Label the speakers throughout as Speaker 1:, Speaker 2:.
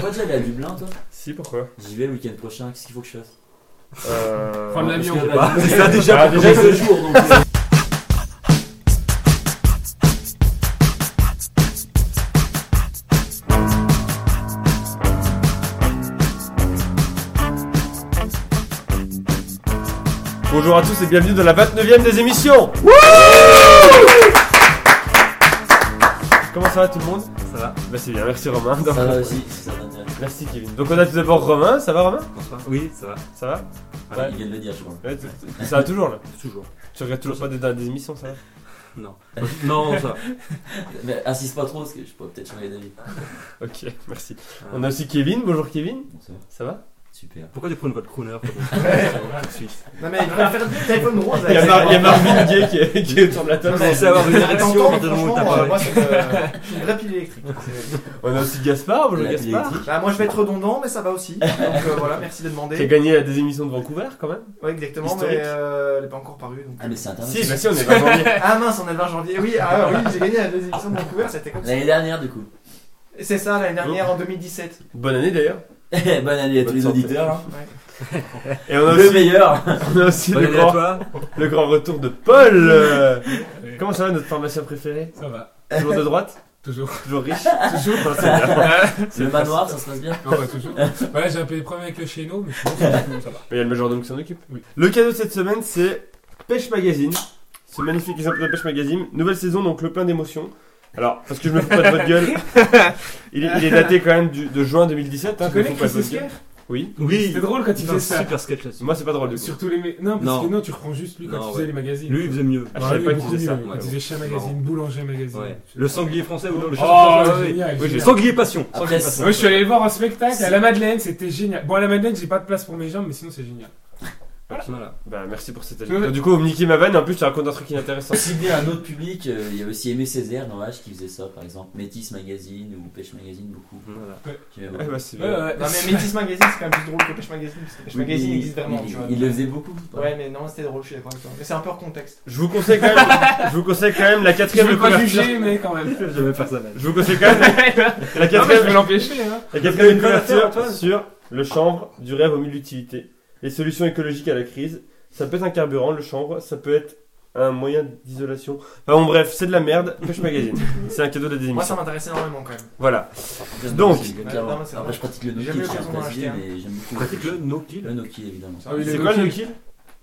Speaker 1: pas déjà allé à Dublin, toi
Speaker 2: Si, pourquoi
Speaker 1: J'y vais le week-end prochain, qu'est-ce qu'il faut que je fasse
Speaker 2: euh...
Speaker 3: Prendre
Speaker 1: Parce
Speaker 3: l'avion.
Speaker 1: que
Speaker 3: Bah,
Speaker 1: la-
Speaker 2: ça, déjà,
Speaker 1: Ah,
Speaker 2: pour
Speaker 1: déjà
Speaker 2: commencer.
Speaker 1: ce jour, donc. euh,
Speaker 2: Bonjour à tous et bienvenue dans la 29ème des émissions Comment ça va tout le monde
Speaker 4: Ça va
Speaker 2: Bah c'est bien, merci Romain. Donc,
Speaker 1: Ça va aussi, si ça t'intéresse.
Speaker 2: Merci Kevin. Donc on a tout d'abord Romain, ça va Romain
Speaker 4: Bonsoir. Oui, ça va.
Speaker 2: Ça va
Speaker 1: Ah,
Speaker 2: Ouais.
Speaker 1: Il vient de le dire, je crois.
Speaker 2: ouais, tu- tu- Ça va toujours là
Speaker 4: Toujours.
Speaker 2: Tu regardes toujours pas des, des émissions ça va
Speaker 4: Non, ça va.
Speaker 1: Mais insiste pas trop, parce que je pourrais peut-être changer d'avis.
Speaker 2: Ok, merci. On a aussi Kevin, bonjour Kevin,
Speaker 1: Bon, ça va.
Speaker 2: ça va
Speaker 1: Super.
Speaker 4: Pourquoi tu prends une voix de crooner comme ça Tout de suite.
Speaker 5: Non mais il va faire du téléphone rose.
Speaker 2: Il y a, Mar- il y a Marvin Gaye qui est, qui est autour de la table.
Speaker 4: Non, mais ça va. une érection à partir du moment où t'as parlé.
Speaker 5: Moi, c'est euh, une vraie pile électrique.
Speaker 2: On a aussi Gaspard, bonjour
Speaker 1: La pile
Speaker 2: Gaspard.
Speaker 1: électrique.
Speaker 5: Bah, moi, je vais être redondant, mais ça va aussi. Donc euh, voilà, merci de
Speaker 2: Qui a
Speaker 5: demander.
Speaker 2: gagné la des émissions de Vancouver quand même
Speaker 5: Ouais, exactement,
Speaker 2: Historique.
Speaker 5: mais euh, elle n'est pas encore parue. Donc...
Speaker 1: Ah, mais c'est internet.
Speaker 2: Si, bah si, on est pas janvier.
Speaker 5: Ah mince, on est le 20 janvier. Oui, ah, oui j'ai gagné la deuxième édition de Vancouver, c'était comme ça.
Speaker 1: L'année dernière, du coup.
Speaker 5: Et C'est ça, l'année dernière, en 2017.
Speaker 2: Bonne année d'ailleurs.
Speaker 1: Bonne année à tous
Speaker 2: Bonne
Speaker 1: les
Speaker 2: santé.
Speaker 1: auditeurs. hein.
Speaker 2: Et on a
Speaker 1: Le
Speaker 2: aussi,
Speaker 1: meilleur.
Speaker 2: on a aussi
Speaker 4: Bonne
Speaker 2: le,
Speaker 4: année à
Speaker 2: grand,
Speaker 4: toi.
Speaker 2: le grand retour de Paul. euh, Comment ça va notre pharmacien préféré
Speaker 3: Ça va.
Speaker 2: Toujours de droite
Speaker 3: Toujours.
Speaker 2: Toujours riche Toujours enfin, c'est bien.
Speaker 1: Le manoir, ça se passe bien.
Speaker 3: Non, bah, toujours. Ouais, j'ai un peu des problèmes avec le chêneau, mais sinon, sinon, ça va.
Speaker 2: Il y a le majordome qui s'en occupe.
Speaker 3: Oui.
Speaker 2: Le cadeau de cette semaine, c'est Pêche Magazine. Ce magnifique exemple de Pêche Magazine. Nouvelle saison, donc le plein d'émotions. Alors, parce que je me fous pas de votre gueule, il est, il est daté quand même du- de juin 2017. Hein, je
Speaker 3: Tu
Speaker 2: me fous
Speaker 3: connais
Speaker 2: pas de
Speaker 3: Chris
Speaker 2: votre gueule.
Speaker 3: Esquire
Speaker 2: Oui.
Speaker 4: Oui.
Speaker 3: C'était drôle quand il
Speaker 4: Non,
Speaker 3: faisait ça.
Speaker 4: super sketch là-dessus.
Speaker 2: Moi, c'est pas drôle du coup.
Speaker 3: Surtout les. ma- Non, parce
Speaker 4: Non.
Speaker 3: que non, tu reprends juste lui quand
Speaker 4: Non,
Speaker 3: il faisait
Speaker 4: ouais.
Speaker 3: les magazines.
Speaker 4: Lui, il faisait mieux.
Speaker 2: Ah, je savais
Speaker 3: lui,
Speaker 2: pas
Speaker 3: il
Speaker 2: qu'il
Speaker 3: faisait
Speaker 2: faisait ça.
Speaker 3: mieux.
Speaker 2: Ouais.
Speaker 3: Il disait chat magazine, boulanger magazine.
Speaker 4: Ouais. Le sanglier français ou non le
Speaker 3: Oh,
Speaker 4: chat français,
Speaker 3: génial.
Speaker 4: Oui, j'ai-
Speaker 3: génial.
Speaker 4: Sanglier passion.
Speaker 1: Après,
Speaker 4: Sanglier passion.
Speaker 3: Ouais, je suis allé le voir en spectacle
Speaker 1: C'est-
Speaker 3: à la Madeleine, c'était génial. Bon, à la Madeleine, j'ai pas de place pour mes jambes, mais sinon, c'est génial.
Speaker 4: Voilà.
Speaker 2: Bah, merci pour cette
Speaker 3: Ouais.
Speaker 2: anecdote. Du coup, vous me niquez ma vanne, en plus, tu racontes un truc inintéressant.
Speaker 1: Aussi bien un autre public, euh, il y a aussi Aimé Césaire dans H qui faisait ça, par exemple. Métis Magazine ou Pêche Magazine, beaucoup.
Speaker 4: Voilà.
Speaker 1: Tu vas
Speaker 2: Ah,
Speaker 1: voir.
Speaker 2: bah, c'est
Speaker 3: Ouais,
Speaker 2: bien.
Speaker 3: ouais.
Speaker 5: Non mais Métis Magazine, c'est quand même plus drôle que Pêche Magazine, parce que Pêche
Speaker 1: Oui,
Speaker 5: Magazine
Speaker 1: mais
Speaker 5: existe vraiment,
Speaker 1: il-
Speaker 5: tu vois.
Speaker 1: Il le faisait beaucoup.
Speaker 5: Ouais, mais non, c'était drôle, je suis d'accord avec toi. Mais c'est un peu hors contexte.
Speaker 2: Je vous conseille quand même, je vous conseille quand même la
Speaker 3: Je
Speaker 2: quatrième de
Speaker 3: veux pas
Speaker 2: couverture.
Speaker 3: juger, mais quand même.
Speaker 4: Je vais faire ça mal.
Speaker 2: Je vous conseille quand même la- la
Speaker 3: Non, mais je
Speaker 2: quatrième,
Speaker 3: vais l'empêcher, hein.
Speaker 2: la quatrième de
Speaker 4: Vous avez une affaire,
Speaker 2: couverture
Speaker 4: Antoine
Speaker 2: sur le chanvre du rêve aux mille utilités. Les solutions écologiques à la crise. Ça peut être un carburant, le chanvre. Ça peut être un moyen d'isolation. Enfin bon, bref, c'est de la merde. Pêche magazine. C'est un cadeau de la
Speaker 5: Moi, ça
Speaker 2: démission.
Speaker 5: m'intéresse énormément quand même.
Speaker 2: Voilà.
Speaker 1: J'aime
Speaker 2: Donc.
Speaker 1: beaucoup, j'aime
Speaker 5: Ouais,
Speaker 1: clairement.
Speaker 5: non, mais c'est
Speaker 1: Après,
Speaker 5: vrai.
Speaker 1: je pratique le
Speaker 5: J'ai
Speaker 1: no-kill,
Speaker 5: jamais eu
Speaker 1: je suis
Speaker 5: l'occasion d'en
Speaker 1: rapacié,
Speaker 5: acheter
Speaker 1: mais j'aime beaucoup.
Speaker 4: Pratique le no-kill.
Speaker 1: Le no-kill, évidemment.
Speaker 3: Ah oui,
Speaker 2: C'est
Speaker 3: le
Speaker 2: quoi le
Speaker 3: no-kill.
Speaker 2: kill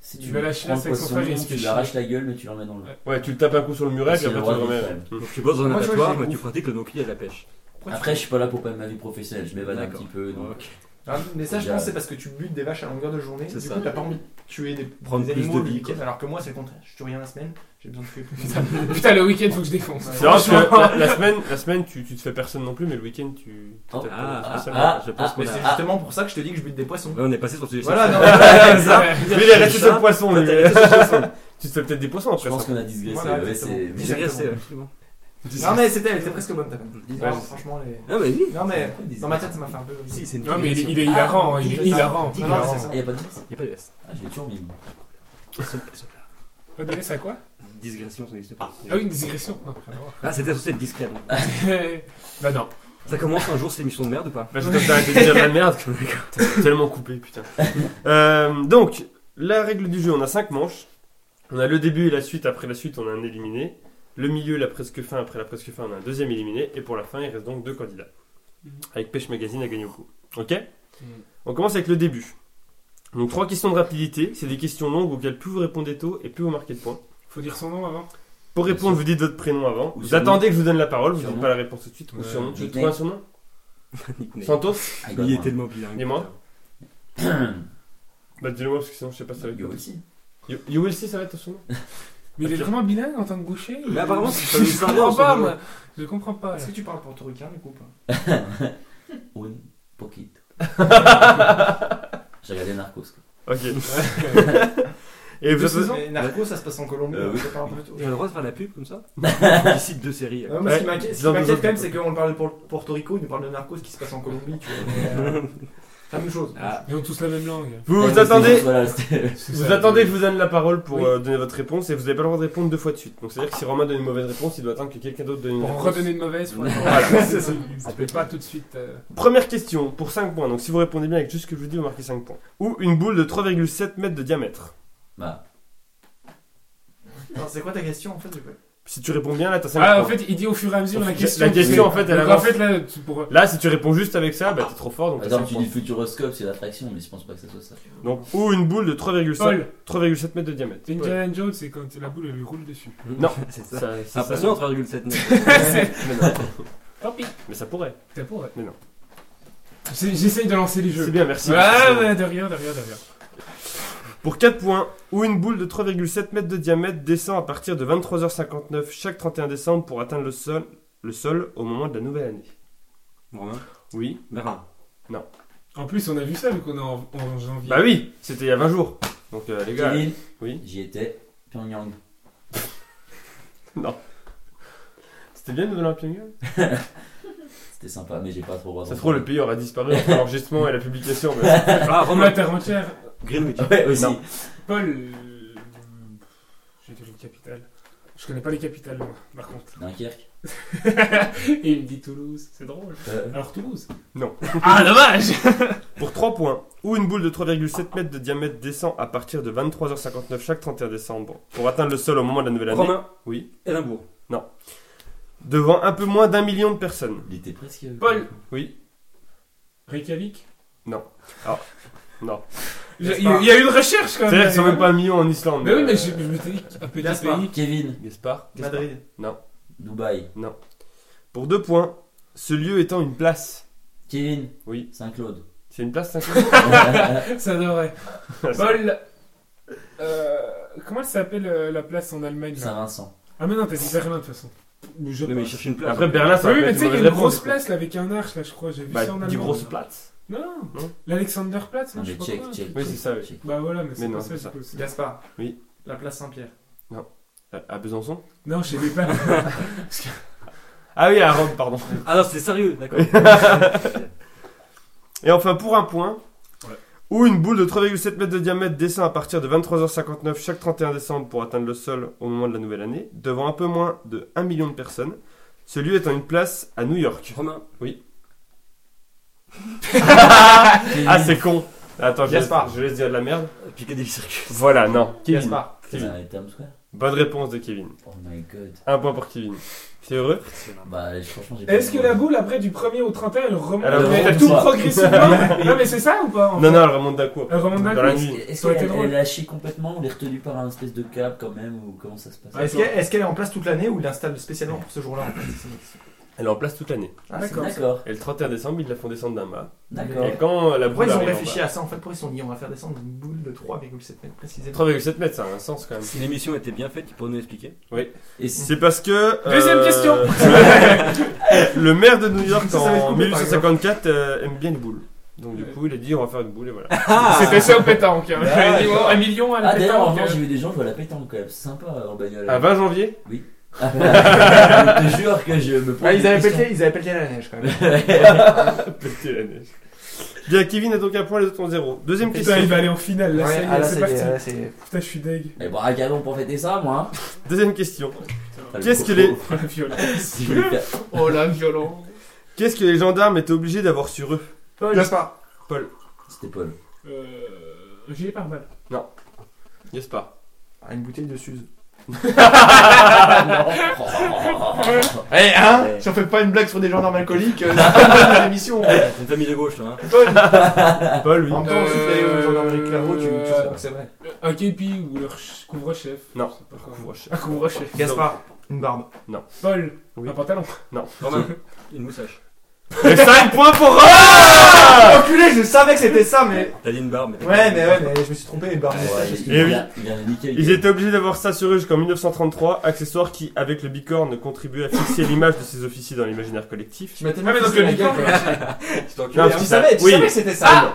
Speaker 1: Si
Speaker 3: Tu vas la chier
Speaker 1: prends le
Speaker 3: avec son
Speaker 1: poisson,
Speaker 3: frère, il se
Speaker 1: tu
Speaker 3: fait chier.
Speaker 1: l'arraches la gueule, mais tu le remets dans l'eau.
Speaker 2: Ouais, tu le tapes un coup sur le
Speaker 3: Ah,
Speaker 2: muret,
Speaker 1: C'est
Speaker 2: puis après
Speaker 1: le
Speaker 2: tu le
Speaker 1: roi
Speaker 2: remets.
Speaker 1: du club.
Speaker 2: Mm.
Speaker 4: Donc tu bosses dans un
Speaker 5: Moi, je vois,
Speaker 4: abattoir,
Speaker 5: j'ai
Speaker 4: mais
Speaker 5: ouf.
Speaker 4: tu pratiques le no-kill à la pêche.
Speaker 3: Ah,
Speaker 5: Pourquoi tu
Speaker 1: Après, je suis pas là pour perdre ma vie professionnelle, je m'évade un
Speaker 4: D'accord.
Speaker 1: petit peu. donc-
Speaker 4: Ok.
Speaker 5: Ah, mais ça, je
Speaker 1: Déjà-
Speaker 5: pense que c'est parce que tu butes des vaches à longueur de journée.
Speaker 4: C'est
Speaker 5: Du
Speaker 4: ça.
Speaker 5: coup, t'as pas envie de tuer des,
Speaker 4: Prendre
Speaker 5: des
Speaker 4: plus
Speaker 5: animaux
Speaker 4: de
Speaker 5: le
Speaker 4: billes,
Speaker 5: week-end,
Speaker 4: quoi.
Speaker 5: Alors que moi, c'est le contraire. Je tue rien la semaine, j'ai besoin de tuer plus.
Speaker 3: Putain, le week-end, faut que je défonce.
Speaker 5: Ouais.
Speaker 2: C'est vrai que
Speaker 3: Franchement.
Speaker 2: la, la semaine, la semaine tu, tu te fais personne non plus, mais le week-end tu. tu
Speaker 1: Oh.
Speaker 2: tapes
Speaker 4: Ah,
Speaker 2: personne.
Speaker 1: ah,
Speaker 4: Je pense qu'on
Speaker 5: Mais c'est
Speaker 4: a.
Speaker 1: Ah.
Speaker 5: justement pour ça que je te dis que je bute des poissons.
Speaker 4: Ouais, On est passé sur le sujet.
Speaker 5: Voilà, non,
Speaker 4: sexuel.
Speaker 5: voilà, c'est ça.
Speaker 3: Ouais.
Speaker 2: Lui, il est resté sur le poisson, lui.
Speaker 4: Toi, t'es resté sur le poisson.
Speaker 2: Tu te fais peut-être des poissons
Speaker 1: Je
Speaker 2: après
Speaker 1: pense
Speaker 2: ça.
Speaker 1: qu'on a digressé.
Speaker 5: Voilà,
Speaker 1: ouais,
Speaker 5: exactement.
Speaker 1: c'est-
Speaker 4: J'ai resté, absolument.
Speaker 5: Non, mais c'était, elle était presque bonne ta vanne. Non,
Speaker 2: Ouais.
Speaker 5: franchement, les...
Speaker 4: Ah, bah oui.
Speaker 5: Non, mais
Speaker 1: Pourquoi
Speaker 5: dans ma tête, ça m'a fait un peu.
Speaker 4: Si, c'est une
Speaker 3: Non, mais il est,
Speaker 4: il
Speaker 3: il est hilarant, hein, il est
Speaker 5: Ah,
Speaker 3: hilarant.
Speaker 5: non,
Speaker 3: hilarant.
Speaker 5: mais c'est
Speaker 1: Ah, y a pas de digresse
Speaker 4: n'y a pas de S.
Speaker 1: Ah, j'ai toujours mis. moi.
Speaker 3: Pas de laisse à quoi
Speaker 4: Digression, ça n'existe pas.
Speaker 3: Ah oui, une digression. Non, rien à voir.
Speaker 4: Ah, c'était censé être discret. donc.
Speaker 3: bah non.
Speaker 4: Ça commence un jour, c'est l'émission de merde ou pas
Speaker 2: Bah, je t'ai arrêté de dire de la merde. que- T'es tellement coupé, putain. Euh, donc, la règle du jeu, on a 5 manches. On a le début et la suite. Après la suite, on a un éliminé. Le milieu, la presque fin. Après la presque fin, on a un deuxième éliminé. Et pour la fin, il reste donc deux candidats. Avec Pêche Magazine à gagner au coup. Ok
Speaker 1: Mm.
Speaker 2: On commence avec le début. Donc, trois questions de rapidité. C'est des questions longues auxquelles plus vous répondez tôt et plus vous marquez de points.
Speaker 3: Faut dire son nom avant.
Speaker 2: Pour
Speaker 1: Bien
Speaker 2: répondre, vous dites votre prénom avant.
Speaker 1: Ou
Speaker 2: Vous
Speaker 1: surnom.
Speaker 2: attendez que je vous donne la parole. Vous
Speaker 1: Surnom.
Speaker 2: dites pas la réponse tout de suite. Ou
Speaker 3: Ouais.
Speaker 2: surnom. Tu
Speaker 1: Nickname.
Speaker 2: trouves un surnom
Speaker 4: Nickname.
Speaker 2: Santos
Speaker 1: Ah,
Speaker 4: Il
Speaker 1: moi.
Speaker 4: est tellement bilingue.
Speaker 2: Et moi Bah, dis-le moi parce que sinon, je sais pas si ça va être.
Speaker 1: Yo aussi.
Speaker 2: You, you will see, ça va être ton surnom
Speaker 3: Mais il est vraiment bilingue en tant que boucher
Speaker 4: Mais apparemment, c'est pas
Speaker 3: je
Speaker 4: une
Speaker 3: comprends
Speaker 4: sardine,
Speaker 3: pas,
Speaker 4: ce
Speaker 3: moi. Je comprends pas. là.
Speaker 5: Est-ce que tu parles portoricain du coup ou pas
Speaker 1: Un poquito. J'ai regardé Narcos. quoi.
Speaker 2: Ok. Et vous
Speaker 3: Deux saisons.
Speaker 5: Mais Narco, ça se passe en Colombie,
Speaker 1: Euh,
Speaker 5: on peut parler plus tôt.
Speaker 4: Et on a le droit de faire la pub comme ça Il cite deux séries.
Speaker 5: Non, moi, ce qui
Speaker 2: Ouais,
Speaker 5: m'inquiète ce qui
Speaker 2: dans nos
Speaker 5: m'inquiète quand même,
Speaker 2: autres-
Speaker 5: c'est qu'on parle de Por- Porto Rico, il nous parle de Narcos qui se passe en Colombie, tu vois. Mais, euh, La même chose.
Speaker 4: Ah,
Speaker 3: Ils ont tous la même langue.
Speaker 2: Vous,
Speaker 1: Ouais,
Speaker 2: vous
Speaker 1: parce que
Speaker 2: attendez,
Speaker 1: Voilà, c'était-
Speaker 3: C'est
Speaker 2: vous
Speaker 3: ça,
Speaker 2: attendez
Speaker 3: le-
Speaker 2: que je vous donne la parole pour
Speaker 3: Oui.
Speaker 2: euh, donner votre réponse et vous n'avez pas le droit de répondre deux fois de suite. Donc c'est-à-dire que si Romain donne une mauvaise réponse, il doit attendre que quelqu'un d'autre donne une
Speaker 3: Pour
Speaker 2: réponse.
Speaker 3: redonner une mauvaise, faut attendre.
Speaker 2: Voilà,
Speaker 3: c'est ça. Ça peut pas tout de suite. euh,
Speaker 2: Première question, pour 5 points. Donc si vous répondez bien avec juste ce que je vous dis, vous marquez 5 points. Ou une boule de 3,7 mètres de diamètre.
Speaker 1: Bah,
Speaker 5: Alors, c'est quoi ta question en fait j'ai pas-
Speaker 2: Si tu réponds bien, là, t'as 5
Speaker 3: Ah,
Speaker 2: points.
Speaker 3: en fait, il dit au fur et à mesure la
Speaker 2: La
Speaker 3: question.
Speaker 2: question, en fait, elle
Speaker 3: Donc,
Speaker 2: avance.
Speaker 3: En fait, là, tu euh, pourras.
Speaker 2: Là, si tu réponds juste avec ça, bah t'es trop fort, donc t'as
Speaker 1: attends,
Speaker 2: 5
Speaker 1: tu
Speaker 2: points.
Speaker 1: dis Futuroscope, c'est l'attraction, mais je pense pas que ça soit ça.
Speaker 2: Donc, ou une boule de 3,7
Speaker 3: Paul,
Speaker 2: 3,7 mètres de diamètre.
Speaker 3: Indiana Jones, c'est quand la boule elle lui roule dessus.
Speaker 2: Non.
Speaker 4: c'est ça.
Speaker 2: Ça-
Speaker 4: C'est
Speaker 2: c'est ça.
Speaker 4: impressionnant, 3,7 mètres.
Speaker 2: Mais non.
Speaker 3: Tant pis.
Speaker 2: Mais ça pourrait.
Speaker 3: T'as pour, ouais.
Speaker 2: Mais non.
Speaker 3: C'est- J'essaye de lancer les jeux.
Speaker 2: C'est bien, merci.
Speaker 3: Ah, ouais, de rien, de rien, de rien.
Speaker 2: Pour 4 points, ou une boule de 3,7 mètres de diamètre descend à partir de 23h59 chaque 31 décembre pour atteindre le sol, le sol au moment de la nouvelle année.
Speaker 4: Romain,
Speaker 2: Oui.
Speaker 4: Berlin.
Speaker 3: En plus, on a vu ça vu qu'on est en, en janvier.
Speaker 2: Bah oui, c'était il y a 20 jours. Donc euh, les gars.
Speaker 1: Kevin
Speaker 2: Oui.
Speaker 1: J'y étais. Pyongyang.
Speaker 2: C'était bien de nous donner un Pyongyang
Speaker 1: C'était sympa, mais j'ai pas trop
Speaker 2: Ça
Speaker 1: retenu.
Speaker 2: se trouve, le pays aura disparu entre l'enregistrement et la publication. mais-
Speaker 4: Ah,
Speaker 3: Romain,
Speaker 4: Romain,
Speaker 3: la terre entière.
Speaker 4: Greenwich.
Speaker 1: Ah Ouais, aussi.
Speaker 2: Non.
Speaker 3: Paul. euh, J'ai dit une capitale. Je connais pas les capitales, moi, par contre.
Speaker 1: Dunkerque.
Speaker 3: Et il me dit Toulouse, c'est drôle.
Speaker 1: Euh,
Speaker 3: Alors Toulouse
Speaker 2: Non.
Speaker 3: Ah, dommage
Speaker 2: Pour 3 points, ou une boule de 3,7 mètres de diamètre descend à partir de 23h59 chaque 31 décembre pour atteindre le sol au moment de la nouvelle année.
Speaker 4: Romain,
Speaker 2: Oui.
Speaker 4: Edimbourg.
Speaker 2: Devant un peu moins d'un million de personnes.
Speaker 1: il était presque.
Speaker 3: Paul.
Speaker 2: Oui. Ah,
Speaker 3: Reykjavik
Speaker 2: Non.
Speaker 3: Il y, a- il y a eu une recherche
Speaker 2: C'est
Speaker 3: quand
Speaker 2: vrai
Speaker 3: même.
Speaker 2: qu'ils sont même pas un million en Islande.
Speaker 3: Mais oui, mais
Speaker 2: euh,
Speaker 3: je, je m'étais dit un petit
Speaker 5: Gaspard.
Speaker 3: pays.
Speaker 1: Kevin.
Speaker 2: Gaspard.
Speaker 5: Madrid.
Speaker 1: Dubaï.
Speaker 2: Pour 2 points, ce lieu étant une place.
Speaker 1: Kevin.
Speaker 2: Oui.
Speaker 1: Saint-Claude.
Speaker 2: C'est une place 5
Speaker 3: Ça devrait.
Speaker 2: Ah,
Speaker 3: Paul. Euh, comment elle s'appelle euh, la place en Allemagne là
Speaker 1: Saint-Vincent.
Speaker 3: Ah, mais non, t'as dit Berlin de toute façon. Je
Speaker 4: Non, mais il cherche une place.
Speaker 2: Après Berlin, ça
Speaker 3: Ah, oui,
Speaker 2: aurait
Speaker 3: mais
Speaker 2: pu
Speaker 3: tu
Speaker 2: être
Speaker 3: sais, il y a une
Speaker 2: mauvaise
Speaker 3: grosse
Speaker 2: réponse.
Speaker 3: place là, avec un arche, là, je crois. J'ai vu ça en
Speaker 2: Bah,
Speaker 3: Allemagne.
Speaker 2: du gros Platz.
Speaker 3: Non,
Speaker 2: Non.
Speaker 3: l'Alexanderplatz, non,
Speaker 1: Non,
Speaker 3: je
Speaker 1: mais
Speaker 3: sais pas
Speaker 1: check,
Speaker 3: quoi.
Speaker 1: check.
Speaker 2: Oui, c'est ça, oui.
Speaker 1: check.
Speaker 3: Bah voilà, mais c'est
Speaker 2: non,
Speaker 3: pas
Speaker 2: c'est
Speaker 3: ça,
Speaker 2: ça.
Speaker 3: du coup. c'est-
Speaker 5: Gaspard.
Speaker 2: Oui.
Speaker 5: La place Saint-Pierre.
Speaker 2: Euh, À Besançon
Speaker 3: Non, je sais pas.
Speaker 2: Ah oui, à Rome, pardon.
Speaker 4: Ah non, c'est sérieux, d'accord.
Speaker 2: Et enfin, pour un point,
Speaker 3: Ouais.
Speaker 2: où une boule de 3,7 mètres de diamètre descend à partir de 23h59 chaque 31 décembre pour atteindre le sol au moment de la nouvelle année, devant un peu moins de 1 million de personnes, ce lieu étant une place à New York.
Speaker 4: Romain,
Speaker 1: Kevin.
Speaker 2: Ah, c'est con Attends, je laisse,
Speaker 5: Gaspard.
Speaker 2: je laisse dire de la merde.
Speaker 4: Picadilly Circus.
Speaker 2: Voilà, non. Kevin.
Speaker 5: Gaspard.
Speaker 1: C'est
Speaker 2: Kevin.
Speaker 1: un Times Square.
Speaker 2: Bonne réponse de Kevin.
Speaker 1: Oh my god.
Speaker 2: Un point pour Kevin. C'est heureux
Speaker 1: Bah, allez, franchement, j'ai pas
Speaker 3: Est-ce
Speaker 1: le
Speaker 3: que
Speaker 1: droit.
Speaker 3: la boule, après du 1er au 31, elle remonte
Speaker 2: Elle remonte
Speaker 3: elle- tout
Speaker 1: pas.
Speaker 3: progressivement Non, mais c'est ça ou pas en fait
Speaker 2: Non, non, elle remonte d'un coup.
Speaker 3: Elle remonte d'un
Speaker 2: Dans la
Speaker 3: coup
Speaker 2: nuit.
Speaker 1: Est-ce
Speaker 3: Ça aurait été
Speaker 1: qu'elle
Speaker 3: drôle.
Speaker 1: est lâchée complètement ou elle est retenue par un espèce de câble quand même ou comment ça se passe
Speaker 5: Ah, Est-ce qu'elle est, qu'elle est en place toute l'année ou il l'installe spécialement pour ce jour-là en fait C'est une question.
Speaker 2: Elle est en place toute l'année.
Speaker 5: Ah, c'est-
Speaker 3: D'accord.
Speaker 1: D'accord,
Speaker 2: Et le 31 décembre, ils la font descendre d'un mât.
Speaker 1: d'accord.
Speaker 2: Et quand euh, la
Speaker 5: Pourquoi
Speaker 2: boule
Speaker 5: ils ont
Speaker 2: arrive en
Speaker 5: réfléchi à ça en fait Pourquoi ils se sont dit on va faire descendre une boule de 3,7 mètres
Speaker 2: bas-
Speaker 5: précisément
Speaker 2: 3,7 mètres, ça a un sens quand même.
Speaker 4: Si l'émission était bien faite, tu pourrais nous l'expliquer.
Speaker 1: Et si-
Speaker 2: C'est parce que. euh,
Speaker 3: Deuxième question.
Speaker 2: Le maire de New York
Speaker 5: Ça, ça va être
Speaker 2: en
Speaker 5: coupé, par
Speaker 2: 1854 euh, aime bien les boules. Donc du
Speaker 3: Ouais.
Speaker 2: coup, il a dit on va faire une boule et voilà.
Speaker 3: C'était ça au pétanque. hein.
Speaker 1: Ah,
Speaker 3: Il dit, oh, Un million à la
Speaker 1: Ah, d'ailleurs, en
Speaker 3: pétanque. euh.
Speaker 1: revanche, j'ai vu des gens jouer à la pétanque quand même. C'est sympa euh, en bagnole.
Speaker 2: À 20 janvier
Speaker 1: Ah, bah, je te jure que je me pose
Speaker 5: Ah, ils,
Speaker 1: des
Speaker 5: avaient
Speaker 1: questions.
Speaker 5: pété, ils avaient pété la neige quand même.
Speaker 2: Pété la neige. Bien, Kevin a donc un point, les autres ont zéro. Deuxième
Speaker 3: Putain, il
Speaker 2: question.
Speaker 3: va aller en finale, là,
Speaker 5: Ouais,
Speaker 3: ça y est,
Speaker 5: ah, là,
Speaker 3: c'est
Speaker 5: c'est-
Speaker 3: parti.
Speaker 5: là, c'est-
Speaker 3: Putain, je suis deg.
Speaker 1: Mais bon, un canon pour fêter ça, moi. hein.
Speaker 2: Deuxième question.
Speaker 1: T'as le
Speaker 2: Qu'est-ce
Speaker 1: coco.
Speaker 2: que les-
Speaker 3: Oh la violence.
Speaker 1: Si je vais faire-
Speaker 3: Oh la violence.
Speaker 2: Qu'est-ce que les gendarmes étaient obligés d'avoir sur eux
Speaker 5: Gaspard.
Speaker 1: C'était Paul.
Speaker 3: Euh, un gilet pare-balles.
Speaker 2: N'est-ce pas
Speaker 5: Ah, une bouteille de Suze.
Speaker 2: Ah,
Speaker 1: Allez,
Speaker 5: Hein
Speaker 4: Ouais.
Speaker 5: Si on fait pas une blague sur des gendarmes alcooliques, euh, c'est pas une émission.
Speaker 4: Eh, C'est une famille de gauche, là. Hein.
Speaker 2: Paul, oui.
Speaker 5: En même temps, si t'es
Speaker 3: Euh,
Speaker 5: euh, gendarmerie Clairvaux, tu, tu sais
Speaker 3: euh,
Speaker 5: pas que c'est vrai.
Speaker 3: Euh, Un képi ou leur ch- couvre-chef.
Speaker 2: Non.
Speaker 3: Je sais pas quoi.
Speaker 2: Couvre-chef.
Speaker 3: Un couvre-chef.
Speaker 5: Gaspard. Une barbe.
Speaker 3: Paul.
Speaker 2: Oui.
Speaker 3: Un pantalon.
Speaker 2: Non.
Speaker 4: Romain, une moustache.
Speaker 2: Et 5 points pour Romain
Speaker 5: Ah, Enculé, je savais que c'était ça, mais.
Speaker 4: T'as dit une barbe, mais.
Speaker 5: Ouais, mais ouais, mais je me suis trompé, une barbe.
Speaker 1: Oh, Ouais,
Speaker 5: moustache.
Speaker 1: il,
Speaker 2: Et Eh oui.
Speaker 1: a, il a niqué.
Speaker 2: Ils étaient obligés d'avoir ça sur eux jusqu'en 1933, accessoire qui, avec le bicorne, contribuait à fixer l'image de ses officiers dans l'imaginaire collectif.
Speaker 5: Tu Ah, m'as tellement
Speaker 3: Ah, mais donc
Speaker 5: foutu
Speaker 3: le
Speaker 5: la gueule,
Speaker 3: bicorne,
Speaker 5: quoi.
Speaker 4: Tu t'encules.
Speaker 2: Non,
Speaker 5: Tu
Speaker 2: si,
Speaker 5: savais, tu
Speaker 2: oui.
Speaker 5: savais que c'était ça.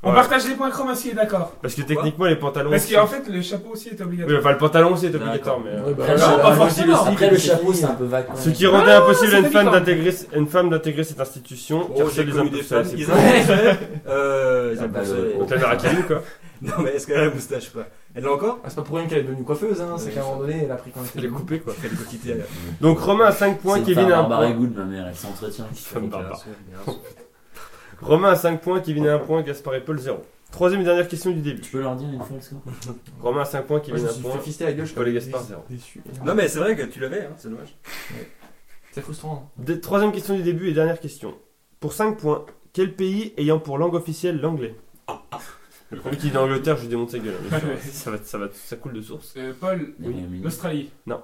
Speaker 3: On
Speaker 2: Ouais.
Speaker 3: partage les points chromaciés, d'accord.
Speaker 2: Parce que techniquement, les pantalons.
Speaker 3: Parce
Speaker 2: aussi-
Speaker 3: qu'en fait, le chapeau aussi est
Speaker 2: Oui,
Speaker 3: obligatoire.
Speaker 2: enfin, le pantalon aussi est obligatoire,
Speaker 4: D'accord.
Speaker 2: mais. euh,
Speaker 6: Ouais, bah,
Speaker 1: Après,
Speaker 6: voilà.
Speaker 1: le-
Speaker 3: pas
Speaker 1: après,
Speaker 3: forcément.
Speaker 1: le chapeau, c'est un peu vague. quand
Speaker 2: Ce
Speaker 1: même.
Speaker 2: qui rendait impossible
Speaker 3: c'est
Speaker 2: à une femme
Speaker 3: obligatoire.
Speaker 2: d'intégrer une femme d'intégrer cette institution,
Speaker 4: Oh,
Speaker 2: car
Speaker 4: j'ai
Speaker 2: seuls les
Speaker 4: connu
Speaker 2: hommes
Speaker 4: des
Speaker 2: peuvent
Speaker 4: femmes.
Speaker 2: se
Speaker 4: Ils
Speaker 2: la
Speaker 4: impulsaient. Euh, ils
Speaker 1: Ah, bah,
Speaker 4: impulsaient.
Speaker 1: ouais.
Speaker 2: Donc la mère à Kylian, quoi.
Speaker 4: Non, mais est-ce qu'elle a la moustache ou pas Elle l'a encore
Speaker 5: Ah, c'est pas pour rien qu'elle est devenue coiffeuse, hein.
Speaker 4: Oui,
Speaker 5: c'est qu'à un
Speaker 4: ça.
Speaker 5: moment donné, elle a pris quand même.
Speaker 2: Elle est coupée, quoi.
Speaker 4: Quelle quantité elle a
Speaker 2: Donc Romain a 5 points,
Speaker 1: C'est
Speaker 2: Kevin
Speaker 1: pas
Speaker 2: a 1
Speaker 1: Barbara
Speaker 2: point.
Speaker 1: Good, ma mère, elle s'entretient.
Speaker 2: Femme barbare.
Speaker 4: Bien sûr.
Speaker 2: Romain a 5 points, Kevin a 1 point, Gaspard et Paul 0. Troisième et dernière question du début.
Speaker 1: Tu peux leur dire une fois le score
Speaker 2: Romain a 5 points,
Speaker 5: Moi,
Speaker 2: Kevin a
Speaker 5: je me
Speaker 2: 1
Speaker 5: suis
Speaker 2: point.
Speaker 5: fait fister la gueule, je suis
Speaker 2: Paul et
Speaker 5: comme-
Speaker 2: Gaspard 0.
Speaker 5: déçu.
Speaker 4: Non, mais c'est vrai que tu l'avais, hein, c'est dommage.
Speaker 5: C'est frustrant.
Speaker 2: Dé- Troisième question du début et dernière question. Pour 5 points, quel pays ayant pour langue officielle l'anglais Le premier qui dit l'Angleterre, je lui démonte sa gueule. hein, bien sûr. ça, va, ça, va, ça coule de source.
Speaker 3: Euh, Paul,
Speaker 1: Les Royaumes-Unis.
Speaker 3: l'Australie.
Speaker 2: Non.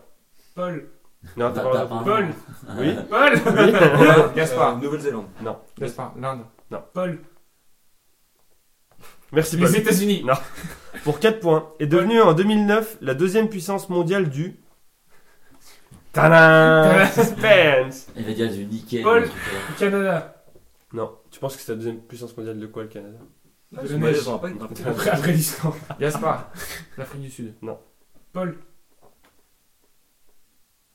Speaker 3: Paul,
Speaker 2: Non, t'as pas
Speaker 1: T'as pas un-
Speaker 3: Paul,
Speaker 2: Oui.
Speaker 3: Paul,
Speaker 5: hein.
Speaker 4: Euh,
Speaker 5: Gaspard,
Speaker 4: Nouvelle-Zélande.
Speaker 5: Gaspard, l'Inde.
Speaker 3: Paul,
Speaker 2: Merci Paul.
Speaker 3: les États-Unis.
Speaker 2: Pour 4 points, est devenue en 2009 la deuxième puissance mondiale du. Tadam Suspense
Speaker 1: Il va dire du nickel.
Speaker 3: Paul.
Speaker 1: un truc comme ça.
Speaker 3: Canada.
Speaker 2: Non, tu penses que c'est la deuxième puissance mondiale de quoi le Canada
Speaker 4: Ah,
Speaker 3: De
Speaker 4: c'est
Speaker 3: la
Speaker 4: moi,
Speaker 3: neige.
Speaker 4: j'en ai pas, il m'a pas.
Speaker 3: Après, après l'Islande.
Speaker 5: Gaspard, l'Afrique du Sud.
Speaker 3: Paul,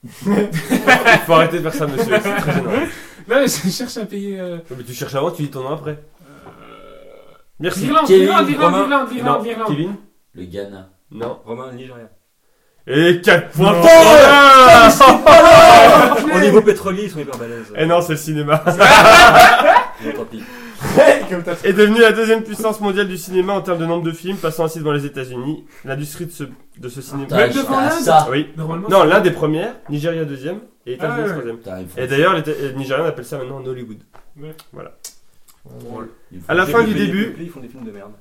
Speaker 2: Faut arrêter de faire ça, monsieur, c'est très gênant.
Speaker 3: non, mais je cherche un pays. Euh...
Speaker 2: Ouais, Mais tu cherches avant, tu dis ton nom après. Merci.
Speaker 3: L'Irlande,
Speaker 1: Kevin,
Speaker 3: l'Irlande, l'Irlande,
Speaker 4: Romain.
Speaker 3: l'Irlande,
Speaker 2: Non,
Speaker 3: l'Irlande, l'Irlande.
Speaker 2: Kevin
Speaker 1: Le Ghana.
Speaker 2: Non.
Speaker 4: Romain, Nigeria.
Speaker 2: Et 4 points
Speaker 5: Non.
Speaker 2: pour Romain
Speaker 4: Au niveau pétrolier, ils sont hyper balèzes.
Speaker 2: Eh non, c'est le cinéma.
Speaker 4: Bon, tant pis.
Speaker 5: Comme t'as fait.
Speaker 2: Est devenue la deuxième puissance mondiale du cinéma en termes de nombre de films, passant ainsi devant les États-Unis. L'industrie de ce, de ce cinéma.
Speaker 1: T'as-
Speaker 3: devant
Speaker 1: t'as
Speaker 3: l'Inde.
Speaker 1: ça.
Speaker 2: Oui.
Speaker 3: Normalement,
Speaker 2: Non, l'un des premières, Nigeria deuxième, et États-Unis
Speaker 3: Ah ouais.
Speaker 2: troisième.
Speaker 1: T'as une
Speaker 2: Et
Speaker 1: Française.
Speaker 2: d'ailleurs, les, les Nigériens appellent ça maintenant un Hollywood.
Speaker 1: Une
Speaker 2: À la
Speaker 1: Française.
Speaker 2: fin du
Speaker 4: Les pays-
Speaker 2: début.
Speaker 4: les pays, Ils font des films de merde.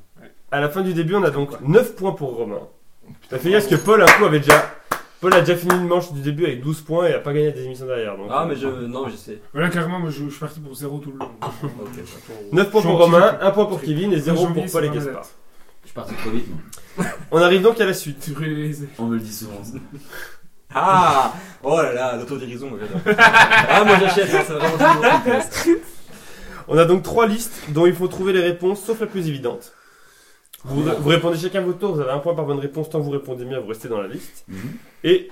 Speaker 2: À la fin du début, on a donc 9 points pour Romain. T'as fait gaffe parce que Paul, un coup, avait déjà. Paul a déjà fini une manche du début avec 12 points et a pas gagné des émissions derrière. Donc,
Speaker 4: Ah, mais je. Non, je sais.
Speaker 3: Voilà, clairement, moi, je, je suis parti pour zéro tout le long.
Speaker 4: Ok, ouais.
Speaker 2: 9 points pour
Speaker 3: Gentil.
Speaker 2: Romain, 1 point pour Kevin et 0
Speaker 3: Janvier,
Speaker 2: pour Paul et
Speaker 3: c'est ma
Speaker 2: Gaspard.
Speaker 3: date.
Speaker 1: Je suis parti trop vite, moi.
Speaker 2: On arrive donc à la suite.
Speaker 3: Tu brûles les ailes.
Speaker 1: On me le dit souvent.
Speaker 2: Mhm.
Speaker 1: ça.
Speaker 4: Ah Oh là là, l'autodérision, moi j'adore. Ah, moi j'achète, hein, c'est vraiment toujours ce qui m'intéresse.
Speaker 2: On a donc 3 listes dont il faut trouver les réponses sauf la plus évidente. Vous, vous répondez chacun à votre tour, vous avez un point par bonne réponse, tant que vous répondez bien, vous restez dans la liste.
Speaker 1: Mhm.
Speaker 2: Et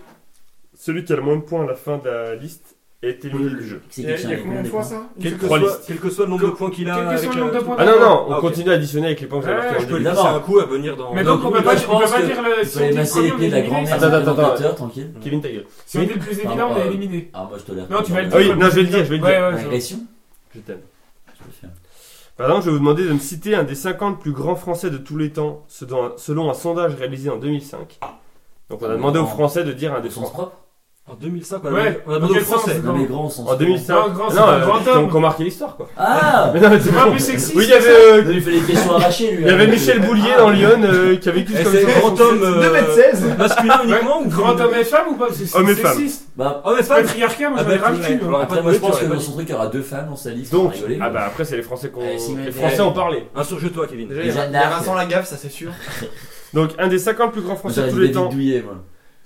Speaker 2: celui qui a le moins de points à la fin de la liste est éliminé du jeu.
Speaker 1: C'est
Speaker 5: Il y a-
Speaker 1: quelqu'un
Speaker 5: il y a
Speaker 1: avec
Speaker 5: combien
Speaker 1: moi,
Speaker 5: de
Speaker 1: des
Speaker 5: fois
Speaker 1: points.
Speaker 5: ça
Speaker 2: Quel-
Speaker 4: Quel que
Speaker 2: Trois
Speaker 4: soit-
Speaker 2: listes.
Speaker 4: Quel que soit le nombre de points qu'il a.
Speaker 3: Quel que soit
Speaker 4: avec,
Speaker 3: le nombre de
Speaker 4: euh,
Speaker 3: points
Speaker 2: Ah non, non, on
Speaker 4: Ah, ok.
Speaker 2: continue à additionner avec les points que vous avez
Speaker 3: Ah,
Speaker 2: marqués en
Speaker 4: Je peux
Speaker 2: début.
Speaker 4: lui laisser un coup à venir dans.
Speaker 3: Mais
Speaker 4: dans
Speaker 3: donc,
Speaker 4: le
Speaker 3: on
Speaker 4: milieu
Speaker 3: peut pas,
Speaker 4: de la
Speaker 3: on peut
Speaker 4: France,
Speaker 3: pas
Speaker 4: que-
Speaker 3: dire le.
Speaker 1: Tu
Speaker 3: Si
Speaker 1: peux
Speaker 3: on
Speaker 1: aller
Speaker 3: dit
Speaker 1: masser les
Speaker 3: premier, on est
Speaker 1: pieds de la
Speaker 3: éliminé.
Speaker 1: grand-mère
Speaker 2: Attends,
Speaker 1: du
Speaker 2: attends, attends.
Speaker 1: présentateur, tranquille.
Speaker 2: Kevin, ta gueule.
Speaker 3: Si on dit le plus évident, on est éliminé.
Speaker 1: Ah, moi, je te la
Speaker 3: Non, tu vas
Speaker 2: Ah oui, non, je vais le dire, je vais le
Speaker 3: Ouais,
Speaker 2: dire.
Speaker 3: ouais, ouais.
Speaker 1: Agression
Speaker 2: Je t'aime.
Speaker 1: Je peux faire.
Speaker 2: Par exemple, je vais vous demander de me citer un des 50 plus grands Français de tous les temps, selon un, selon un sondage réalisé en 2005. Donc on a demandé aux Français Ah, de dire un des
Speaker 1: Au sens
Speaker 2: Français.
Speaker 1: propre
Speaker 4: En 2005, on a
Speaker 3: Ouais,
Speaker 4: demandé- on a
Speaker 3: dans
Speaker 4: demandé aux
Speaker 3: quel sens
Speaker 4: Français.
Speaker 1: Non, mais grand, au sens
Speaker 2: En 2005.
Speaker 3: Grand, grand, c'est
Speaker 2: non,
Speaker 3: un grand
Speaker 2: qui
Speaker 3: homme.
Speaker 2: ont- qui ont marqué l'histoire quoi.
Speaker 1: Ah
Speaker 2: Mais non, mais c'est
Speaker 3: pas
Speaker 2: bon.
Speaker 3: plus sexiste,
Speaker 2: Oui, il y avait,
Speaker 1: Il
Speaker 2: euh,
Speaker 1: lui fait des questions arrachées, lui. hein.
Speaker 2: il y avait Michel Boulier dans Lyon euh, qui a vécu
Speaker 4: Eh,
Speaker 2: comme
Speaker 4: c'est
Speaker 2: ça.
Speaker 4: grand homme. euh,
Speaker 5: 2m16
Speaker 4: Masculin uniquement ou
Speaker 3: Grand homme et femme ou pas Parce que c'est
Speaker 2: Homme et femme.
Speaker 3: sexiste.
Speaker 1: Bah,
Speaker 4: Oh, mais c'est pas
Speaker 3: Patriarcat, moi
Speaker 4: Ah
Speaker 3: j'en
Speaker 4: bah,
Speaker 3: ai ras le
Speaker 4: tu-
Speaker 3: cul.
Speaker 4: ouais.
Speaker 3: moi.
Speaker 1: après, moi, je
Speaker 4: Après,
Speaker 1: pense que
Speaker 4: tu
Speaker 1: dans
Speaker 4: vois.
Speaker 1: son truc, il y aura deux femmes dans sa liste. on va
Speaker 2: Donc,
Speaker 1: rigoler,
Speaker 2: ah
Speaker 1: mais-
Speaker 2: bah après c'est les Français qu'on,
Speaker 1: Eh, si, mais-
Speaker 2: les Français ont parlé.
Speaker 4: Insurge-toi, Kevin.
Speaker 5: Déjà, il y a
Speaker 1: Jeanne
Speaker 5: il y a
Speaker 1: d'Arc.
Speaker 5: Vincent Lagaffe, ça c'est sûr.
Speaker 2: Donc un des 50 plus grands
Speaker 1: Moi,
Speaker 2: Français de
Speaker 1: j'aurais
Speaker 2: tous
Speaker 1: dit
Speaker 2: les
Speaker 1: David
Speaker 2: temps,
Speaker 1: Douillet, moi.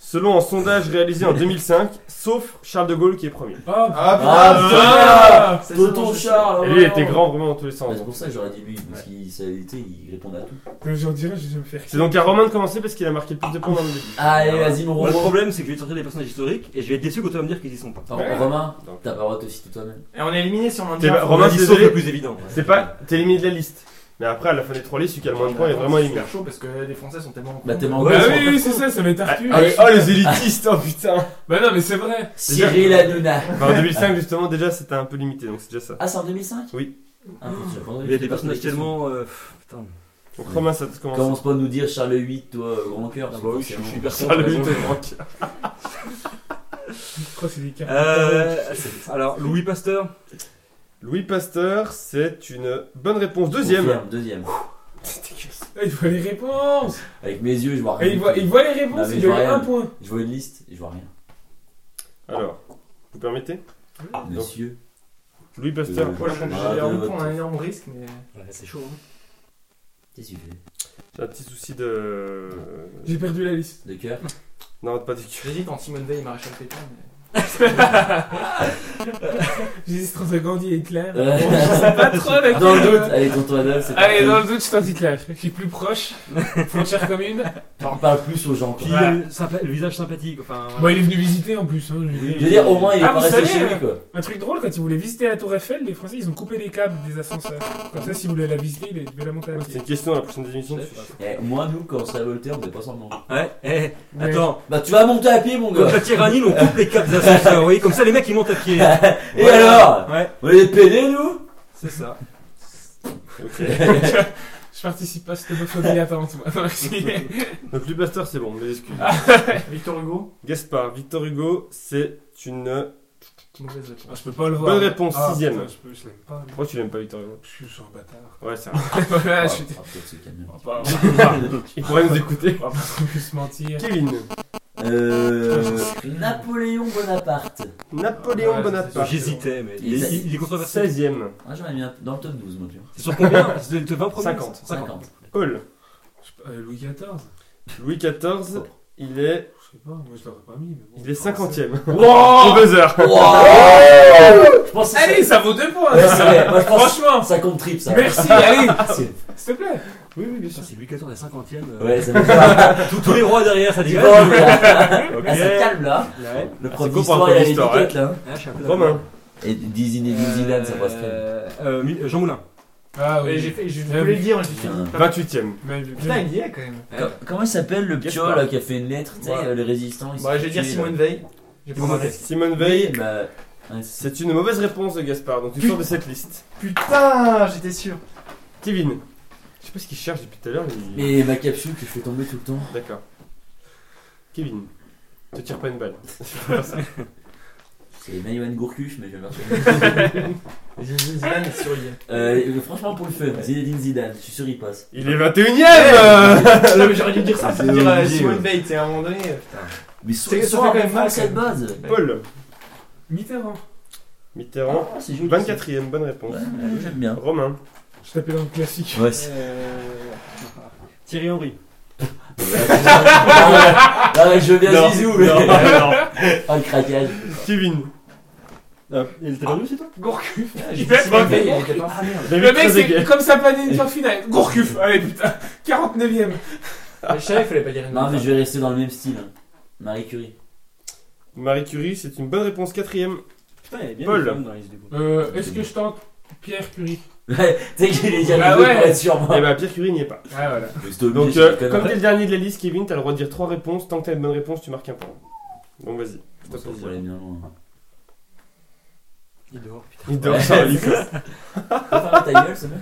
Speaker 2: selon un sondage réalisé en 2005, sauf Charles de Gaulle qui est premier.
Speaker 3: Oh,
Speaker 2: Ah,
Speaker 1: Ah,
Speaker 5: putain
Speaker 1: Tonton Charles
Speaker 2: bah, Et lui il
Speaker 1: oh.
Speaker 2: était grand vraiment dans tous les
Speaker 1: Bah,
Speaker 2: sens.
Speaker 1: C'est pour ça que j'aurais dit lui, parce qu'il savait, tu sais, il répondait à tout.
Speaker 3: Que j'en dirais, je vais me faire.
Speaker 2: C'est donc à Romain de commencer parce qu'il a marqué le plus de points dans le début.
Speaker 1: Allez, vas-y, mon
Speaker 4: Moi, le
Speaker 1: Roro.
Speaker 4: problème, c'est que je vais sortir des personnages historiques et je vais être déçu quand tu vas me dire qu'ils y sont pas.
Speaker 1: Enfin,
Speaker 3: Ouais.
Speaker 1: Romain,
Speaker 2: Donc,
Speaker 1: t'as pas le droit de te citer toi-même.
Speaker 5: Et on est éliminé si on en
Speaker 2: T'es
Speaker 5: dit
Speaker 2: pas-
Speaker 5: un.
Speaker 2: Romain,
Speaker 4: Ils
Speaker 2: c'est
Speaker 4: sont
Speaker 2: désolé.
Speaker 4: le plus évident.
Speaker 2: C'est pas, t'es éliminé de la liste. Mais après, à la fin des trois listes, celui qui a le moins de points est vraiment
Speaker 5: C'est
Speaker 2: éliminé.
Speaker 5: super chaud parce que les Français sont tellement.
Speaker 1: Bah, t'es
Speaker 5: cons.
Speaker 1: mangé.
Speaker 3: Bah oui, oui, c'est ça, ça m'est
Speaker 2: Ah,
Speaker 3: tartu.
Speaker 2: ah, oh, les élitistes, oh putain!
Speaker 3: Bah non, mais c'est vrai.
Speaker 1: Cyril Hanouna.
Speaker 2: Enfin, en 2005, justement, déjà, c'était un peu limité, donc c'est déjà ça.
Speaker 1: Ah, c'est en 2005
Speaker 2: Oui.
Speaker 1: Ah, faut que je réponde.
Speaker 4: Il y a des personnages tellement. euh, pff, Putain.
Speaker 2: Donc, Romain, ça te commence.
Speaker 1: Commence pas à nous dire Charles VIII, toi, euh, grand cœur.
Speaker 4: Ah
Speaker 1: parce
Speaker 4: bah
Speaker 1: que
Speaker 4: oui, je suis- je suis
Speaker 1: forcément-
Speaker 4: hyper
Speaker 2: Ah, le
Speaker 4: content.
Speaker 2: but est manqué.
Speaker 3: Je crois que c'est des cartes.
Speaker 4: Euh, c'est- Alors, Louis Pasteur.
Speaker 2: Louis Pasteur, c'est une bonne réponse. Deuxième.
Speaker 1: Confirme, Deuxième.
Speaker 3: Ah, Il voit les réponses.
Speaker 1: Avec mes yeux, je vois
Speaker 3: Et
Speaker 1: rien.
Speaker 3: il voit, il voit les
Speaker 1: Non,
Speaker 3: réponses,
Speaker 1: mais
Speaker 3: il
Speaker 1: je
Speaker 3: y
Speaker 1: vois
Speaker 3: a
Speaker 1: rien.
Speaker 3: un point.
Speaker 1: Je vois une liste et je vois rien.
Speaker 2: Alors, vous permettez?
Speaker 1: Ah, Monsieur.
Speaker 2: Louis Pasteur.
Speaker 1: Euh,
Speaker 5: Moi, je pense que j'ai
Speaker 1: Ah,
Speaker 5: un
Speaker 1: de-
Speaker 5: bon point, un énorme risque, mais.
Speaker 4: Ouais, C'est chaud. hein.
Speaker 1: Qu'est-ce que tu fais
Speaker 2: J'ai un petit souci de.
Speaker 3: J'ai perdu la liste.
Speaker 1: De cœur
Speaker 2: Non, pas du cul.
Speaker 5: J'hésite en Simone Veil et Maréchal Pétain. mais-
Speaker 3: J'hésite entre Gandhi et Hitler.
Speaker 1: Euh.
Speaker 3: Bon, je sais pas trop laquelle.
Speaker 1: Dans le
Speaker 3: euh,
Speaker 1: doute, allez, tonton Adolphe, c'est
Speaker 3: Allez,
Speaker 1: parti.
Speaker 3: dans le doute, je tente Hitler. Je suis plus proche. Frontière commune.
Speaker 1: On parle plus aux gens. quoi.
Speaker 4: Puis
Speaker 3: Voilà.
Speaker 4: euh, sympa- le visage sympathique, enfin. voilà.
Speaker 3: Bon, il est venu visiter en plus. hein, je-
Speaker 1: Je veux dire, au moins, il est
Speaker 3: Ah,
Speaker 1: pas
Speaker 3: vous
Speaker 1: resté
Speaker 3: savez,
Speaker 1: chez
Speaker 3: euh,
Speaker 1: lui, quoi.
Speaker 3: Un truc drôle, quand ils voulaient visiter la Tour Eiffel, les Français, ils ont coupé les câbles des ascenseurs. Comme ça, si vous voulez la visiter, ils devaient la monter à
Speaker 2: C'est
Speaker 3: pied.
Speaker 2: une question à la prochaine émission.
Speaker 4: Ouais,
Speaker 2: tu-
Speaker 1: Eh, moi, nous, quand on s'est à Voltaire, on n'est pas semblant.
Speaker 4: Ouais, eh,
Speaker 3: Mais-
Speaker 4: attends.
Speaker 1: Bah, tu vas monter à pied, mon
Speaker 4: Contre
Speaker 1: gars.
Speaker 4: la tyrannie, on coupe les câbles ascenseurs, vous voyez, comme ça les mecs ils montent à pied.
Speaker 1: Et
Speaker 4: Voilà.
Speaker 1: alors
Speaker 4: Ouais,
Speaker 1: On est pédés, nous
Speaker 4: c'est ça.
Speaker 3: Je participe pas à cette homophobie attente, moi. Merci.
Speaker 2: Donc, lui, Pasteur, c'est bon, mes excuses.
Speaker 3: Ah.
Speaker 5: Victor Hugo
Speaker 2: Gaspard, Victor Hugo, c'est une.
Speaker 5: Mauvaise réponse.
Speaker 3: Ah, Je peux pas le voir.
Speaker 2: Bonne réponse,
Speaker 3: Ah,
Speaker 2: sixième.
Speaker 3: putain, je peux- je l'aime pas. lui.
Speaker 2: Pourquoi tu l'aimes pas, Victor Hugo
Speaker 3: Je suis un bâtard.
Speaker 2: Ouais, c'est vrai.
Speaker 3: Voilà,
Speaker 1: Ah,
Speaker 3: je suis.
Speaker 1: ah, peut-être c'est calme.
Speaker 3: On va pas
Speaker 2: Il pourrait nous écouter.
Speaker 3: on va pas trop se mentir.
Speaker 2: Kevin,
Speaker 1: Euh. Napoléon Bonaparte.
Speaker 2: Napoléon
Speaker 3: Ouais,
Speaker 2: Bonaparte.
Speaker 3: c'est-
Speaker 4: J'hésitais, mais
Speaker 1: Il
Speaker 4: il,
Speaker 1: est-
Speaker 4: est- il est controversé.
Speaker 2: 16ème.
Speaker 1: Ah, j'aurais mis un- dans le top 12, moi, tu vois.
Speaker 4: C'est sur combien C'est de 20 premiers
Speaker 2: 50.
Speaker 4: 50.
Speaker 2: Paul,
Speaker 3: Je sais pas, euh, Louis XIV
Speaker 2: Louis XIV, il est.
Speaker 3: Je sais pas, moi je l'aurais pas mis. Mais bon,
Speaker 2: Il est
Speaker 3: Français.
Speaker 2: 50ème. Au
Speaker 3: Wow
Speaker 2: buzzer.
Speaker 1: Je pense que ça-
Speaker 3: Allez, ça vaut deux points.
Speaker 1: Ouais,
Speaker 3: ça.
Speaker 1: c'est vrai. Moi, je pense-
Speaker 3: Franchement,
Speaker 1: ça compte triple, ça.
Speaker 3: merci, allez,
Speaker 1: C'est-
Speaker 3: s'il te plaît.
Speaker 2: Oui, oui, bien sûr.
Speaker 4: C'est Louis XIV, la 50 e
Speaker 1: Ouais, ça me fait
Speaker 4: Tous les rois derrière, ça dit.
Speaker 1: Bon,
Speaker 4: Ouais,
Speaker 1: là.
Speaker 2: Ok.
Speaker 1: Ah, ça calme, là.
Speaker 4: Ouais.
Speaker 1: Le
Speaker 2: Ah,
Speaker 1: prof
Speaker 2: c'est cool pour un
Speaker 1: d'histoire,
Speaker 2: prof
Speaker 1: il a les
Speaker 2: d'histoire,
Speaker 1: étiquettes, là. hein.
Speaker 4: Ah, je suis un peu
Speaker 2: Romain,
Speaker 1: Et des Zidane, des Zidane, ça passe très
Speaker 4: Euh, euh, Mi- Jean Moulin.
Speaker 3: Ah
Speaker 5: Ouais, j'ai fait, je voulais le dire, mais j'ai fini.
Speaker 1: bien.
Speaker 2: 28ème.
Speaker 3: Mais,
Speaker 5: Putain, il y est quand même.
Speaker 1: Co- Comment il s'appelle le pio
Speaker 2: Gaspard.
Speaker 1: là qui a fait une lettre, tu sais,
Speaker 5: Ouais.
Speaker 1: euh, le résistant il
Speaker 5: Bah,
Speaker 1: s'est
Speaker 5: je vais dire
Speaker 1: tué,
Speaker 5: Simone
Speaker 1: là.
Speaker 5: Veil. J'ai pas
Speaker 4: Simone
Speaker 5: marqué.
Speaker 2: Simone
Speaker 1: Oui,
Speaker 2: Veil,
Speaker 1: bah. ouais, c'est-
Speaker 2: c'est une mauvaise réponse de Gaspard, donc tu sors de cette liste.
Speaker 5: Putain, j'étais sûr.
Speaker 2: Kevin, je sais pas ce qu'il cherche depuis tout à l'heure, mais.
Speaker 1: Mais ma capsule que je fais tomber tout le temps.
Speaker 2: D'accord. Kevin, te tire pas une balle.
Speaker 1: C'est Maïwan Gourcuff, mais je vais le marcher.
Speaker 5: Zidane est surlié.
Speaker 1: Euh, euh, franchement, pour le fun, Zinedine Zidane, je suis sûr il passe.
Speaker 2: Il est
Speaker 5: Eh,
Speaker 2: 21ème
Speaker 5: Non, mais j'aurais dû dire ça,
Speaker 1: C'est
Speaker 5: c'est dire euh,
Speaker 1: obligé,
Speaker 5: Simone
Speaker 1: ouais.
Speaker 5: Veil, c'est à un moment donné. euh, bah,
Speaker 1: Mais sois
Speaker 5: C'est- ça
Speaker 1: sois
Speaker 5: fait quand
Speaker 1: en
Speaker 5: même mal,
Speaker 1: France,
Speaker 5: quand
Speaker 1: cette
Speaker 5: même.
Speaker 1: base.
Speaker 2: Paul,
Speaker 3: Mitterrand.
Speaker 2: Mitterrand,
Speaker 1: Ah, c'est joli.
Speaker 2: 24ème, bonne réponse.
Speaker 1: Ouais, ouais, J'aime bien.
Speaker 2: Romain,
Speaker 3: Je tapais dans le classique.
Speaker 1: Ouais,
Speaker 5: euh,
Speaker 4: Thierry Henry.
Speaker 1: Ah, je veux bien
Speaker 2: Non,
Speaker 1: Zizou,
Speaker 2: non,
Speaker 1: mais.
Speaker 2: non.
Speaker 1: Ah, le craquage.
Speaker 2: Kevin. il était perdu, c'est toi
Speaker 3: Gourcuff.
Speaker 5: j'ai
Speaker 3: Il
Speaker 5: dit
Speaker 3: fait
Speaker 5: Simone Veil,
Speaker 3: Gourcuff.
Speaker 5: il y a 14. Ah merde.
Speaker 3: Le
Speaker 2: David
Speaker 3: mec, c'est
Speaker 2: Trezeguet.
Speaker 3: comme ça pané une carte finale. Gourcuff. Allez, putain. 49ème.
Speaker 5: Mais Je savais qu'il fallait pas dire une
Speaker 1: Non, mais
Speaker 5: femme.
Speaker 1: je vais rester dans le même style. hein. Marie Curie.
Speaker 2: Marie Curie, c'est une bonne réponse, quatrième.
Speaker 4: Putain, il y avait bien
Speaker 2: Paul.
Speaker 4: des femmes dans la liste des bons.
Speaker 3: Euh, est-ce que je tente Pierre Curie
Speaker 1: Ouais, tu sais qu'il est déjà le
Speaker 3: Ah
Speaker 1: deux
Speaker 3: ouais.
Speaker 1: pour être sûr, moi.
Speaker 5: ben,
Speaker 2: Eh bah, Pierre Curie n'y est pas.
Speaker 3: Ah, voilà.
Speaker 1: Mais c'était obligé,
Speaker 2: Donc,
Speaker 1: c'est
Speaker 2: euh,
Speaker 1: une connerie.
Speaker 2: comme t'es le dernier de la liste, Kevin, t'as le droit de dire trois réponses. Tant que t'as une bonne réponse, tu marques un point. Bon, vas-y.
Speaker 1: Bon, ça, faut aller bien loin.
Speaker 4: Il est dehors, putain.
Speaker 2: Il dort sur la liste.
Speaker 1: Faut fermer ta gueule, ce mec.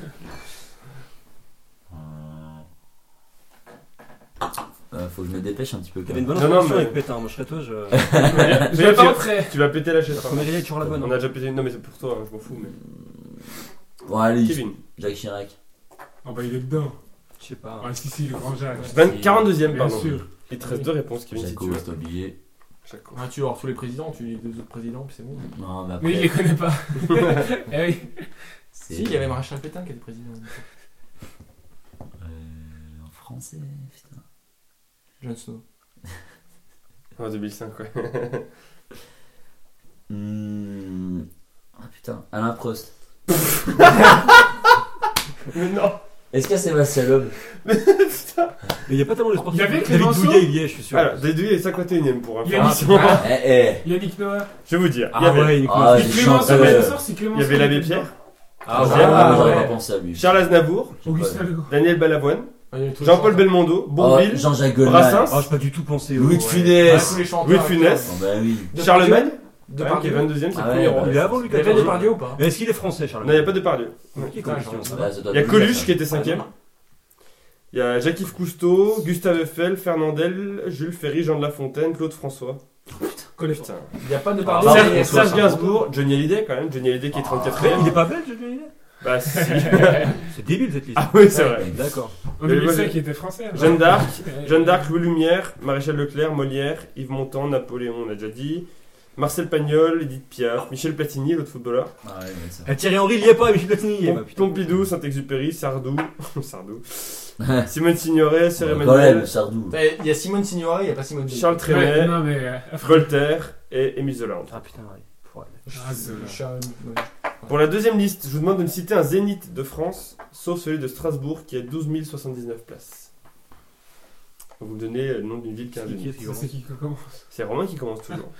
Speaker 1: Euh, faut que je me dépêche un petit peu
Speaker 4: Il y
Speaker 1: quand
Speaker 4: avait une
Speaker 1: même.
Speaker 4: bonne
Speaker 2: Non, non,
Speaker 4: information
Speaker 2: mais-
Speaker 4: avec Pétain. Moi, je serais toi, je.
Speaker 3: Je vais
Speaker 2: Mais
Speaker 3: pas
Speaker 2: tu-
Speaker 3: entrer.
Speaker 2: Tu vas péter la chaise.
Speaker 4: La première idée est toujours la bonne.
Speaker 2: On
Speaker 4: hein.
Speaker 2: a déjà pété une. Non, mais c'est pour toi, hein, je m'en fous. Mais...
Speaker 1: Bon, allez,
Speaker 2: Kevin,
Speaker 1: Jacques Chirac.
Speaker 3: Ah, bah, il est dedans.
Speaker 4: Je sais pas.
Speaker 3: Ah, si, si, le grand Jacques.
Speaker 2: 20 42ème,
Speaker 3: Bien
Speaker 2: pardon.
Speaker 3: sûr.
Speaker 2: Il te reste deux réponses, Kevin, si tu
Speaker 1: Jaco,
Speaker 2: veux.
Speaker 1: c'est obligé.
Speaker 2: Jaco.
Speaker 5: Ah, tu vas voir tous les présidents, tu dis les deux autres présidents, puis c'est bon.
Speaker 1: Non, mais
Speaker 3: Mais il les
Speaker 1: après.
Speaker 3: connaît pas. eh oui.
Speaker 1: c'est-
Speaker 5: Si, il y avait Maréchal Pétain qui était président.
Speaker 1: Euh, En français, putain.
Speaker 5: John Snow.
Speaker 2: En 2005, ouais.
Speaker 1: Hmm. Ah putain, Alain Prost.
Speaker 2: mais non
Speaker 1: Est-ce qu'il y a Sébastien Loeb
Speaker 4: Mais il n'y a pas tellement de sportifs.
Speaker 3: Il y avait
Speaker 4: David
Speaker 3: Clémenceau
Speaker 4: Douillet, il y est, je suis sûr.
Speaker 2: Alors, Dédouille est 51ème pour un
Speaker 3: Il y a
Speaker 2: point.
Speaker 3: mis sur- Ah,
Speaker 1: Eh, eh.
Speaker 3: Yannick Noah.
Speaker 2: Je vais vous dire. il y
Speaker 4: Ah
Speaker 2: avait
Speaker 4: ouais, il est
Speaker 1: Ah,
Speaker 4: cool.
Speaker 1: il est
Speaker 3: Clémenceau,
Speaker 1: chanteur.
Speaker 3: je sors, c'est Clémenceau.
Speaker 2: Il y avait l'abbé Pierre,
Speaker 1: Ah,
Speaker 5: ouais.
Speaker 1: ouais,
Speaker 5: Ah,
Speaker 1: j'aurais
Speaker 5: ouais.
Speaker 1: pas pensé à lui.
Speaker 2: Charles Aznavour,
Speaker 3: Augustin Legault.
Speaker 2: Daniel Balavoine,
Speaker 5: Ah, il y avait tous les
Speaker 2: Jean-Paul
Speaker 5: chanteurs.
Speaker 2: Belmondo,
Speaker 1: Oh,
Speaker 2: Bourville,
Speaker 1: Jean-Jacques Goldman.
Speaker 2: Brassens,
Speaker 4: Ah, j'ai pas du tout pensé. au-
Speaker 1: Louis de
Speaker 4: ouais.
Speaker 5: Ah,
Speaker 1: Funès.
Speaker 5: tous les chanteurs. euh,
Speaker 2: Louis de Funès.
Speaker 1: Oh, bah oui.
Speaker 2: Charlemagne, ouais, qui est
Speaker 5: Depardieu.
Speaker 2: 22ème, c'est
Speaker 1: Ah
Speaker 2: le
Speaker 1: ouais,
Speaker 2: premier rang.
Speaker 1: bah,
Speaker 4: Il est avant lui,
Speaker 5: Il y avait Depardieu ou pas
Speaker 4: Mais est-ce qu'il est français,
Speaker 2: Non,
Speaker 4: Charles
Speaker 2: il n'y a pas de Pardieu.
Speaker 4: Qui est
Speaker 5: Putain,
Speaker 4: question, ça
Speaker 1: Bah, ça doit
Speaker 2: Il y a
Speaker 1: être lui,
Speaker 2: Coluche
Speaker 1: ça.
Speaker 2: qui était 5ème. Il y a Jacques-Yves Cousteau, Gustave Eiffel, Fernandel, Jules Ferry, Jean de La Fontaine, Claude François.
Speaker 3: Collecte.
Speaker 2: Putain.
Speaker 5: Il n'y a pas de
Speaker 1: Ah,
Speaker 5: Depardieu.
Speaker 1: bah,
Speaker 5: mais-
Speaker 2: Serge,
Speaker 1: François,
Speaker 2: Serge
Speaker 1: ça.
Speaker 2: Gainsbourg, Johnny Hallyday quand même, Johnny Hallyday qui est 34
Speaker 4: Mais
Speaker 2: e
Speaker 4: Il est pas belge, Johnny Hallyday
Speaker 2: Bah si.
Speaker 4: C'est débile cette liste.
Speaker 2: ah oui, c'est vrai.
Speaker 4: D'accord.
Speaker 3: Au
Speaker 2: Mais
Speaker 3: début,
Speaker 2: moi,
Speaker 3: c'est
Speaker 2: j'ai-
Speaker 3: qui était français.
Speaker 2: Jeanne
Speaker 3: alors.
Speaker 2: d'Arc,
Speaker 3: Ouais.
Speaker 2: Jeanne d'Arc, Louis Lumière, Maréchal Leclerc, Molière, Yves Montand, Napoléon, on a déjà dit. Marcel Pagnol, Edith Piaf, Michel Platini, l'autre footballeur.
Speaker 1: Ah, ouais, ouais, ça.
Speaker 4: Eh, Thierry Henry, il y est pas, mais je suis vacciné.
Speaker 2: Pom- Pompidou, Saint-Exupéry, Sardou, Sardou, Simone Signoret, Sir
Speaker 1: Quand même,
Speaker 2: Emmanuel,
Speaker 1: Sardou.
Speaker 4: Il y a Simone Signoret, il n'y a pas Simone Veil.
Speaker 2: Charles
Speaker 3: Ouais,
Speaker 2: Trenet,
Speaker 3: non, mais. euh, affreux.
Speaker 2: Voltaire et Émile Zoland.
Speaker 4: Ah putain, ouais. Pour elle.
Speaker 3: Ah, c'est vrai.
Speaker 4: Charles- ouais.
Speaker 2: Pour la deuxième liste, je vous demande de me citer un zénith de France, sauf celui de Strasbourg qui a 12 079 places. Vous me donnez le nom d'une ville qui a un zénith.
Speaker 3: Ça, c'est qui comment
Speaker 2: C'est Romain qui commence toujours.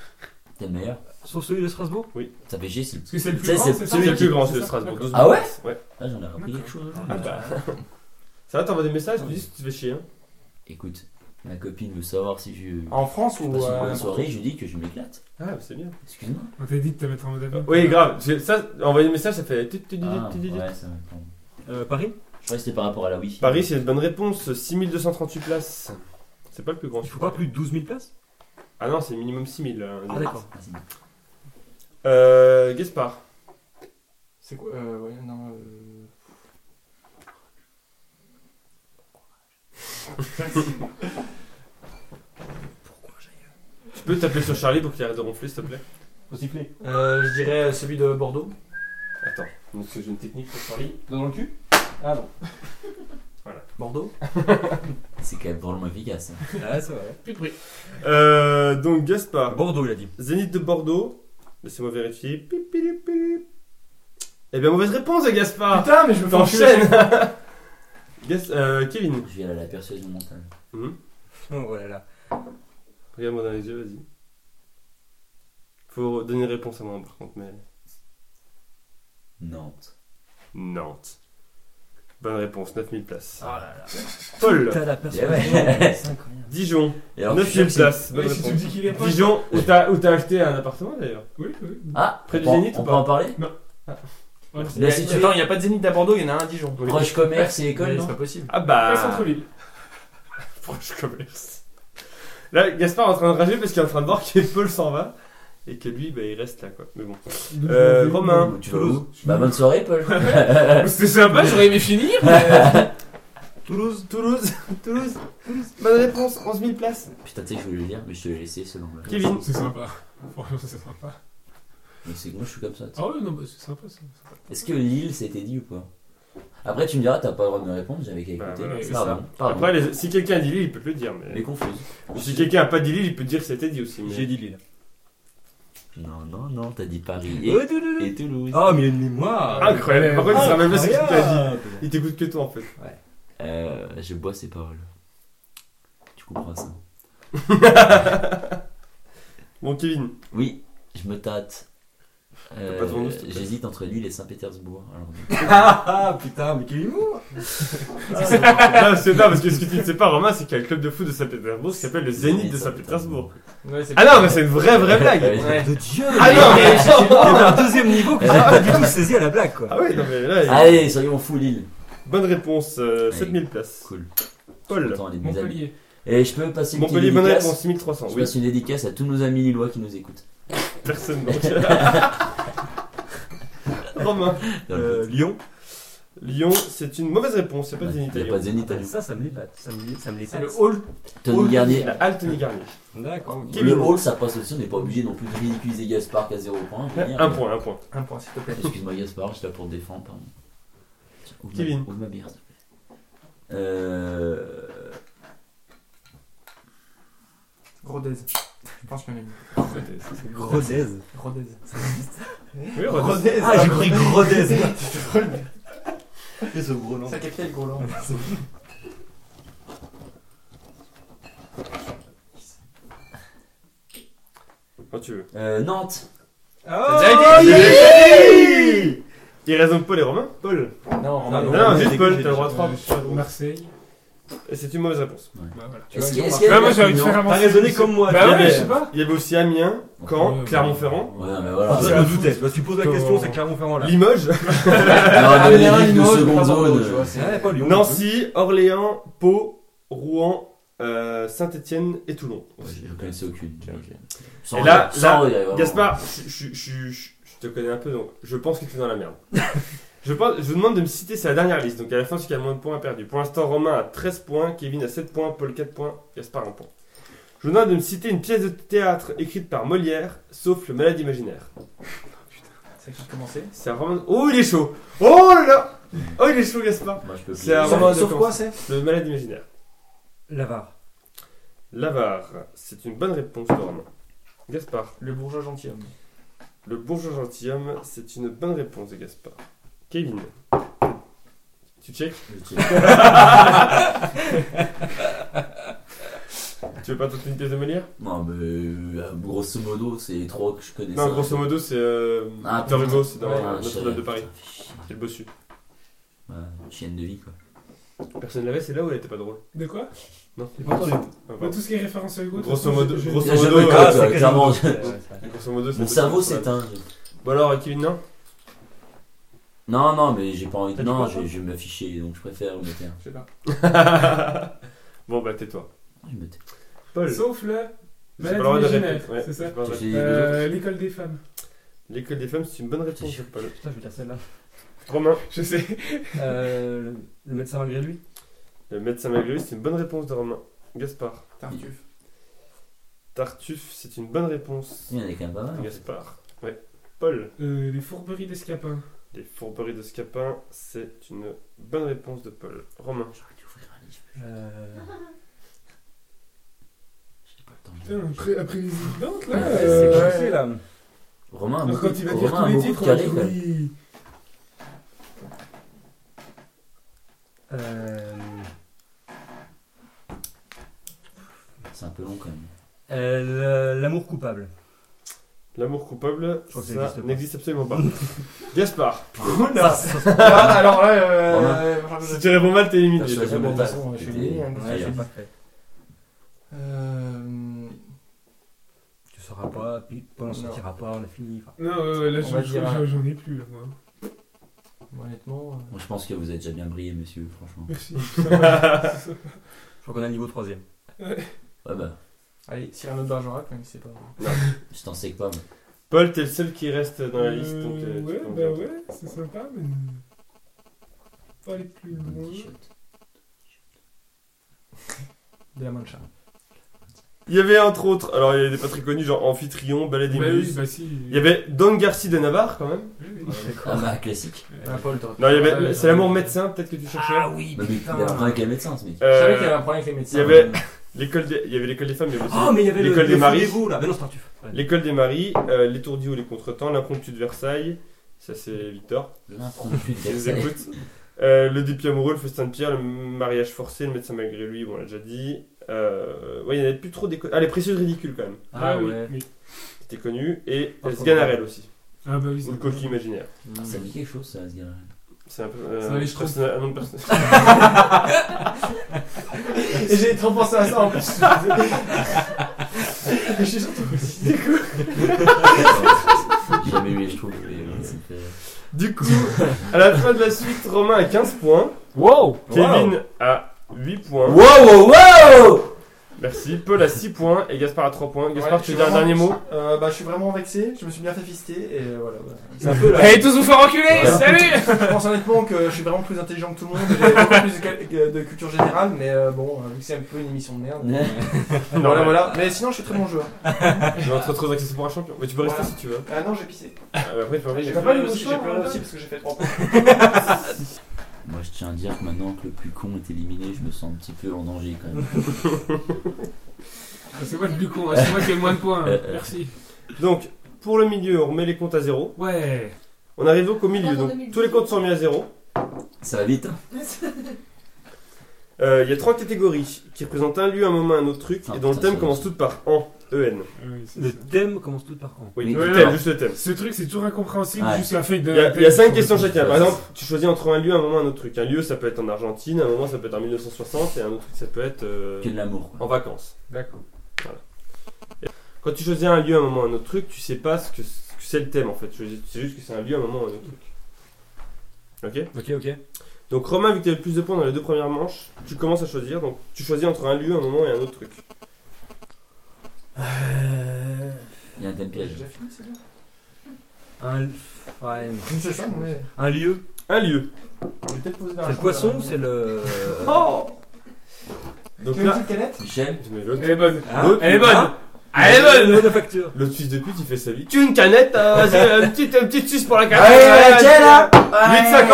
Speaker 1: T'es le meilleur.
Speaker 4: Sauf celui de Strasbourg
Speaker 1: Ça fait chier si.
Speaker 3: Parce que c'est le plus
Speaker 1: C'est-
Speaker 3: grand,
Speaker 1: c'est
Speaker 3: c'est ça
Speaker 2: Celui qui est le plus grand,
Speaker 3: C'est
Speaker 2: c'est de
Speaker 3: ça
Speaker 2: Strasbourg. 12
Speaker 1: Ah ouais
Speaker 2: places, Ouais.
Speaker 1: Ah, j'en ai appris quelque chose.
Speaker 2: Ah bah. Ça va, t'envoies des messages, tu dis si tu te fais chier. hein.
Speaker 1: Écoute, ma copine veut savoir si je.
Speaker 4: En France ou.
Speaker 1: passe une
Speaker 4: euh,
Speaker 1: bonne soirée, je lui dis que je m'éclate.
Speaker 2: Ah, bah, c'est bien.
Speaker 1: Excuse-moi.
Speaker 3: On t'a dit de te mettre en mode avion.
Speaker 2: Ah, Oui, grave. parce que Ça, envoyer des messages, ça fait.
Speaker 1: Ah, ouais, ça me prend.
Speaker 4: euh, Paris
Speaker 1: Je crois que c'était par rapport à la Wi-Fi.
Speaker 2: Paris, c'est une bonne réponse. 6238 places. C'est pas le plus grand.
Speaker 4: Il faut pas plus de 12 000 places
Speaker 2: Ah non, c'est minimum 6000. euh,
Speaker 4: Ah d'accord.
Speaker 1: Ah, c'est-
Speaker 2: Euh, Gaspard.
Speaker 4: C'est quoi euh, ouais, non, euh,
Speaker 2: Tu peux taper sur Charlie pour qu'il arrête de ronfler, s'il te plaît
Speaker 4: euh, Je dirais celui de Bordeaux.
Speaker 2: Attends. Donc, j'ai une technique sur Charlie.
Speaker 4: Dans le cul Ah non.
Speaker 2: Voilà.
Speaker 4: Bordeaux
Speaker 1: C'est quand même drôlement efficace. hein.
Speaker 4: Ah c'est vrai.
Speaker 3: Plus de prix.
Speaker 2: Euh, donc, Gaspard.
Speaker 4: Bordeaux il a dit.
Speaker 2: Zénith de Bordeaux. Laissez-moi vérifier. Pip, pip, pip. Eh bien, mauvaise réponse, Gaspard.
Speaker 5: Putain, mais je me fais enculer.
Speaker 2: T'enchaînes. Gas- euh, Kevin.
Speaker 1: Je vais aller à la persuasion mentale.
Speaker 2: Mhm.
Speaker 4: Oh voilà là.
Speaker 2: Regarde-moi dans les yeux, vas-y. Faut donner une réponse à moi, par contre, mais.
Speaker 1: Nantes.
Speaker 2: Nantes. Bonne réponse, 9000 places.
Speaker 5: Ah.
Speaker 4: là là.
Speaker 2: Paul,
Speaker 4: T'as la personne.
Speaker 1: Eh
Speaker 4: C'est incroyable.
Speaker 2: Dijon,
Speaker 1: Et alors, je suis sûr
Speaker 2: 9000
Speaker 1: que c'est-
Speaker 2: places. Bonne
Speaker 3: Ouais, si tu me
Speaker 2: réponse.
Speaker 3: dis qu'il est pas.
Speaker 2: Dijon, où t'as où t'as acheté un appartement d'ailleurs
Speaker 3: Oui, oui.
Speaker 1: Ah,
Speaker 2: Près
Speaker 1: on
Speaker 2: du
Speaker 1: peut en-
Speaker 2: Zénith ou
Speaker 1: On peut
Speaker 2: pas
Speaker 1: en parler
Speaker 3: Ouais,
Speaker 1: Il a-
Speaker 4: Il y a- Attends, il n'y a pas de Zénith à Bordeaux, il y en a un à Dijon.
Speaker 2: Oui.
Speaker 1: Proche commerce et école,
Speaker 4: Mais C'est
Speaker 1: non
Speaker 4: pas possible.
Speaker 2: Ah
Speaker 3: Pas
Speaker 2: bah.
Speaker 3: centre-ville.
Speaker 2: Proche commerce. Là, Gaspard est en train de rager parce qu'il est en train de voir que Paul s'en va et que lui, bah, il reste là quoi. Mais bon. Euh, Romain,
Speaker 1: Tu vas
Speaker 2: Toulouse.
Speaker 1: où Bah, bonne soirée, Paul.
Speaker 2: Euh.
Speaker 3: C'était sympa, Ah bah, j'aurais aimé finir.
Speaker 2: Toulouse, Toulouse, Toulouse, Toulouse. Bonne réponse, 11 000 places.
Speaker 1: Putain, tu sais que je voulais le dire, mais je te l'ai laissé selon le.
Speaker 2: Kevin.
Speaker 3: C'est sympa. Franchement, c'est sympa.
Speaker 1: Mais c'est bon, je suis comme ça. tu sais.
Speaker 3: Ah ouais, non, bah, c'est sympa ça.
Speaker 2: Oh.
Speaker 1: Est-ce que Lille c'était dit ou pas Après, tu me diras, t'as pas le droit de me répondre, j'avais qu'à
Speaker 2: Bah,
Speaker 1: écouter.
Speaker 2: voilà,
Speaker 3: c'est
Speaker 1: pardon, pardon.
Speaker 2: Après, les- si quelqu'un a dit Lille, il peut te le dire.
Speaker 1: Mais
Speaker 2: Mais...
Speaker 1: confuse.
Speaker 2: Si quelqu'un a pas dit Lille, il peut dire que c'était dit aussi. mais-
Speaker 4: J'ai dit Lille.
Speaker 1: Non, non, non, t'as dit Paris et,
Speaker 4: Oh, tout, tout, tout.
Speaker 1: et Toulouse.
Speaker 4: Ah, mais il y a une mémoire.
Speaker 2: Incroyable. Par contre, il se rappelle pas ce qu'il t'a dit.
Speaker 4: Incroyable.
Speaker 2: Il t'écoute que toi en fait.
Speaker 1: Euh, je bois ces paroles. Tu comprends ça
Speaker 2: Bon, Kevin,
Speaker 1: Oui, je me tâte. Euh,
Speaker 2: pas devant nous, s'il te plaît.
Speaker 1: J'hésite entre Lille et Saint-Pétersbourg. Alors,
Speaker 4: Ah, ah, putain, mais quel humour
Speaker 2: Ah, c'est non, parce que ce que tu ne sais pas, Romain, c'est qu'il y a un club de foot de Saint-Pétersbourg qui s'appelle le Zénith de Saint-Pétersbourg.
Speaker 4: Ouais, c'est
Speaker 2: Ah non, mais c'est une vraie, vraie blague.
Speaker 1: Ouais.
Speaker 4: Ouais. De Dieu
Speaker 2: Ah non, mais-
Speaker 4: Il y avait un deuxième niveau que j'ai pas du tout saisi à la blague, quoi.
Speaker 2: Ah ouais, non, mais là, il-
Speaker 1: Allez, soyons fous, Lille.
Speaker 2: bonne réponse, euh,
Speaker 1: Ouais.
Speaker 2: 7000 places.
Speaker 1: Cool.
Speaker 2: Paul,
Speaker 1: Content, les- mes amis.
Speaker 3: Montpellier.
Speaker 1: Et je peux passer une petite
Speaker 2: Montpellier, bonne
Speaker 1: dédicace
Speaker 2: réponse, 6300.
Speaker 1: Je
Speaker 2: Oui,
Speaker 1: passe une dédicace à tous nos amis lillois qui nous écoutent.
Speaker 2: personne donc. Romain,
Speaker 1: Dans le
Speaker 4: Euh,
Speaker 1: foot.
Speaker 4: Lyon.
Speaker 2: Lyon, c'est une mauvaise réponse, il n'y a pas de Zénith à
Speaker 1: Il n'y a pas
Speaker 2: Lyon.
Speaker 1: de Zénith à Lyon.
Speaker 4: Ça, ça me l'épate. Ça me, ça me
Speaker 3: C'est
Speaker 4: l'épate.
Speaker 3: le hall.
Speaker 1: Tony
Speaker 4: Paul-
Speaker 1: Garnier.
Speaker 2: La halte Tony Garnier.
Speaker 4: D'accord. ok.
Speaker 1: Le hall, ça passe aussi, on n'est pas obligé non plus de ridiculiser Gaspard qu'à 0 point. on peut dire.
Speaker 2: Un point, un point.
Speaker 4: Un point, s'il te plaît.
Speaker 1: Euh, Excuse-moi Gaspard, je suis là pour te défendre, pardon. Tiens, ouvre ma-
Speaker 2: Kevin.
Speaker 1: Ouvre ma bière, s'il te plaît. Euh...
Speaker 4: Rodez.
Speaker 5: Je pense que
Speaker 4: Rodez.
Speaker 5: Rodez.
Speaker 2: Oui, Rodez.
Speaker 4: Rodez. Ah, j'ai compris Rodez.
Speaker 1: Et ce gros nom.
Speaker 4: Sa capitale, gros là.
Speaker 2: Quand tu veux.
Speaker 1: Euh, Nantes.
Speaker 4: Oh,
Speaker 2: Il reste donc Paul et Romain. Paul.
Speaker 4: Non, Romain,
Speaker 2: Non,
Speaker 4: non,
Speaker 2: non,
Speaker 4: non,
Speaker 2: juste
Speaker 4: j'ai-
Speaker 2: Paul,
Speaker 4: j'ai-
Speaker 2: t'as le droit à
Speaker 4: j'ai-
Speaker 2: 3.
Speaker 3: Euh, Marseille.
Speaker 2: Et c'est une mauvaise réponse.
Speaker 3: Bah voilà.
Speaker 1: Est-ce qu'il y a-
Speaker 4: Bah,
Speaker 1: est-ce qu'il y a
Speaker 3: moi
Speaker 1: des
Speaker 3: j'ai envie de
Speaker 1: opinions
Speaker 3: faire
Speaker 4: T'as
Speaker 3: avancer.
Speaker 4: raisonné comme moi.
Speaker 3: Bah
Speaker 2: Il y
Speaker 4: tu
Speaker 3: ouais,
Speaker 2: avait-
Speaker 4: vois.
Speaker 3: je sais pas.
Speaker 2: Il y avait aussi Amiens, Caen,
Speaker 3: Ouais,
Speaker 2: Clermont-Ferrand,
Speaker 1: Ouais, mais
Speaker 4: Ah,
Speaker 1: voilà.
Speaker 4: Je
Speaker 1: Non,
Speaker 4: me doutais. Parce que tu poses la question, c'est Clermont-Ferrand là.
Speaker 2: Limoges,
Speaker 1: mais
Speaker 4: Ah,
Speaker 1: les ligues de
Speaker 4: Limoges,
Speaker 1: seconde
Speaker 4: pas Bordeaux,
Speaker 1: zone.
Speaker 4: tu vois, c'est- Ouais, pas Lyon.
Speaker 2: Nancy, Orléans, Pau, Rouen, Saint-Etienne et Toulon.
Speaker 1: Ouais, Je ne connaissais aucune. Sans
Speaker 2: Et
Speaker 1: regret,
Speaker 2: là, là,
Speaker 1: sans regret, vraiment.
Speaker 2: Gaspard, je, je- je- je- je te connais un peu, donc je pense que tu es dans la merde. je, pense, je vous demande de me citer sa dernière liste, donc à la fin, celui qui a le moins de points a perdu. Pour l'instant, Romain a 13 points, Kevin a 7 points, Paul 4 points, Gaspard 1 point. Je vous demande de me citer une pièce de théâtre écrite par Molière, sauf le malade imaginaire.
Speaker 4: C'est qui commençait
Speaker 2: C'est un roman... Oh, il est chaud Oh là là Oh, il est chaud, Gaspard
Speaker 1: Moi, je peux
Speaker 2: C'est
Speaker 1: plus.
Speaker 2: un-
Speaker 5: Sauf sauf quoi Ah, c'est
Speaker 2: Le malade imaginaire.
Speaker 6: L'avare.
Speaker 2: L'avare. C'est une bonne réponse, Norman. Gaspard.
Speaker 5: Le bourgeois gentilhomme.
Speaker 2: Le bourgeois gentilhomme, c'est une bonne réponse de Gaspard. Kevin. Tu check
Speaker 1: Je dis-
Speaker 2: Tu veux pas toute une pièce de Molière
Speaker 1: Non, mais euh, grosso modo, c'est les trois que je connais.
Speaker 2: Non,
Speaker 1: ça.
Speaker 2: grosso modo, c'est euh,
Speaker 1: Ah,
Speaker 2: Victor
Speaker 1: putain.
Speaker 2: Hugo, c'est dans
Speaker 1: Ouais,
Speaker 2: euh,
Speaker 1: je sais,
Speaker 2: Notre-Dame de Paris.
Speaker 1: putain, fais chier.
Speaker 2: C'est le bossu.
Speaker 1: Ouais, chienne de vie, quoi.
Speaker 2: Personne l'avait, c'est là où elle était pas drôle.
Speaker 3: De quoi
Speaker 2: Non,
Speaker 5: pas entendu.
Speaker 2: Ah,
Speaker 3: De
Speaker 2: pardon.
Speaker 3: tout ce qui est référence à Hugo. de toute
Speaker 2: Grosso
Speaker 3: façon,
Speaker 2: modo,
Speaker 3: je- je-
Speaker 2: grosso
Speaker 1: J'ai
Speaker 2: modo,
Speaker 1: jamais
Speaker 2: euh,
Speaker 1: écouté,
Speaker 2: ah,
Speaker 1: quoi,
Speaker 2: c'est quasiment-
Speaker 1: clairement.
Speaker 2: grosso modo, c'est
Speaker 1: Mon
Speaker 2: le
Speaker 1: cerveau
Speaker 2: bossu, voilà.
Speaker 1: s'éteint.
Speaker 2: Bon alors, Kevin, non
Speaker 1: Non, non, mais j'ai pas envie de.
Speaker 2: T'as dit
Speaker 1: Non,
Speaker 2: quoi,
Speaker 1: je
Speaker 2: toi
Speaker 1: je vais m'afficher, donc je préfère me taire.
Speaker 5: Je sais pas.
Speaker 2: Bon, bah tais-toi.
Speaker 1: Je me tais.
Speaker 2: Paul.
Speaker 3: Sauf le.
Speaker 2: J'ai
Speaker 3: Malade
Speaker 2: pas le droit de
Speaker 3: imaginaire,
Speaker 2: répéter. Ouais,
Speaker 3: c'est ça
Speaker 2: j'ai pas le droit de-
Speaker 1: J'ai-
Speaker 3: Euh, L'école des femmes.
Speaker 2: L'école des femmes, c'est une bonne réponse,
Speaker 1: J'ai-
Speaker 2: Paul.
Speaker 6: Putain, je vais dire celle-là.
Speaker 2: Romain.
Speaker 3: Je sais.
Speaker 6: Euh, le, le médecin malgré lui
Speaker 2: Le médecin malgré lui, c'est une bonne réponse de Romain. Gaspard.
Speaker 5: Tartuffe.
Speaker 2: Tartuffe, c'est une bonne réponse.
Speaker 1: Il y en a quand même
Speaker 5: Ah
Speaker 1: pas mal.
Speaker 2: Gaspard. Ouais. Paul.
Speaker 3: Euh, les fourberies d'escapin.
Speaker 2: Les fourberies de Scapin, c'est une bonne réponse de Paul. Romain.
Speaker 1: J'aurais dû ouvrir un livre.
Speaker 6: euh,
Speaker 1: J'ai pas le temps.
Speaker 3: Putain, après- après les évidentes là.
Speaker 1: Ouais,
Speaker 6: C'est
Speaker 3: euh,
Speaker 6: qui, là
Speaker 1: Romain, a
Speaker 3: Alors,
Speaker 1: beaucoup-
Speaker 3: quand il va dire
Speaker 1: Romain
Speaker 3: tous
Speaker 1: a
Speaker 3: les
Speaker 1: beaucoup de
Speaker 3: titres, on va
Speaker 1: carrés,
Speaker 3: dire
Speaker 1: quoi.
Speaker 3: oui.
Speaker 6: euh,
Speaker 1: C'est un peu long, quand même.
Speaker 6: euh, le- L'amour coupable.
Speaker 2: L'amour coupable,
Speaker 6: crois que ça
Speaker 2: ça
Speaker 6: n'existe pas.
Speaker 2: n'existe absolument pas. Gaspard.
Speaker 5: Oula Là, Alors là, euh.
Speaker 2: Si tu réponds mal, t'es éliminé.
Speaker 6: Ah,
Speaker 1: Je suis
Speaker 2: Je te
Speaker 1: assez
Speaker 2: promets.
Speaker 1: bon.
Speaker 5: de toute façon, je suis éliminé, hein, de toute
Speaker 1: Ouais,
Speaker 5: façon.
Speaker 1: ouais.
Speaker 6: parfait.
Speaker 5: Euh.
Speaker 6: Tu sauras pas, puis Paul on
Speaker 5: Non.
Speaker 6: sortira pas, on a fini. enfin.
Speaker 3: Non, euh, là
Speaker 5: On
Speaker 3: je-
Speaker 5: va dire,
Speaker 3: je-
Speaker 5: hein.
Speaker 3: j'en ai plus là moi.
Speaker 5: Honnêtement. euh,
Speaker 1: Bon, Je pense que vous avez déjà bien brillé, monsieur, franchement.
Speaker 3: Merci. Ça va.
Speaker 6: Je crois qu'on a le niveau 3ème.
Speaker 1: Ouais, bah,
Speaker 5: Allez, Cyrano de Bergerac, même si c'est pas.
Speaker 1: je t'en sais que pas, moi.
Speaker 2: Paul, t'es le seul qui reste dans la
Speaker 3: Euh,
Speaker 2: liste. Donc, euh, tu
Speaker 3: ouais,
Speaker 2: peux en
Speaker 3: bah
Speaker 2: dire.
Speaker 3: ouais, c'est sympa, mais. Pas les plus
Speaker 1: Un bon
Speaker 3: loin.
Speaker 1: petit shot.
Speaker 5: De la mancha.
Speaker 2: Il y avait entre autres, alors il y a des pas très connus, genre Amphitryon, Balade
Speaker 3: Bah
Speaker 2: et
Speaker 3: oui,
Speaker 2: Muse.
Speaker 3: bah si.
Speaker 2: Il y avait Don Garcia de Navarre quand même.
Speaker 3: Oui, oui.
Speaker 1: Ah, bah, classique.
Speaker 5: Ah, Paul, t'aurais
Speaker 2: Non, il y avait,
Speaker 5: Ouais, Ah
Speaker 2: c'est l'amour médecin, peut-être que tu cherchais.
Speaker 6: oui,
Speaker 1: Bah, mais il a un problème avec les médecins, ce mec.
Speaker 5: Je savais
Speaker 2: Ah Euh,
Speaker 5: qu'il y avait un Ah problème avec les médecins.
Speaker 2: il y avait- l'école des, il y avait l'école des femmes, il y avait aussi
Speaker 6: Oh, mais il y avait le-
Speaker 2: l'école
Speaker 6: le
Speaker 2: des
Speaker 6: feu
Speaker 2: maris.
Speaker 6: vous, là. Mais non, c'est Tartuffe. Ouais.
Speaker 2: l'école des maris, euh, l'étourdi ou les contretemps, l'impromptu de Versailles, ça c'est Victor,
Speaker 1: L'impromptu de
Speaker 2: qui les
Speaker 1: Versailles.
Speaker 2: écoute. Euh, le dépit amoureux, le festin de pierre, le mariage forcé, le médecin malgré lui, bon, on l'a déjà dit. Euh, ouais, il n'y en avait plus trop des. co- Ah, les précieuses ridicules quand même,
Speaker 6: Ah,
Speaker 3: oui,
Speaker 6: ouais.
Speaker 3: oui.
Speaker 2: c'était connu. Et
Speaker 6: Par contre,
Speaker 2: Sganarelle aussi,
Speaker 3: Ah bah oui,
Speaker 2: ou le
Speaker 3: c'est
Speaker 2: coquille imaginaire.
Speaker 1: Ah, Ça dit quelque chose, ça, ce gars-là.
Speaker 2: C'est un peu. euh,
Speaker 5: Ça va, les Schtroumpfs.
Speaker 2: personnage- un nom de personnage.
Speaker 5: Et j'ai trop pensé à ça en plus. Et j'ai surtout aussi. Du coup,
Speaker 1: J'ai jamais eu les trouve. mais, euh, ça me fait-
Speaker 2: Du coup, à la fin de la suite, Romain a 15 points,
Speaker 6: Wow
Speaker 2: Kevin a 8 points,
Speaker 1: Wow, wow, wow
Speaker 2: merci, Paul a 6 points et Gaspard a 3 points. Gaspard,
Speaker 5: Ouais,
Speaker 2: tu
Speaker 5: je
Speaker 2: veux dire un
Speaker 5: suis
Speaker 2: dernier mot
Speaker 5: vraiment- euh, Bah, je suis vraiment vexé. Je me suis bien fait fister et euh, voilà. voilà.
Speaker 4: C'est un peu la.
Speaker 3: Allez tous vous faire enculer,
Speaker 1: Voilà.
Speaker 3: salut
Speaker 5: Je pense honnêtement que je suis vraiment plus intelligent que tout le monde. J'ai beaucoup plus de cal- de culture générale, mais euh, bon, euh, vu que c'est un peu une émission de merde.
Speaker 2: Non,
Speaker 5: voilà,
Speaker 2: ouais.
Speaker 5: voilà. Mais sinon, je suis très bon joueur.
Speaker 2: Je vais te retrouver accessible pour un champion. Mais tu peux rester
Speaker 5: Voilà.
Speaker 2: si tu veux.
Speaker 5: Ah non, j'ai pissé.
Speaker 2: Ah, bah, après, tu peux
Speaker 5: J'ai
Speaker 2: rester.
Speaker 3: pas
Speaker 5: pleuré
Speaker 3: les
Speaker 5: aussi, j'ai
Speaker 3: mouchoirs,
Speaker 5: pleuré
Speaker 3: hein,
Speaker 5: aussi parce que j'ai fait trois points.
Speaker 1: Moi, je tiens à dire que maintenant que le plus con est éliminé, je me sens un petit peu en danger quand même.
Speaker 3: C'est moi le plus con, hein, c'est moi qui ai le moins de points, hein. merci.
Speaker 2: Donc, pour le milieu, on remet les comptes à zéro.
Speaker 3: Ouais.
Speaker 2: On arrive donc au milieu.
Speaker 7: Pendant
Speaker 2: Donc,
Speaker 7: 2018.
Speaker 2: tous les comptes sont mis à zéro.
Speaker 1: Ça va vite, hein.
Speaker 2: Euh, Il y a trois catégories qui représentent un lieu, un moment, un autre truc
Speaker 1: Ah,
Speaker 2: et dont le
Speaker 1: putain,
Speaker 2: thème
Speaker 1: ça-
Speaker 2: commence tout par en. EN.
Speaker 3: Ah,
Speaker 6: Le thème commence tout par an.
Speaker 2: Oui,
Speaker 1: Oui,
Speaker 2: le
Speaker 3: oui,
Speaker 2: thème,
Speaker 3: non.
Speaker 2: juste le thème.
Speaker 3: Ce truc, c'est toujours incompréhensible
Speaker 1: Ouais.
Speaker 3: jusqu'à la feuille de.
Speaker 2: Il y, a, il y a cinq questions chacun. Par
Speaker 1: Ouais.
Speaker 2: exemple, tu choisis entre un lieu, un moment, un autre truc. Un lieu, ça peut être en Argentine, un moment, ça peut être en 1960 et un autre truc, ça peut être euh,
Speaker 1: Que de l'amour,
Speaker 2: en
Speaker 1: quoi.
Speaker 2: vacances.
Speaker 3: D'accord.
Speaker 2: Quand tu choisis un lieu, un moment, un autre truc, tu sais pas ce que ce que c'est le thème en fait. Tu sais- tu sais juste que c'est un lieu, un moment, un autre truc. Ok
Speaker 6: Ok, ok.
Speaker 2: Donc Romain, vu que tu le plus de points dans les deux premières manches, tu commences à choisir. Donc tu choisis entre un lieu, un moment et un autre truc.
Speaker 6: Euh,
Speaker 1: Il y a un thème
Speaker 5: J'ai
Speaker 1: piège.
Speaker 5: déjà fini, c'est bien.
Speaker 6: un, ouais,
Speaker 5: C'est ça, mais.
Speaker 6: un lieu.
Speaker 2: Un lieu.
Speaker 5: Je vais peut-être poser dans
Speaker 6: C'est
Speaker 5: la
Speaker 6: le
Speaker 5: chambre,
Speaker 6: poisson
Speaker 5: là.
Speaker 6: ou c'est le.
Speaker 2: Oh Donc
Speaker 5: Tu veux une
Speaker 2: là,
Speaker 5: petite canette
Speaker 1: Michel
Speaker 2: je mets l'autre.
Speaker 3: Elle est bonne.
Speaker 6: Ah,
Speaker 2: L'autre.
Speaker 3: Elle est bonne.
Speaker 6: Ah,
Speaker 2: Allez,
Speaker 4: Le
Speaker 2: bonne
Speaker 4: nom de facture.
Speaker 2: L'autre fils de pute, il fait sa vie. Tu une canette, euh, vas-y, euh, une petite, une petite suce pour la
Speaker 5: Ouais,
Speaker 2: carte.
Speaker 5: ouais,
Speaker 2: Allez,
Speaker 5: tiens, là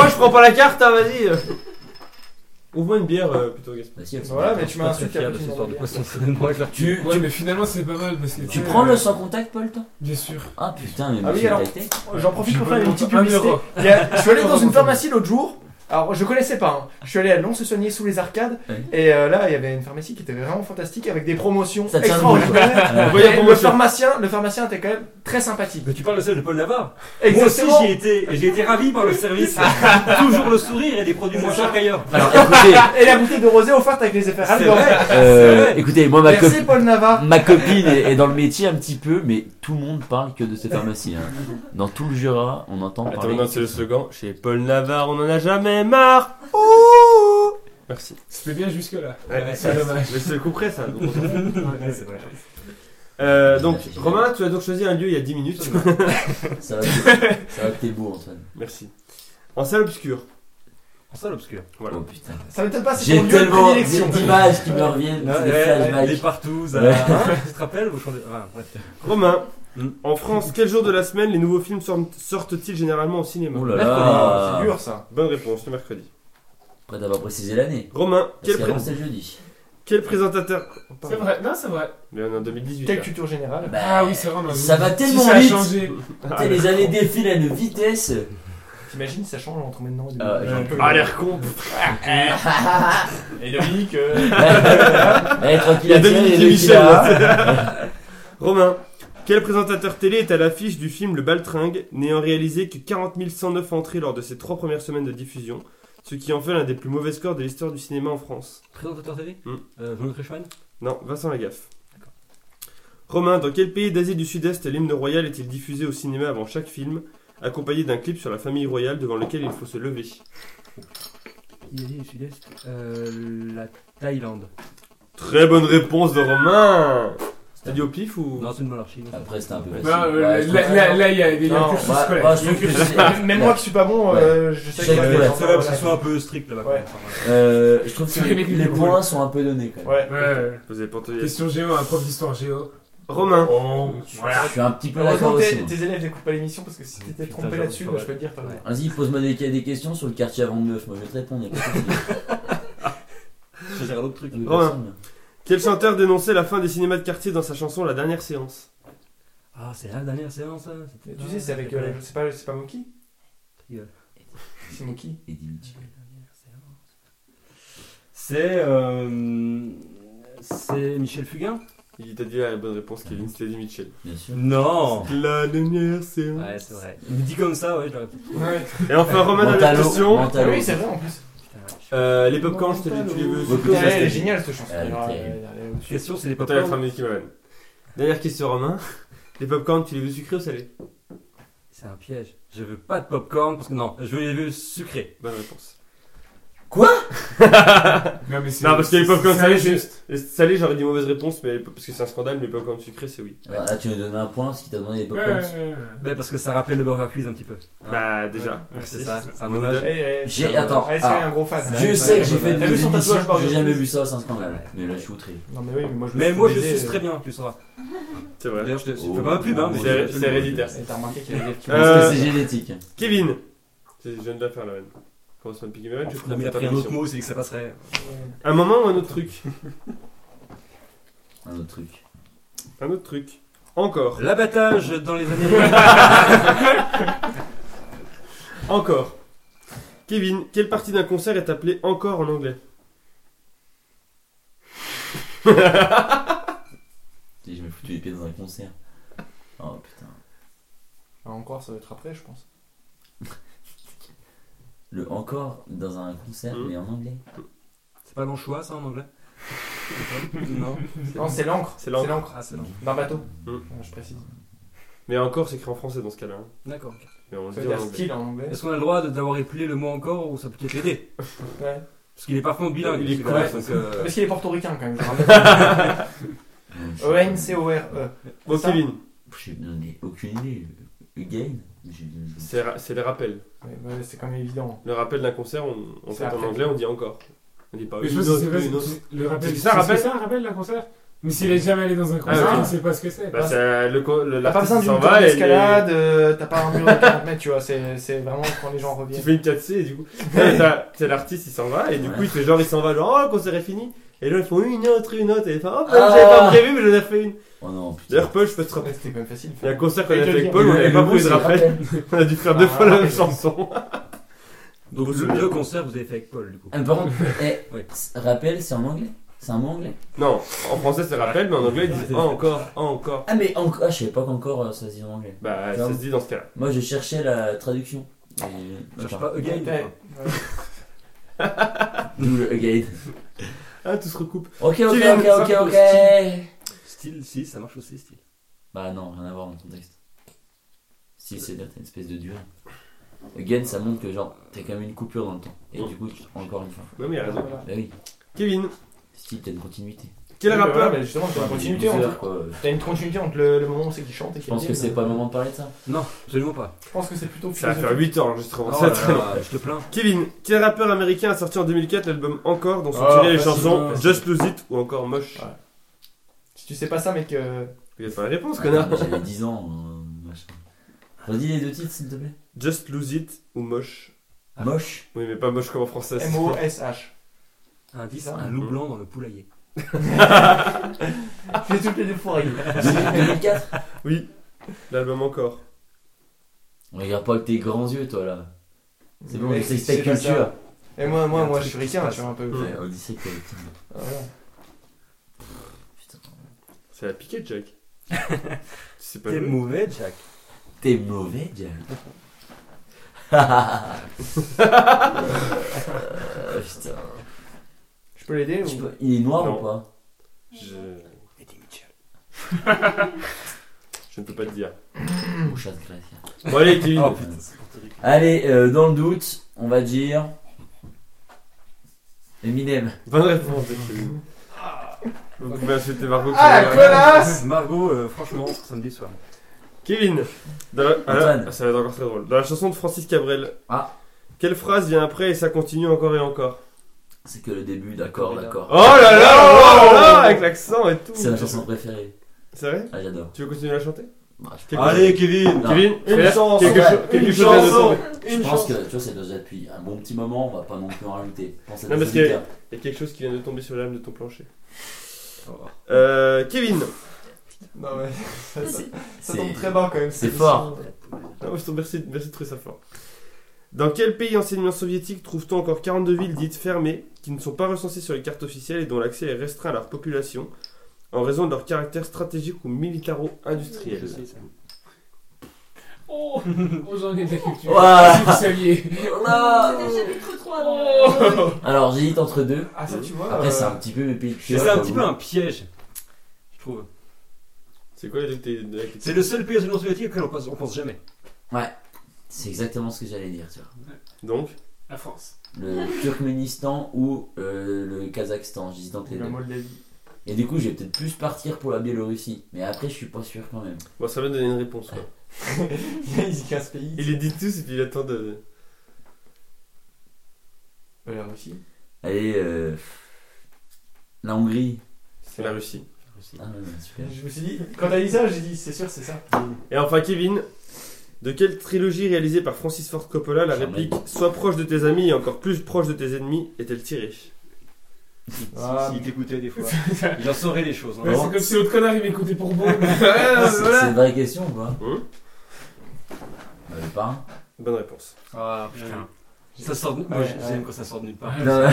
Speaker 2: 8,50, je prends pas la carte, hein, vas-y. Ouvre-moi une bière euh, plutôt, Gaspard.
Speaker 1: Bah si, elles sont
Speaker 5: Voilà,
Speaker 1: bien.
Speaker 5: mais tu
Speaker 4: Pas
Speaker 5: m'as
Speaker 4: très
Speaker 5: insulté
Speaker 4: fier de
Speaker 5: après. tu
Speaker 4: cette
Speaker 5: m'as
Speaker 4: histoire de
Speaker 5: envoyé.
Speaker 4: poisson. Moi, je la retue.
Speaker 1: Tu,
Speaker 3: Ouais, mais finalement, c'est pas mal parce que.
Speaker 1: tu
Speaker 3: sais,
Speaker 1: prends le
Speaker 3: euh,
Speaker 1: sans contact, Paul, toi
Speaker 3: Bien sûr.
Speaker 1: Ah putain, mais
Speaker 5: Ah oui,
Speaker 1: monsieur
Speaker 5: alors.
Speaker 1: Tactec.
Speaker 5: J'en profite pour
Speaker 3: Je
Speaker 5: faire une
Speaker 3: me
Speaker 5: petite
Speaker 3: montre un
Speaker 5: publicité.
Speaker 3: euro.
Speaker 5: Il y a- Je suis allé dans
Speaker 3: Comment
Speaker 5: une
Speaker 3: ça
Speaker 5: pharmacie l'autre jour. Alors, je connaissais pas. hein. Je suis allé à Lons se soigner sous les arcades.
Speaker 1: Ouais.
Speaker 5: Et euh, là, il y avait une pharmacie qui était vraiment fantastique avec des promotions
Speaker 1: Ça tient le bout, quoi.
Speaker 5: extraordinaires.
Speaker 1: Euh,
Speaker 2: Voyons
Speaker 5: Et le
Speaker 2: promotion.
Speaker 5: pharmacien, le pharmacien était quand même très sympathique.
Speaker 4: Mais tu parles de celle de Paul Navarre
Speaker 5: Exactement.
Speaker 4: Moi aussi j'y étais et j'ai été ravi par le service. Toujours le sourire et des produits moins chers qu'ailleurs.
Speaker 1: Alors écoutez,
Speaker 5: Et la bouteille de rosé offerte avec les effets
Speaker 4: C'est
Speaker 5: Algoret.
Speaker 1: euh,
Speaker 4: C'est vrai.
Speaker 1: écoutez, moi ma,
Speaker 5: Merci Paul
Speaker 1: co-
Speaker 5: Navarre.
Speaker 1: ma copine est, est dans le métier un petit peu, mais tout le monde parle que de ces pharmacies. hein. Dans tout le Jura, on entend
Speaker 2: Attends,
Speaker 1: parler.
Speaker 2: maintenant c'est le slogan. Chez Paul Navarre, on en a jamais marre. Ouh Merci.
Speaker 3: C'était bien jusque-là.
Speaker 2: Ouais,
Speaker 3: c'est dommage.
Speaker 2: Mais c'est le coup près, ça. donc on s'en fout.
Speaker 8: c'est vrai.
Speaker 2: Euh, donc, Romain, tu as donc choisi un lieu il y a 10 minutes.
Speaker 1: Ça va, que- ça va que t'es beau, Antoine.
Speaker 2: Merci. En salle obscure.
Speaker 4: En salle obscure.
Speaker 2: Voilà.
Speaker 1: Oh putain.
Speaker 5: Ça m'étonne pas si c'est mon
Speaker 1: J'ai
Speaker 5: lieu de
Speaker 1: tellement
Speaker 5: prédilection.
Speaker 1: d'images qui me reviennent, c'est des flashbacks.
Speaker 4: Les partout, ça.
Speaker 1: Ouais.
Speaker 4: Hein Tu te rappelles vous chantez- enfin, bref.
Speaker 2: Romain,
Speaker 1: Hmm.
Speaker 2: en France, quel jour de la semaine les nouveaux films sortent- sortent-ils généralement au cinéma
Speaker 1: Oh là
Speaker 5: Ah, C'est
Speaker 1: là
Speaker 5: dur ça.
Speaker 2: Bonne réponse, le mercredi.
Speaker 1: Après d'avoir précisé l'année.
Speaker 2: Romain,
Speaker 1: Parce
Speaker 2: quel, pré-
Speaker 1: qu'avant c'est le jeudi.
Speaker 2: quel présentateur. Oh, pardon.
Speaker 3: C'est vrai, non, c'est vrai.
Speaker 2: Mais on est en 2018.
Speaker 5: Quelle
Speaker 2: là.
Speaker 5: culture générale
Speaker 1: Bah,
Speaker 3: ah oui, c'est vrai. on a-
Speaker 1: Ça va
Speaker 3: Si
Speaker 1: tellement
Speaker 3: ça a
Speaker 1: vite. Bah,
Speaker 3: changé.
Speaker 1: Putain,
Speaker 5: ah,
Speaker 1: les années défilent à une vitesse.
Speaker 5: T'imagines si ça change entre maintenant et Euh,
Speaker 1: Ah, j'en peux.
Speaker 2: Ah, l'air con.
Speaker 5: Et Dominique, euh,
Speaker 1: Eh,
Speaker 2: Il y
Speaker 1: tranquille,
Speaker 2: a
Speaker 1: Axel,
Speaker 2: Dominique
Speaker 1: les
Speaker 2: et
Speaker 1: deux qui
Speaker 2: Michel,
Speaker 1: là.
Speaker 2: Romain, quel présentateur télé est à l'affiche du film Le Baltringue, n'ayant réalisé que 40 109 entrées lors de ses trois premières semaines de diffusion, ce qui en fait l'un des plus mauvais scores de l'histoire du cinéma en France
Speaker 4: Présentateur télé
Speaker 2: Hmm.
Speaker 4: Euh, Jean-Luc Reichmann
Speaker 2: Non, Vincent Lagaffe. Romain, dans quel pays d'Asie du Sud-Est l'hymne royal est-il diffusé au cinéma avant chaque film, accompagné d'un clip sur la famille royale devant lequel il faut se lever
Speaker 4: Il est du sud-est. Euh, la Thaïlande.
Speaker 2: Très bonne réponse de Romain T'as dit au pif ou
Speaker 4: Non, c'est une monarchie. non.
Speaker 1: Après, c'était un peu facile.
Speaker 3: Non, euh,
Speaker 1: Bah, je trouve-
Speaker 3: là, là- là, il y a il y a
Speaker 5: Non,
Speaker 3: un cursus
Speaker 1: bah,
Speaker 3: scolaire.
Speaker 1: bah, je trouve que c'est-
Speaker 5: Même moi qui suis pas bon, euh, je sais
Speaker 1: Chef
Speaker 5: que-
Speaker 1: de la
Speaker 5: Ouais,
Speaker 4: Ça va, parce que
Speaker 5: ouais.
Speaker 4: ce soit un peu strict là-bas.
Speaker 5: Ouais.
Speaker 4: Enfin, voilà.
Speaker 1: Euh, je trouve que
Speaker 3: Les
Speaker 1: les,
Speaker 3: mecs, ils les
Speaker 1: points sont un peu donnés quand même.
Speaker 5: Ouais.
Speaker 3: Ouais, euh, ouais.
Speaker 2: Vous avez pas entendu
Speaker 3: Question géo, un prof d'histoire géo.
Speaker 2: Romain,
Speaker 4: Oh.
Speaker 1: Je suis un petit peu
Speaker 5: Heureusement
Speaker 1: d'accord
Speaker 5: que
Speaker 1: aussi.
Speaker 5: tes,
Speaker 1: moi.
Speaker 5: tes élèves n'écoutent pas l'émission parce que si t'étais
Speaker 4: Putain,
Speaker 5: trompé
Speaker 4: j'avoue,
Speaker 5: là-dessus,
Speaker 4: c'est
Speaker 5: bah,
Speaker 4: vrai.
Speaker 5: je peux te dire. t'as raison.
Speaker 1: Vas-y, pose-moi des, des questions sur le quartier avant 9. Moi, je vais te répondre. y a pas de souci.
Speaker 4: Je vais dire un autre truc.
Speaker 1: Euh,
Speaker 2: Romain.
Speaker 1: personne.
Speaker 2: quel chanteur dénonçait la fin des cinémas de quartier dans sa chanson La dernière séance
Speaker 4: Ah, c'est la dernière séance, hein, ça.
Speaker 5: Mais Tu sais, c'est avec. euh, je sais pas, c'est pas Moki
Speaker 4: Rigole.
Speaker 5: C'est Moki.
Speaker 1: Et Dimitri.
Speaker 4: C'est. euh, C'est Michel Fugain
Speaker 2: Il t'a dit la bonne réponse, Kevin, c'était dit Mitchell.
Speaker 1: Bien sûr.
Speaker 4: Non
Speaker 2: La dernière séance
Speaker 4: Oh. Ouais, c'est vrai. Il me dit comme ça, ouais, je l'aurais
Speaker 5: Ouais.
Speaker 2: Et enfin, Romain, dernière
Speaker 1: Mentalo.
Speaker 2: question.
Speaker 5: Ah
Speaker 1: Mentalo.
Speaker 5: oui, c'est vrai en plus.
Speaker 4: Putain, je-
Speaker 2: Euh, les popcorns, je te dis, tu les veux
Speaker 1: Vous
Speaker 2: sucrés ou
Speaker 1: pouvez ça,
Speaker 5: Elle elle
Speaker 1: c'était-
Speaker 5: est
Speaker 2: salés
Speaker 5: géniale cette chanson.
Speaker 1: Elle est
Speaker 5: Alors,
Speaker 1: terrible.
Speaker 5: elle- elle est au-dessus.
Speaker 4: Question, c'est les
Speaker 2: Attends, il y a
Speaker 4: popcorn.
Speaker 2: Franck qui va même. Dernière question, Romain. Les popcorns, tu les veux sucrés ou salés
Speaker 4: C'est un piège. Je veux pas de popcorn parce que non, je veux les veux sucrés.
Speaker 2: Bonne réponse.
Speaker 3: Non, mais c'est.
Speaker 2: Non, parce qu'il y a les popcorns
Speaker 3: c'est
Speaker 2: salés,
Speaker 3: injuste.
Speaker 2: juste. Les salés, j'aurais dit mauvaise réponse, mais parce que c'est un scandale, mais les popcorns sucrés, c'est oui.
Speaker 1: Alors là, tu me donnes un point parce qu'il t'a demandé des
Speaker 3: Ouais,
Speaker 1: popcorns.
Speaker 3: ouais, ouais.
Speaker 4: Ben, parce que ça rappelle le Burger Quiz un petit peu.
Speaker 2: Bah, déjà.
Speaker 3: Ouais,
Speaker 4: C'est ça, c'est un
Speaker 5: Elle-
Speaker 4: hommage.
Speaker 5: elle- elle-
Speaker 1: J'ai-
Speaker 5: elle-
Speaker 1: attends,
Speaker 5: Elle c'est
Speaker 1: ah.
Speaker 5: un gros fan.
Speaker 1: Je sais que j'ai fait
Speaker 5: T'as vu
Speaker 1: des émissions,
Speaker 5: son tatouage par
Speaker 1: j'ai jamais
Speaker 5: exemple
Speaker 1: vu ça, c'est un scandale. Mais là, je suis outré.
Speaker 5: Non mais oui, mais moi je.
Speaker 4: Mais moi je
Speaker 5: suis
Speaker 4: suis très bien, tu sauras.
Speaker 2: C'est vrai.
Speaker 4: D'ailleurs, je te je
Speaker 1: Oh.
Speaker 4: fais pas ma pub, hein, mais
Speaker 2: C'est c'est héréditaire.
Speaker 5: euh, Et t'as remarqué qu'il y a des élèves qui.
Speaker 1: Parce
Speaker 2: Euh,
Speaker 1: que c'est génétique.
Speaker 2: Kevin Je viens de la faire, la vanne. Commence par me piquer ma vanne, je
Speaker 4: Non,
Speaker 2: prends
Speaker 4: mais il a
Speaker 2: ta
Speaker 4: pris un autre
Speaker 2: permission.
Speaker 4: mot, c'est que ça passerait.
Speaker 5: euh,
Speaker 2: Un moment ou un autre truc
Speaker 1: Un autre truc.
Speaker 2: Un autre truc. Encore.
Speaker 4: L'abattage dans les années.
Speaker 2: Encore. Kevin, quelle partie d'un concert est appelée encore en anglais
Speaker 1: Tu sais, Je m'ai foutu les pieds dans un concert. Oh putain.
Speaker 5: Encore, ça va être après, je pense.
Speaker 1: Le encore dans un concert,
Speaker 2: Mm.
Speaker 1: mais en anglais.
Speaker 4: C'est pas l'anchois ça en anglais Non.
Speaker 5: Non, c'est l'encre.
Speaker 2: C'est l'encre.
Speaker 4: Ah, c'est l'anchois.
Speaker 5: D'un bateau.
Speaker 2: Hmm.
Speaker 5: Ah, Je précise.
Speaker 2: Mais encore, c'est écrit en français dans ce cas-là. hein.
Speaker 4: D'accord.
Speaker 2: Mais on
Speaker 5: Ça
Speaker 2: se
Speaker 5: veut
Speaker 2: dit en
Speaker 5: dire
Speaker 2: anglais.
Speaker 5: skill en anglais.
Speaker 4: Est-ce qu'on a le droit de- d'avoir éplé le mot encore ou ça peut être aider
Speaker 5: Ouais.
Speaker 4: Parce qu'il est parfaitement bilingue.
Speaker 2: Il est
Speaker 4: celui-là,
Speaker 2: correct,
Speaker 4: donc,
Speaker 2: c'est-
Speaker 4: euh,
Speaker 5: Parce qu'il est portoricain quand même, je rappelle. Euh,
Speaker 1: Euh,
Speaker 5: O-N-C-O-R-E.
Speaker 2: Bon,
Speaker 5: ça
Speaker 2: Kevin,
Speaker 1: Je sais- j'en ai aucune idée. euh, Again J'ai- je- je-
Speaker 2: c'est ra- c'est les rappels.
Speaker 5: Ouais, ouais, c'est quand même évident.
Speaker 2: Le rappel d'un concert, on, on
Speaker 5: C'est
Speaker 2: fait en
Speaker 5: après.
Speaker 2: anglais, on dit encore. On dit pas
Speaker 3: Mais
Speaker 2: une
Speaker 3: je pense que
Speaker 2: autre,
Speaker 3: c'est
Speaker 2: une autre.
Speaker 3: pas- le rappel.
Speaker 2: C'est ça, rappel Ah,
Speaker 3: c'est ça, rappel, la concert Mais s'il est jamais allé dans un concert,
Speaker 2: ouais.
Speaker 3: on sait pas ce que c'est.
Speaker 2: Bah, ça, le, co- le-
Speaker 5: T'as pas
Speaker 2: l'artiste
Speaker 5: besoin d'une
Speaker 2: s'en
Speaker 5: tour
Speaker 2: va et les-
Speaker 5: d'escalade, euh, t'as pas un mur de 40 mètres, tu vois, c'est c'est vraiment quand les gens
Speaker 2: Tu
Speaker 5: reviennent.
Speaker 2: fais une 4C et du coup, Ouais, t'as t'as l'artiste, il s'en va et du coup, il fait genre, il s'en va, genre, oh, le concert est fini. Et là, ils font une autre, une autre. Et ils font, oh,
Speaker 1: Ah.
Speaker 2: j'avais pas prévu, mais j'en ai fait une.
Speaker 1: Oh non, putain.
Speaker 2: D'ailleurs, Paul, je peux te rappeler.
Speaker 5: Ouais, C'était quand même facile.
Speaker 2: Il y a un concert qu'on
Speaker 5: Et
Speaker 2: a fait
Speaker 5: je
Speaker 2: avec
Speaker 5: dis-
Speaker 2: Paul,
Speaker 1: et
Speaker 2: on
Speaker 1: le-
Speaker 2: n'avait
Speaker 1: le
Speaker 2: pas
Speaker 1: bout,
Speaker 2: pris de
Speaker 1: c'est
Speaker 2: rappel. On a dû faire deux
Speaker 5: Ah,
Speaker 2: fois la même
Speaker 5: ouais.
Speaker 2: chanson.
Speaker 6: Donc le, le concert, vous avez fait avec Paul, du coup.
Speaker 1: Ah, par contre, eh,
Speaker 6: Ouais.
Speaker 1: s- rappel, c'est en anglais C'est un mot anglais
Speaker 2: Non, en français, c'est rappel, mais en anglais, ils disent, ah, encore, ah, encore.
Speaker 1: Ah, mais encore, ah, je savais pas qu'encore euh, ça se dit en anglais.
Speaker 2: Bah, ça se dit dans ce cas-là.
Speaker 1: Moi, je cherchais la traduction. mais-
Speaker 6: Je sais pas, Again ou
Speaker 5: Ouais.
Speaker 6: pas
Speaker 1: D'où le again.
Speaker 2: Ah, tout se recoupe.
Speaker 1: Ok, ok,
Speaker 2: Kevin,
Speaker 1: ok,
Speaker 2: ça
Speaker 1: ok,
Speaker 2: me
Speaker 1: ok.
Speaker 6: Style, si, ça marche aussi, style.
Speaker 1: Bah non, rien à voir dans le contexte. Si, c'est dire, t'as une espèce de duel. Again, ça montre que genre, t'as quand même une coupure dans le temps.
Speaker 2: Mm.
Speaker 1: Et du coup, tu- encore une fois.
Speaker 2: Non, mais il
Speaker 5: Ah,
Speaker 2: a raison.
Speaker 1: Bah oui,
Speaker 2: Kevin,
Speaker 1: style, t'as une continuité.
Speaker 2: quel
Speaker 5: Ouais,
Speaker 2: rappeur
Speaker 5: ouais, bah Justement, t'as une continuité
Speaker 1: Bizarre,
Speaker 5: entre-
Speaker 1: quoi.
Speaker 5: t'as une continuité entre le le moment où c'est qu'il chante et
Speaker 1: Je
Speaker 5: qu'il
Speaker 1: pense que
Speaker 5: dit,
Speaker 1: c'est
Speaker 5: mais-
Speaker 1: pas le moment de parler de ça.
Speaker 6: Non, absolument pas.
Speaker 5: Je pense que c'est plutôt
Speaker 2: Ça va faire
Speaker 5: philosophique.
Speaker 2: 8 heures enregistrement.
Speaker 6: Oh
Speaker 2: ça,
Speaker 6: là
Speaker 2: très long.
Speaker 6: là, je te plains.
Speaker 2: Kevin, quel rappeur américain a sorti en 2004 l'album Encore dont sont
Speaker 5: Ah,
Speaker 2: tirées les
Speaker 5: facile,
Speaker 2: chansons
Speaker 5: facile.
Speaker 2: Just Lose It ou encore Moche
Speaker 5: Ah. Si tu sais pas ça, mec, euh,
Speaker 2: Il a pas la réponse, connard.
Speaker 1: Ah, J'avais 10 ans, euh, machin. Redis les deux titres, s'il te plaît.
Speaker 2: Just Lose It ou Moche
Speaker 4: Ah.
Speaker 1: Moche.
Speaker 2: Oui, mais pas Moche comme en français. c'est-
Speaker 5: M-O-S-H.
Speaker 6: Un 10,
Speaker 5: Ça.
Speaker 6: un loup blanc dans le poulailler.
Speaker 5: Fais toutes les défoirées.
Speaker 1: 2004
Speaker 2: Oui, l'album Encore.
Speaker 1: Regarde pas avec tes grands yeux, toi, là. C'est bon, on
Speaker 5: Mec,
Speaker 1: dissecte
Speaker 5: c'est
Speaker 1: ta
Speaker 5: pas ça.
Speaker 1: culture.
Speaker 5: Et moi,
Speaker 6: Il y
Speaker 5: moi,
Speaker 6: a un
Speaker 5: moi, je
Speaker 6: truc qui
Speaker 5: suis
Speaker 6: se
Speaker 5: ricain,
Speaker 6: passe.
Speaker 5: tu vois, un peu.
Speaker 2: Mm.
Speaker 1: Ouais, on dissecte ta culture.
Speaker 5: Ah, voilà.
Speaker 1: Putain.
Speaker 2: C'est la piquette, Jack. tu sais pas
Speaker 6: T'es
Speaker 2: jouer.
Speaker 6: mauvais, Jack.
Speaker 1: T'es mauvais, Jack. Euh, putain.
Speaker 5: Je peux l'aider
Speaker 1: Tu
Speaker 5: ou...
Speaker 1: peux- Il est noir
Speaker 2: Non.
Speaker 1: ou pas
Speaker 2: Je...
Speaker 6: Eddie Mitchell.
Speaker 2: je ne peux pas te dire.
Speaker 1: Ou chat de Crétien
Speaker 2: Bon, allez, Kevin.
Speaker 6: Oh putain, c'est pour te dire.
Speaker 1: Allez, euh, dans le doute, on va dire. Eminem.
Speaker 2: Bonne réponse, de Kevin. Vous pouvez insulter Margot.
Speaker 5: Ah,
Speaker 2: comme-
Speaker 5: connasse
Speaker 6: Margot, euh, franchement, samedi soir.
Speaker 2: Kevin Dans la- ah, là,
Speaker 1: Antoine.
Speaker 2: ah, Ça va être encore très drôle. Dans la chanson de Francis Cabrel.
Speaker 1: Ah.
Speaker 2: Quelle phrase vient après et ça continue encore et encore
Speaker 1: C'est que le début, d'accord, d'accord.
Speaker 2: Oh là là, oh là là, Avec l'accent et tout
Speaker 1: C'est ma chanson préférée.
Speaker 2: C'est vrai
Speaker 1: Ah, j'adore.
Speaker 2: Tu veux continuer à la chanter
Speaker 1: Bah, je-
Speaker 2: Quelque
Speaker 6: Allez, Kevin
Speaker 1: Non,
Speaker 2: Kevin,
Speaker 4: Une
Speaker 2: fais-la.
Speaker 4: chance,
Speaker 2: quelque
Speaker 1: ouais,
Speaker 2: chose, quelque
Speaker 4: une
Speaker 2: chose vient de
Speaker 4: chanson.
Speaker 2: tomber.
Speaker 1: Je
Speaker 4: Une
Speaker 1: pense
Speaker 4: chance.
Speaker 1: que tu vois, c'est déjà depuis un bon petit moment, on va pas non plus en rajouter. Pense à
Speaker 2: Non,
Speaker 1: tes
Speaker 2: parce que-
Speaker 1: auditeurs.
Speaker 2: Il y a quelque chose qui vient de tomber sur l'âme de ton plancher.
Speaker 6: Oh.
Speaker 2: Euh, Kevin,
Speaker 5: Non, mais Bah ça, ça- ça
Speaker 1: C'est-
Speaker 5: tombe très bas quand même.
Speaker 1: c'est
Speaker 5: cette
Speaker 1: fort.
Speaker 5: question.
Speaker 2: Ah, ouais, je te remercie- merci de trouver ça fort. Dans quel pays ancien Union soviétique trouve-t-on encore 42 villes dites fermées qui ne sont pas recensées sur les cartes officielles et dont l'accès est restreint à leur population en raison de leur caractère stratégique ou militaro-industriel
Speaker 6: Je sais, ça.
Speaker 3: Oh, aux gens de la culture.
Speaker 1: Ouah.
Speaker 3: Si vous saviez.
Speaker 1: Alors, j'hésite entre deux.
Speaker 5: Ah, ça, tu vois.
Speaker 1: Après,
Speaker 5: euh,
Speaker 1: c'est un petit peu mes pays de
Speaker 6: Mais
Speaker 1: cœur,
Speaker 6: C'est un
Speaker 1: quoi,
Speaker 6: petit
Speaker 1: vous.
Speaker 6: peu un piège, je trouve.
Speaker 2: C'est quoi les les- les-
Speaker 6: C'est le seul pays de l'Union soviétique auquel on pense, on pense jamais.
Speaker 1: C'est exactement ce que j'allais dire, tu vois.
Speaker 2: Donc,
Speaker 3: La France.
Speaker 1: Le Turkménistan ou euh, le Kazakhstan, j'hésite entre les
Speaker 5: La
Speaker 1: deux.
Speaker 5: Moldavie.
Speaker 1: Et du coup, je vais peut-être plus partir pour la Biélorussie. Mais après, je suis pas sûr quand même.
Speaker 2: bon, ça va donner une réponse. quoi.
Speaker 5: Il y a 15 pays.
Speaker 2: Il les dit tous et puis il attend de.
Speaker 5: Euh, La Russie.
Speaker 1: Allez, euh, la Hongrie.
Speaker 2: C'est la Russie.
Speaker 1: Ah, ouais, super.
Speaker 5: Je me suis dit, quand t'as dit ça, j'ai dit, c'est sûr, c'est ça.
Speaker 2: Et enfin, Kevin, de quelle trilogie réalisée par Francis Ford Coppola la
Speaker 1: J'en ai.
Speaker 2: réplique Sois proche de tes amis et encore plus proche de tes ennemis est-elle tirée
Speaker 5: Ah,
Speaker 6: S'il t'écoutait des fois, il en saurait des choses.
Speaker 3: Ouais,
Speaker 6: hein.
Speaker 3: c'est comme si l'autre connard il m'écoutait pour bon.
Speaker 1: C'est
Speaker 3: Ah,
Speaker 1: c'est
Speaker 3: voilà.
Speaker 1: une vraie question ou pas
Speaker 2: Hum
Speaker 1: Bah, le parrain.
Speaker 2: Bonne réponse.
Speaker 5: Ah,
Speaker 6: Putain. Ça sort de... Moi,
Speaker 5: Ouais,
Speaker 6: j'aime
Speaker 5: ouais.
Speaker 6: quand ça sort de nulle
Speaker 3: Ah,
Speaker 6: part.
Speaker 1: Non, ouais.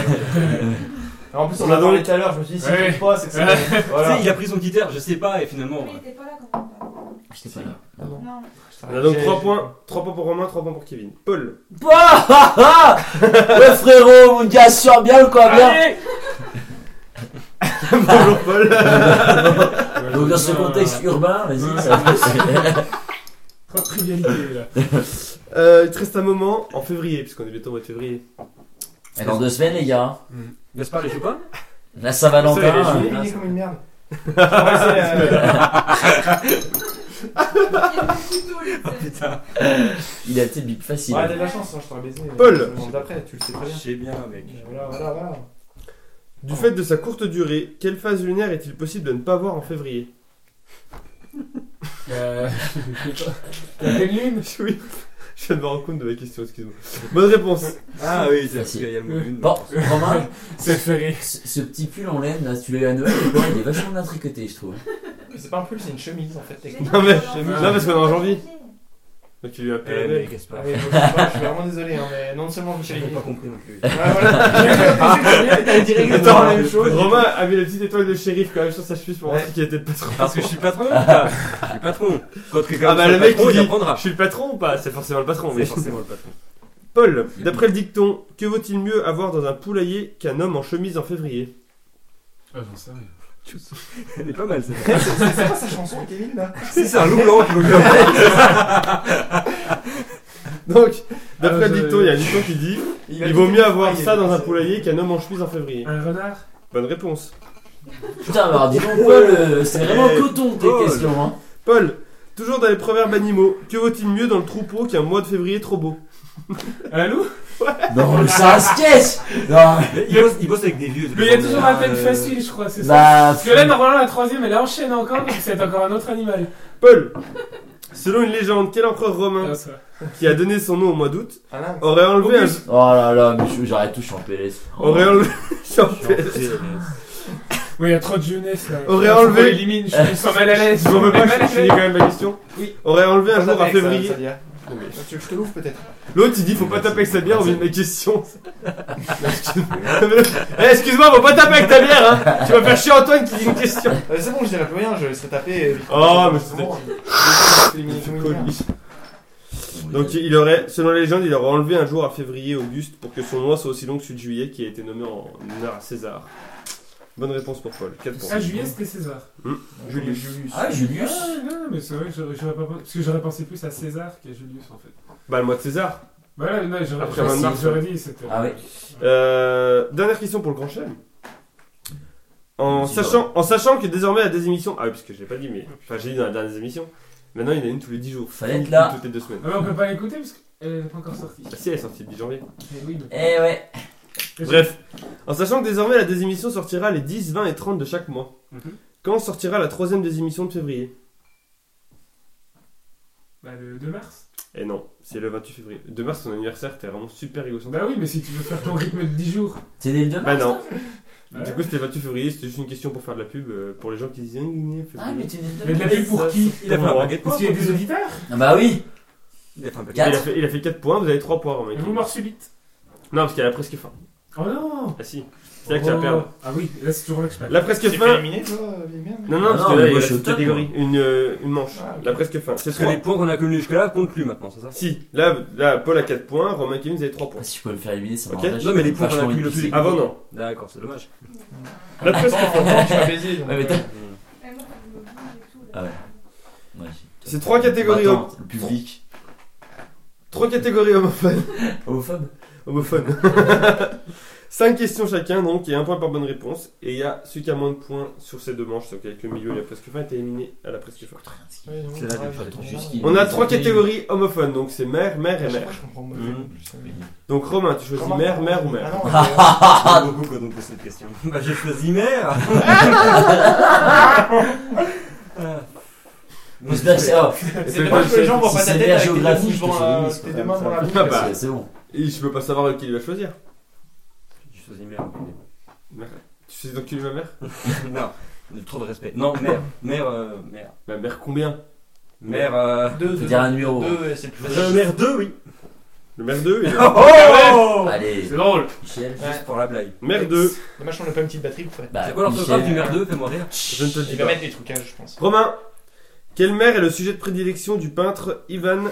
Speaker 5: En plus, on
Speaker 2: On
Speaker 5: en a
Speaker 2: a
Speaker 5: parlé
Speaker 2: donc-
Speaker 5: tout à l'heure, je me suis dit, si
Speaker 3: Ouais.
Speaker 5: tu trouves pas, c'est que c'est.
Speaker 6: Tu
Speaker 5: Voilà.
Speaker 6: sais, il a pris son guitare, je sais pas, et finalement...
Speaker 4: euh,
Speaker 7: Il était pas là quand on
Speaker 1: J'étais pas là.
Speaker 5: Ah bon.
Speaker 7: Non.
Speaker 2: On a donc
Speaker 5: J'ai-
Speaker 2: 3 points. 3 points pour Romain, 3 points pour Kevin. Paul.
Speaker 1: Bah, ah, ah Ouais, frérot, mon gars, sort bien ou quoi bien
Speaker 3: Allez
Speaker 2: Bonjour Paul.
Speaker 1: Donc, dans ce contexte urbain, vas-y, ça
Speaker 3: Trop de trivialité là.
Speaker 2: Euh, il te reste un moment en février, puisqu'on est bientôt au mois de février.
Speaker 1: Et Dans deux semaines, les gars,
Speaker 6: Gaspard, il joue pas
Speaker 1: la
Speaker 2: Ça, il est
Speaker 1: Saint-Valentin.
Speaker 2: joué.
Speaker 5: J'ai éliminé Ah, comme une merde. euh,
Speaker 2: Ah,
Speaker 6: Putain.
Speaker 1: Il a été bip facile.
Speaker 5: Ouais, t'as de la chance, hein, je t'aurais baisé.
Speaker 2: Paul.
Speaker 5: D'après, tu le sais très bien.
Speaker 6: sais bien, mec.
Speaker 5: Voilà, voilà, voilà.
Speaker 2: Du fait de sa courte durée, quelle phase lunaire est-il possible de ne pas voir en février
Speaker 3: Euh, La pleine lune
Speaker 2: Oui. Je viens de me rendre compte de ma question, excuse-moi. Bonne réponse.
Speaker 4: Ah oui, c'est parce
Speaker 1: Facile.
Speaker 4: qu'il y a le mot lune.
Speaker 1: Bon, Romain,
Speaker 3: C'est ferré.
Speaker 1: ce, ce petit pull en laine là, tu l'as eu à Noël, et bon, il est vachement bien tricoté, je trouve.
Speaker 5: C'est pas un pull, c'est une chemise en fait, techniquement.
Speaker 2: Non, mais je- non, parce qu'on est en janvier. Donc tu lui as
Speaker 4: Eh, mais Gaspard.
Speaker 5: Ah oui, je sais pas, je suis vraiment désolé, hein, mais non seulement je me suis
Speaker 4: J'avais
Speaker 5: aligné.
Speaker 4: pas compris non plus.
Speaker 5: Ouais, voilà. T'as dit exactement la même chose.
Speaker 2: Romain avait la petite étoile de shérif quand même sur sa chemise pour montrer
Speaker 4: Ouais.
Speaker 2: qu'il était le patron.
Speaker 4: Parce que je suis patron ou pas Je suis patron. Quand quelqu'un
Speaker 2: Ah bah le
Speaker 4: me fait
Speaker 2: mec il
Speaker 4: patron, il
Speaker 2: dit
Speaker 4: apprendra.
Speaker 2: Je suis le patron ou pas C'est forcément le patron. Mais
Speaker 4: C'est forcément le patron.
Speaker 2: Paul, d'après le dicton, que vaut-il mieux avoir dans un poulailler qu'un homme en chemise en février
Speaker 3: Ah, j'en sais rien.
Speaker 4: Elle est pas mal ça.
Speaker 5: C'est pas sa chanson, Kevin là
Speaker 4: Si c'est un loup blanc qui veut bien.
Speaker 2: Donc, d'après
Speaker 3: Ah,
Speaker 2: le
Speaker 3: je-
Speaker 2: dicton, il y a un dicton qui dit
Speaker 5: a
Speaker 2: Il vaut
Speaker 5: dit-
Speaker 2: mieux avoir ça dans un
Speaker 5: dit-
Speaker 2: poulailler qu'un homme en chemise en février.
Speaker 3: Un renard
Speaker 2: Bonne réponse.
Speaker 1: Putain, mais alors dis donc, Paul, euh, c'est vraiment
Speaker 4: Eh,
Speaker 1: coton tes
Speaker 4: Paul.
Speaker 1: questions, hein.
Speaker 2: Paul, toujours dans les proverbes animaux, que vaut-il mieux dans le troupeau qu'un mois de février trop beau
Speaker 3: Un loup
Speaker 1: Non, mais c'est un sketch Non,
Speaker 4: Mais Il bosse, il bosse avec des vieux.
Speaker 3: Mais il y a toujours un thème
Speaker 4: Euh,
Speaker 3: facile, je crois, c'est ça.
Speaker 1: bah.
Speaker 3: Parce que là, normalement, la troisième, elle enchaîne encore, donc c'est encore un autre animal.
Speaker 2: Paul, selon une légende, quel empereur romain
Speaker 3: Ah, ça.
Speaker 2: qui a donné son nom au mois d'août
Speaker 5: Ah, là,
Speaker 2: aurait enlevé un,
Speaker 1: Oh là là, mais je- j'arrête tout, je suis en PLS.
Speaker 2: aurait enlevé,
Speaker 3: Oui, il y a trop de jeunesse là.
Speaker 2: Aurait
Speaker 3: Faut qu'on
Speaker 2: enlevé-
Speaker 3: l'élimine, je suis sans mal à l'aise.
Speaker 2: Je m'en veux pas, je
Speaker 3: mal à
Speaker 2: finis quand
Speaker 3: l'aise.
Speaker 2: même la question.
Speaker 5: Oui.
Speaker 2: Aurait enlevé un
Speaker 5: Faut pas
Speaker 2: jour à
Speaker 5: taper avec ça,
Speaker 2: février.
Speaker 5: ça dit, hein. Tu veux que je te l'ouvre peut-être
Speaker 2: L'autre il dit faut pas taper avec sa bière au milieu de mes questions. Eh, Excuse-moi, faut pas taper avec ta bière hein Tu vas faire chier Antoine qui dit une question
Speaker 5: Euh, C'est bon, je dirais plus rien, je laisserai taper. euh, Ah,
Speaker 2: Oh, mais
Speaker 5: c'est
Speaker 2: c'était-
Speaker 5: bon. Je vais éliminer tout le monde.
Speaker 2: Donc il aurait, selon la légende, il aurait enlevé un jour à février Auguste pour que son mois soit aussi long que celui de juillet qui a été nommé en honneur à César. Bonne réponse pour Paul, 4 points.
Speaker 3: Ah, Juillet, c'était César.
Speaker 5: Julius. Julius.
Speaker 1: Ah,
Speaker 3: Ah,
Speaker 1: Julius
Speaker 3: non, mais c'est vrai que j'aurais j'aurais pas pensé. Parce que j'aurais pensé plus à César qu'à Julius en fait.
Speaker 2: Bah le mois de César.
Speaker 3: Voilà, non, j'aurais
Speaker 2: Après Van Mars,
Speaker 3: j'aurais- j'aurais dit c'était.
Speaker 1: Ah ouais.
Speaker 2: Euh, dernière question pour le grand chêne. En
Speaker 1: Dis-moi.
Speaker 2: sachant, en sachant que désormais la des émissions... Ah oui, parce que je l'ai pas dit, mais... Enfin, j'ai dit dans la dernière émission. Maintenant, il y en a une tous les 10 jours.
Speaker 1: Fallait être là.
Speaker 2: Toutes les deux semaines.
Speaker 3: Ah, mais on peut pas l'écouter parce qu'elle n'est pas encore sortie.
Speaker 2: Ah si, elle est sortie le 10 janvier.
Speaker 3: Mais oui, mais-
Speaker 1: Eh ouais.
Speaker 2: Bref, en sachant que désormais la désémission sortira les 10, 20 et 30 de chaque mois,
Speaker 3: Mhm.
Speaker 2: quand sortira la troisième désémission de février
Speaker 3: Bah, le 2 mars.
Speaker 2: Eh non, c'est le 28 février. De mars, son anniversaire, t'es vraiment super égocentrique.
Speaker 3: Bah oui, mais si tu veux faire ton rythme de 10 jours.
Speaker 1: C'est dès le 2 mars
Speaker 2: Bah non,
Speaker 3: Ouais.
Speaker 2: du coup c'était le 28 février, c'était juste une question pour faire de la pub euh, pour les gens qui disaient. Ah, février.
Speaker 1: Ah, mais t'es dès le 2
Speaker 3: Mais de la
Speaker 1: mars
Speaker 3: pub pour qui
Speaker 4: Il a fait un
Speaker 2: Moi.
Speaker 4: baguette.
Speaker 3: Parce qu'il y a des auditeurs
Speaker 1: Ah Bah oui
Speaker 4: Il a fait un baguette.
Speaker 2: il, a
Speaker 1: Quatre.
Speaker 2: fait, il a fait 4 points, vous avez 3 points,
Speaker 3: Et
Speaker 2: mec.
Speaker 3: vous
Speaker 2: Non,
Speaker 3: mort subite.
Speaker 2: parce qu'elle a presque faim.
Speaker 3: Oh non
Speaker 2: Ah si, c'est là que tu vas
Speaker 3: Oh.
Speaker 2: perdre.
Speaker 3: Ah oui, là c'est toujours là que je perds.
Speaker 2: La presque
Speaker 5: Tu t'es fait
Speaker 2: faim.
Speaker 5: éliminer toi, euh, vieille merde
Speaker 2: Non, non,
Speaker 1: Ah
Speaker 2: parce
Speaker 1: non,
Speaker 2: que
Speaker 1: mais
Speaker 2: là, il y
Speaker 1: moi,
Speaker 2: a
Speaker 1: je suis
Speaker 2: toute
Speaker 1: au top,
Speaker 2: catégorie. Une, euh, une manche.
Speaker 5: Ah, ok.
Speaker 2: La presque faim. C'est
Speaker 4: Parce que
Speaker 2: 3.
Speaker 4: les points qu'on a connus jusque-là comptent plus maintenant, c'est ça
Speaker 2: Si, là, là, Paul a 4 points, Romain Kevin, vous avez 3 points.
Speaker 1: Ah, Si je peux me faire éliminer, ça
Speaker 2: Ok.
Speaker 1: m'arrange.
Speaker 4: Non, mais les points qu'on a
Speaker 1: Vachement
Speaker 4: pris le
Speaker 1: épicé.
Speaker 4: plus-
Speaker 2: Avant, non.
Speaker 4: D'accord, c'est dommage.
Speaker 2: La presque
Speaker 5: Attends, attends, tu m'as baisé. donc,
Speaker 1: Ouais, mais
Speaker 5: euh,
Speaker 1: t'as-
Speaker 7: Ah
Speaker 1: Ah ouais.
Speaker 2: Ah
Speaker 7: ouais.
Speaker 1: Ouais, j'ai-
Speaker 2: C'est trois catégories,
Speaker 1: Attends, Le public.
Speaker 2: Trois catégories homophones.
Speaker 1: Homophobe
Speaker 2: homophones. Cinq questions chacun, donc, et un point par bonne réponse. Et il y a celui qui a moins de points sur ces deux manches, donc avec le milieu et la presque fin, est éliminé à la presque fin.
Speaker 5: ouais, non,
Speaker 4: C'est
Speaker 5: ouais,
Speaker 4: là, tu vas
Speaker 5: je
Speaker 4: être
Speaker 5: comprends
Speaker 1: juste
Speaker 5: pas.
Speaker 1: qui-
Speaker 2: On a
Speaker 1: Ils
Speaker 2: trois
Speaker 1: ont dit-
Speaker 2: catégories homophones, donc c'est mère, mère
Speaker 5: Je
Speaker 2: et
Speaker 5: sais pas,
Speaker 2: mère.
Speaker 5: je comprends pas.
Speaker 4: Mhm.
Speaker 1: Mmh.
Speaker 5: Je sais
Speaker 2: Donc Romain, tu
Speaker 5: pas.
Speaker 2: choisis mère, mère ou mère
Speaker 5: Ah non, euh,
Speaker 4: Ah beaucoup quand on pose cette question. Bah j'ai choisi mère Ah.
Speaker 1: J'espère que c'est. oh,
Speaker 5: C'est dommage que les gens voient
Speaker 1: Si
Speaker 5: pas ta
Speaker 1: c'est
Speaker 5: tête
Speaker 1: mère
Speaker 5: avec tes
Speaker 1: géographique, je
Speaker 5: bouches
Speaker 1: te
Speaker 5: dans,
Speaker 1: souligne,
Speaker 5: euh,
Speaker 1: c'est
Speaker 5: tes
Speaker 4: pas
Speaker 5: deux
Speaker 4: comme
Speaker 5: mains
Speaker 4: ça.
Speaker 5: dans la bouche.
Speaker 2: Ah bah.
Speaker 1: c'est- C'est bon.
Speaker 2: Et je peux pas savoir lequel il va choisir.
Speaker 4: J'ai choisi mère.
Speaker 2: Mère. Tu sais donc qui est ma mère
Speaker 4: Non, de- trop de respect. Non, mère, mère, euh, mère.
Speaker 2: Ma mère combien
Speaker 4: Mère, euh...
Speaker 5: Deux,
Speaker 1: Faut
Speaker 5: deux,
Speaker 1: dire un numéro.
Speaker 5: deux, et c'est plus
Speaker 4: euh, mère 2, oui.
Speaker 2: Le mère 2 et
Speaker 4: Oh,
Speaker 1: Allez,
Speaker 2: drôle
Speaker 1: Michel.
Speaker 4: Juste pour la blague.
Speaker 2: Mère 2,
Speaker 5: Bah, Dommage qu'on n'a pas une petite batterie pour faire.
Speaker 1: Bah,
Speaker 4: C'est quoi l'orthographe
Speaker 1: Michel.
Speaker 4: du mère 2 Fais-moi rire.
Speaker 2: je ne te le dis
Speaker 5: Il va
Speaker 2: pas.
Speaker 5: mettre des trucages, je pense.
Speaker 2: Romain, quelle mère est le sujet de prédilection du peintre Ivan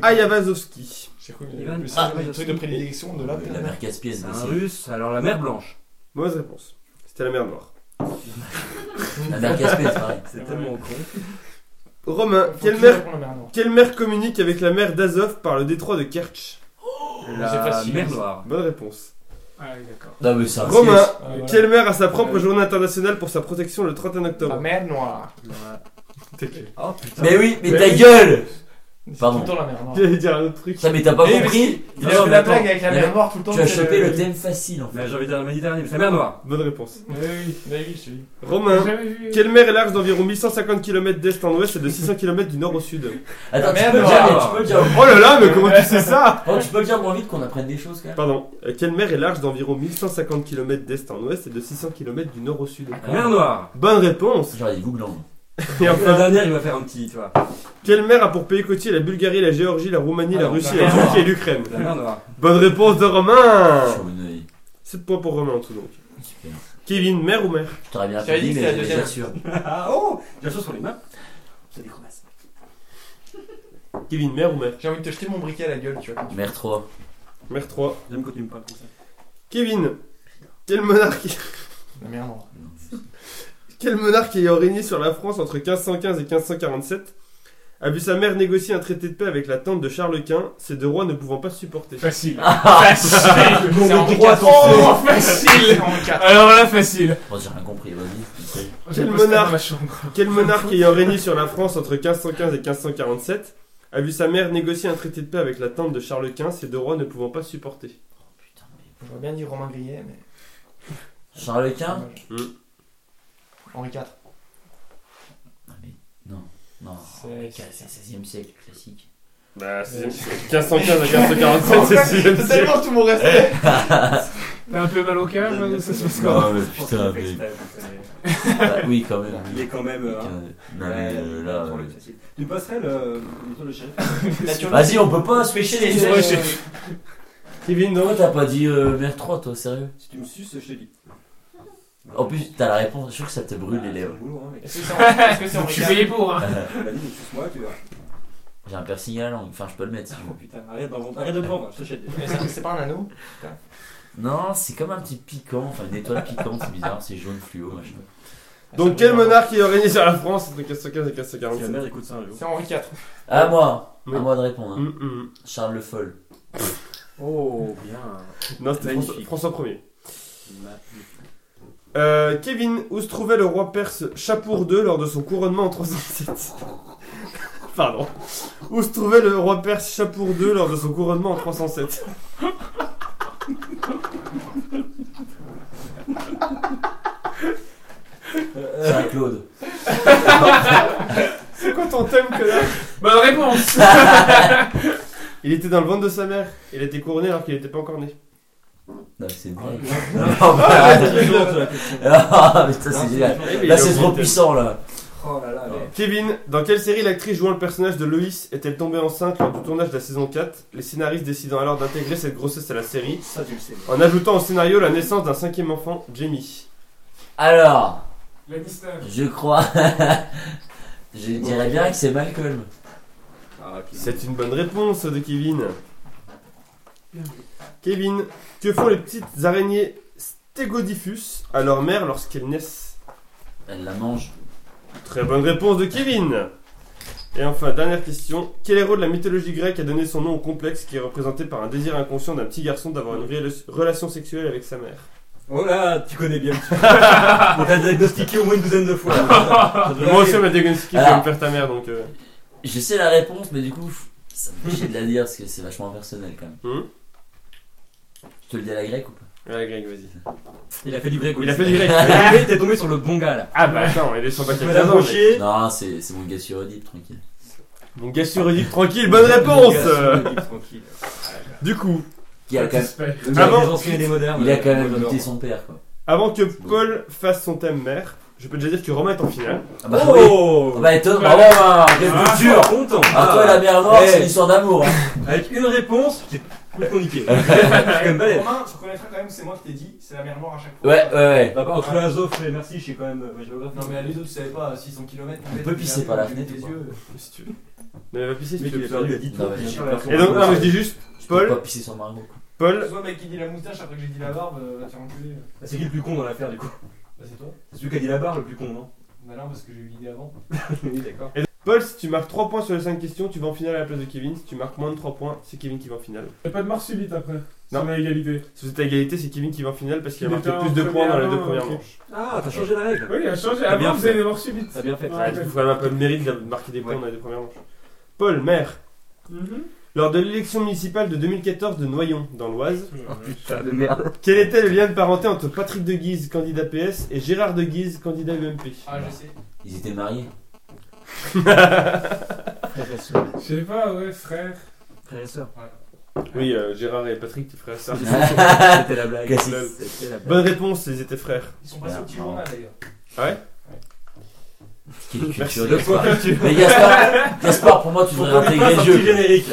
Speaker 2: Ayavazovski
Speaker 5: C'est cool. il y
Speaker 4: Ivan,
Speaker 5: a le
Speaker 4: ah,
Speaker 5: le truc de prédilection de
Speaker 2: Euh,
Speaker 5: là.
Speaker 1: euh, La mère Caspiès,
Speaker 4: C'est
Speaker 1: bien
Speaker 4: un
Speaker 1: sûr.
Speaker 4: russe, alors la mère blanche.
Speaker 2: Mauvaise réponse. C'était la mère noire.
Speaker 1: La mère Caspiès, pareil.
Speaker 4: C'est tellement con.
Speaker 2: Romain,
Speaker 5: Faut
Speaker 2: quelle
Speaker 5: qu'il
Speaker 2: mère,
Speaker 5: réponde à Bernard.
Speaker 2: quelle mère communique avec la mer d'Azov par le détroit de Kerch
Speaker 1: Oh,
Speaker 5: c'est
Speaker 4: La
Speaker 5: facile.
Speaker 4: mère noire.
Speaker 2: Bonne réponse.
Speaker 3: Ah oui, d'accord.
Speaker 1: Non, mais c'est un
Speaker 2: Romain,
Speaker 1: sketch.
Speaker 5: Ah, voilà.
Speaker 2: quelle mère a sa propre
Speaker 5: Euh.
Speaker 2: journée internationale pour sa protection le 31
Speaker 5: La
Speaker 2: octobre
Speaker 5: mer noire.
Speaker 4: Oh putain.
Speaker 1: Mais oui, mais
Speaker 2: Mais
Speaker 1: ta
Speaker 2: oui.
Speaker 1: gueule Pardon.
Speaker 5: Tout le temps la merde. non.
Speaker 2: J'allais dire un autre truc.
Speaker 1: Ça, mais t'as pas
Speaker 5: Oui,
Speaker 1: compris
Speaker 5: Il
Speaker 1: Non,
Speaker 5: a fait
Speaker 1: mais
Speaker 5: la
Speaker 1: attends,
Speaker 5: blague avec la
Speaker 1: mais
Speaker 5: mer noire tout le temps. euh,
Speaker 1: Tu as
Speaker 5: c'est
Speaker 1: chopé le thème facile en fait.
Speaker 4: Là, j'ai envie de dire la Méditerranée, mais c'est la mer noire.
Speaker 2: Bonne réponse.
Speaker 5: Mais oui, mais oui, je te dis.
Speaker 2: Romain.
Speaker 3: J'ai jamais Euh, vu.
Speaker 2: Quelle mer est large d'environ 1150 km d'est en ouest et de 600 km du nord au sud
Speaker 1: Attends, tu
Speaker 5: merde,
Speaker 1: peux le dire,
Speaker 5: alors.
Speaker 1: mais tu peux le dire.
Speaker 2: Oh là là, mais comment tu sais ça
Speaker 1: Oh, tu peux le dire moins vite qu'on apprenne des choses quand même.
Speaker 2: Pardon. Euh, Quelle mer est large d'environ 1150 km d'est en ouest et de 600 km du nord au sud
Speaker 5: Ah,
Speaker 4: La mer noire.
Speaker 2: Bonne réponse
Speaker 1: J'aurais dit googlant.
Speaker 2: Et
Speaker 4: La
Speaker 2: enfin,
Speaker 4: dernière, il va faire un petit, tu vois.
Speaker 2: quelle mer a pour pays côtier la Bulgarie, la Géorgie, la Roumanie, la
Speaker 5: Alors,
Speaker 2: Russie,
Speaker 5: la
Speaker 2: la
Speaker 5: mer
Speaker 2: Turquie et l'Ukraine
Speaker 4: La mer noire.
Speaker 2: Bonne réponse de Romain
Speaker 1: Sur une œil.
Speaker 2: 7 points pour Romain en tout donc.
Speaker 1: Super.
Speaker 2: Kevin, mer ou mer
Speaker 1: Je t'aurais bien
Speaker 5: J'avais
Speaker 1: appris,
Speaker 5: dit que
Speaker 1: mais
Speaker 5: c'était la
Speaker 1: j'avais
Speaker 5: deuxième.
Speaker 1: déjà sûr.
Speaker 4: Ah oh Bien sûr, sur les mains. C'est des crevasses.
Speaker 2: Kevin, mer ou mer
Speaker 5: J'ai envie de te jeter mon briquet à la gueule, tu vois. quand tu-
Speaker 1: Mer 3.
Speaker 2: Mer 3.
Speaker 4: J'aime quand tu me parles comme ça.
Speaker 2: Kevin, quel monarque
Speaker 5: La mer noire.
Speaker 2: Quel monarque ayant régné sur la France entre 1515 et 1547 a vu sa mère négocier un traité de paix avec la tante de Charles Quint, ces deux rois ne pouvant pas se supporter
Speaker 3: Facile. Facile.
Speaker 5: C'est en
Speaker 3: C'est
Speaker 5: quatre,
Speaker 3: en- Oh,
Speaker 5: c'est
Speaker 3: facile.
Speaker 5: en quatre.
Speaker 3: Alors là, facile.
Speaker 1: Bon, Oh, j'ai rien compris, vas-y.
Speaker 2: Quel
Speaker 3: Je vais poster
Speaker 2: monarque.
Speaker 3: dans ma chambre.
Speaker 2: Quel monarque ayant régné sur la France entre 1515 et 1547 a vu sa mère négocier un traité de paix avec la tante de Charles Quint, ces deux rois ne pouvant pas se supporter
Speaker 1: Putain, mais.
Speaker 5: J'aurais bien dit Romain Grillet, mais.
Speaker 1: Charles Quint
Speaker 5: dommage.
Speaker 2: Hmm.
Speaker 1: Hein
Speaker 5: Henri IV.
Speaker 1: Non, Ah, mais. Non. Non.
Speaker 5: Oh, C'est-
Speaker 1: C'est 16 e siècle, classique.
Speaker 2: Bah, 1515 à 1547, c'est le
Speaker 5: C'est
Speaker 2: sixième siècle.
Speaker 5: tellement tout mon respect.
Speaker 3: T'as un peu mal au cœur, euh, ça se passe quoi
Speaker 1: mais
Speaker 4: Je pense qu'il l'a fait exprès, parce
Speaker 1: Bah, oui, quand même.
Speaker 4: que- Il est quand même. euh,
Speaker 1: Euh,
Speaker 4: hein.
Speaker 1: non, mais, euh, là,
Speaker 4: pour le
Speaker 1: euh,
Speaker 4: facile. Tu passerais le. le shérif
Speaker 1: Vas-y, on peut pas se pêcher les
Speaker 5: Ouais,
Speaker 1: yeux.
Speaker 5: je-
Speaker 2: Kevin, non
Speaker 1: Pourquoi t'as pas dit euh, mer 3, toi, sérieux
Speaker 4: Si tu me suces, je te dis. Ah,
Speaker 1: En plus, t'as la réponse, je suis sûr que ça te brûle les lèvres.
Speaker 4: hein,
Speaker 5: Est-ce que c'est Henri- est-ce que c'est
Speaker 3: Je suis
Speaker 5: Henri
Speaker 3: payé pour, hein.
Speaker 4: moi tu vois.
Speaker 1: J'ai un piercing à la langue, enfin, je peux le mettre si je veux.
Speaker 4: Oh putain, arrête d'en vendre- arrête de te vendre, je t'achète.
Speaker 5: IV Mais c'est- C'est pas un anneau
Speaker 1: Non, c'est comme un petit piquant, enfin, une étoile piquante, c'est bizarre, c'est jaune fluo, machin.
Speaker 5: Ah,
Speaker 2: Donc, quel monarque ayant régné sur la France entre 1515 et
Speaker 4: Ah, Si la
Speaker 2: 1547
Speaker 4: mère écoute ça un jour.
Speaker 5: C'est Henri IV.
Speaker 1: À moi
Speaker 2: Oui.
Speaker 1: À moi de répondre. hein.
Speaker 2: Hum, hum.
Speaker 1: Charles Le Foll.
Speaker 4: Oh, bien.
Speaker 2: Non, c'était François-
Speaker 4: Magnifique.
Speaker 2: François 1er. Euh, Kevin, où se trouvait le roi perse Chapour II lors de son couronnement en 307 Pardon. Où se trouvait le roi perse Chapour II lors de son couronnement en 307
Speaker 1: Euh. Saint-Claude.
Speaker 2: C'est quoi ton thème que là
Speaker 3: Bonne réponse.
Speaker 2: Il était dans le ventre de sa mère. Il a été couronné alors qu'il n'était pas encore né.
Speaker 1: Non, c'est une blague. Non,
Speaker 4: Ah,
Speaker 1: bah, Ah, mais ça, c'est génial. Là, c'est trop puissant, là.
Speaker 4: Oh là là, mais-
Speaker 2: Kevin, dans quelle série l'actrice jouant le personnage de Loïs est-elle tombée enceinte lors du tournage de la saison 4 Les scénaristes décidant alors d'intégrer cette grossesse à la série
Speaker 4: ça tu le sais.
Speaker 2: en ajoutant au scénario la naissance d'un cinquième enfant, Jamie.
Speaker 1: Alors,
Speaker 3: La distance.
Speaker 1: je crois... je dirais bien que c'est Malcolm.
Speaker 4: Ah, ok.
Speaker 2: C'est une bonne réponse de Kevin. Kevin, que font les petites araignées Stegodiphus à leur mère lorsqu'elles naissent
Speaker 1: Elle la mange.
Speaker 2: Très bonne réponse de Kevin. Et enfin, dernière question. Quel héros de la mythologie grecque a donné son nom au complexe qui est représenté par un désir inconscient d'un petit garçon d'avoir une rela- relation sexuelle avec sa mère
Speaker 4: Oh là, tu connais bien. On t'a diagnostiqué au moins une douzaine de fois. Ça devrait
Speaker 2: Moi
Speaker 4: aller.
Speaker 2: aussi, on m'a diagnostiqué que je vais me faire ta mère, donc... euh,
Speaker 1: Je sais la réponse, mais du coup, ça me fait chier de la dire parce que c'est vachement personnel quand même.
Speaker 2: Hum.
Speaker 1: Je te le dis à la grecque ou pas
Speaker 2: Ouais, Greg, vas-y.
Speaker 4: Il a fait du grec.
Speaker 2: Il a
Speaker 4: aussi.
Speaker 2: fait du grec.
Speaker 4: T'es tombé- T'es tombé sur le bon gars là.
Speaker 2: Ah bah attends, il est sur
Speaker 4: Tu vas l'embaucher.
Speaker 1: Non, c'est c'est mon gars sur Reddit, tranquille.
Speaker 2: Mon gars sur Reddit, tranquille, bonne réponse
Speaker 4: Tranquille. Ah
Speaker 2: Du coup,
Speaker 1: Qui a quand même-
Speaker 3: Respect.
Speaker 4: Le
Speaker 2: Avant-
Speaker 4: mec des anciens et des modernes.
Speaker 1: il a quand même
Speaker 4: Bonjour.
Speaker 1: invité son père quoi.
Speaker 2: avant que
Speaker 1: bon.
Speaker 2: Paul fasse son thème mère, je peux déjà dire que Romain est en finale.
Speaker 1: Ah bah oui
Speaker 4: Oh
Speaker 1: Ah bah étonne,
Speaker 3: Voilà.
Speaker 1: bravo, hein, quel
Speaker 4: Ah,
Speaker 1: coup dur.
Speaker 4: content.
Speaker 1: Ah toi la mère noire,
Speaker 4: Eh.
Speaker 1: c'est une histoire d'amour hein.
Speaker 4: Avec une réponse, t'es complètement niqué. Je suis quand même balèze.
Speaker 5: Romain, je reconnaîtrais quand même que c'est moi qui t'ai dit, c'est la mer noire à chaque fois.
Speaker 1: Ouais, ouais, ouais.
Speaker 4: Bah, bah, entre la Zoff et merci, je suis quand même euh, géographe.
Speaker 5: Non, mais à Ludo, tu savais pas, à 600 km.
Speaker 1: On peut pisser par la fenêtre,
Speaker 5: Tes
Speaker 1: ou
Speaker 5: yeux.
Speaker 2: Si tu veux. Non, mais va pisser si
Speaker 4: Mais
Speaker 2: tu
Speaker 4: tu
Speaker 2: veux.
Speaker 4: l'as perdu, hein. ah, il a dit tout.
Speaker 1: Non, mais-
Speaker 4: Bien sûr,
Speaker 2: Et donc, non, mais je dis juste,
Speaker 1: Je
Speaker 2: Paul
Speaker 1: peux pas pisser sur Margot. quoi.
Speaker 2: Paul,
Speaker 5: Soit mec qui dit la moustache après que j'ai dit la barbe, euh, va te faire enculer.
Speaker 4: Ah, C'est qui le plus con dans l'affaire du coup
Speaker 5: Bah, c'est toi.
Speaker 4: C'est celui qui a dit la barre le plus con, non
Speaker 5: Malin parce que j'ai eu l'idée avant.
Speaker 4: Oui, d'accord.
Speaker 2: Paul, si tu marques 3 points sur les 5 questions, tu vas en finale à la place de Kevin. Si tu marques moins de 3 points, c'est Kevin qui va en finale.
Speaker 3: Y'a pas de mort subite après. Si
Speaker 2: Non.
Speaker 3: on a égalité.
Speaker 2: Si vous êtes à égalité, c'est Kevin qui va en finale parce qu'il a
Speaker 3: Il
Speaker 2: marqué
Speaker 3: était en
Speaker 2: plus de points dans les deux
Speaker 3: première,
Speaker 2: premières
Speaker 3: ok.
Speaker 2: manches.
Speaker 4: Ah, t'as changé la règle
Speaker 3: Oui, il a changé.
Speaker 4: bien
Speaker 3: Avant, vous
Speaker 4: fait.
Speaker 3: avez des morts subites.
Speaker 2: Ah,
Speaker 4: T'as bien fait.
Speaker 3: Ouais.
Speaker 2: Ouais, il faut quand même un peu de mérite de marquer des points dans les deux premières manches. Paul, mère, Mhm. Lors de l'élection municipale de 2014 de Noyon, dans l'Oise,
Speaker 4: Oh, Ah,
Speaker 7: Putain de merde.
Speaker 2: quel était le lien de parenté entre Patrick de Guise, candidat PS, et Gérard de Guise, candidat UMP
Speaker 3: Ah, je sais.
Speaker 1: Ils étaient mariés.
Speaker 3: Je sais pas, ouais, frère.
Speaker 7: Frère et sœur.
Speaker 2: Oui, euh, Gérard et Patrick, tes frères et sœurs.
Speaker 4: Ah,
Speaker 7: C'était la blague.
Speaker 1: Cassis.
Speaker 7: C'était la blague.
Speaker 2: Bonne réponse, ils étaient frères.
Speaker 5: Ils sont passés au petit
Speaker 1: Ah,
Speaker 5: journal d'ailleurs.
Speaker 1: Quelle
Speaker 2: Merci.
Speaker 1: culture de soir. Mais Gaspard, Gaspard, pour moi, tu devrais intégrer le jeu.
Speaker 6: générique.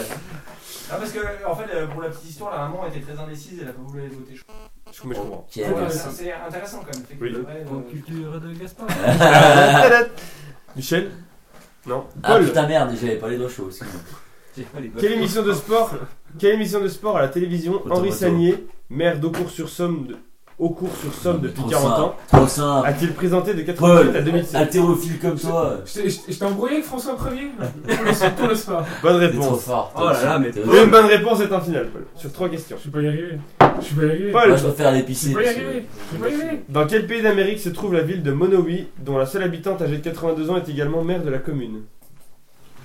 Speaker 5: Ah, parce que, en fait, euh, pour la petite histoire, la maman était très indécise, elle a pas voulu aller voter. je crois.
Speaker 2: Je hein. comprends. je comprends.
Speaker 1: Quel-
Speaker 5: Ouais, c'est- C'est intéressant quand même. fait que
Speaker 2: Oui.
Speaker 5: le vrai, euh,
Speaker 6: culture de Gaspard.
Speaker 2: Ah, Michel Non.
Speaker 1: Ah
Speaker 2: Paul
Speaker 1: putain merde, j'avais pas les doigts chauds, excuse-moi.
Speaker 2: Quelle émission de sport Quelle émission de sport à la télévision Henri
Speaker 1: Automoto.
Speaker 2: Sagnier, maire d'Aucourt-sur-Somme de, Aucourt-sur-Somme depuis
Speaker 1: Trop
Speaker 2: 40
Speaker 1: simple.
Speaker 2: ans, Ah,
Speaker 1: Trop simple.
Speaker 2: a-t-il présenté de 88 à 2007
Speaker 1: Altérophile comme toi.
Speaker 3: Je t'ai- je t'ai je t'ai embrouillé avec François 1er pour le- pour le sport.
Speaker 2: Bonne
Speaker 1: T'es trop
Speaker 2: réponse.
Speaker 1: fort.
Speaker 6: Oh là là, mais-
Speaker 1: T'es-
Speaker 2: Une bonne réponse est un final, Paul. Sur trois questions.
Speaker 3: Je suis pas y arriver. Je suis pas y arriver.
Speaker 1: Moi
Speaker 2: Paul,
Speaker 1: je préfère
Speaker 3: Je
Speaker 1: l'épicé.
Speaker 3: suis pas y
Speaker 1: parce que-
Speaker 3: arriver. Je suis pas y arriver.
Speaker 2: dans quel pays d'Amérique se trouve la ville de Monowi, dont la seule habitante âgée de 82 ans est également maire de la commune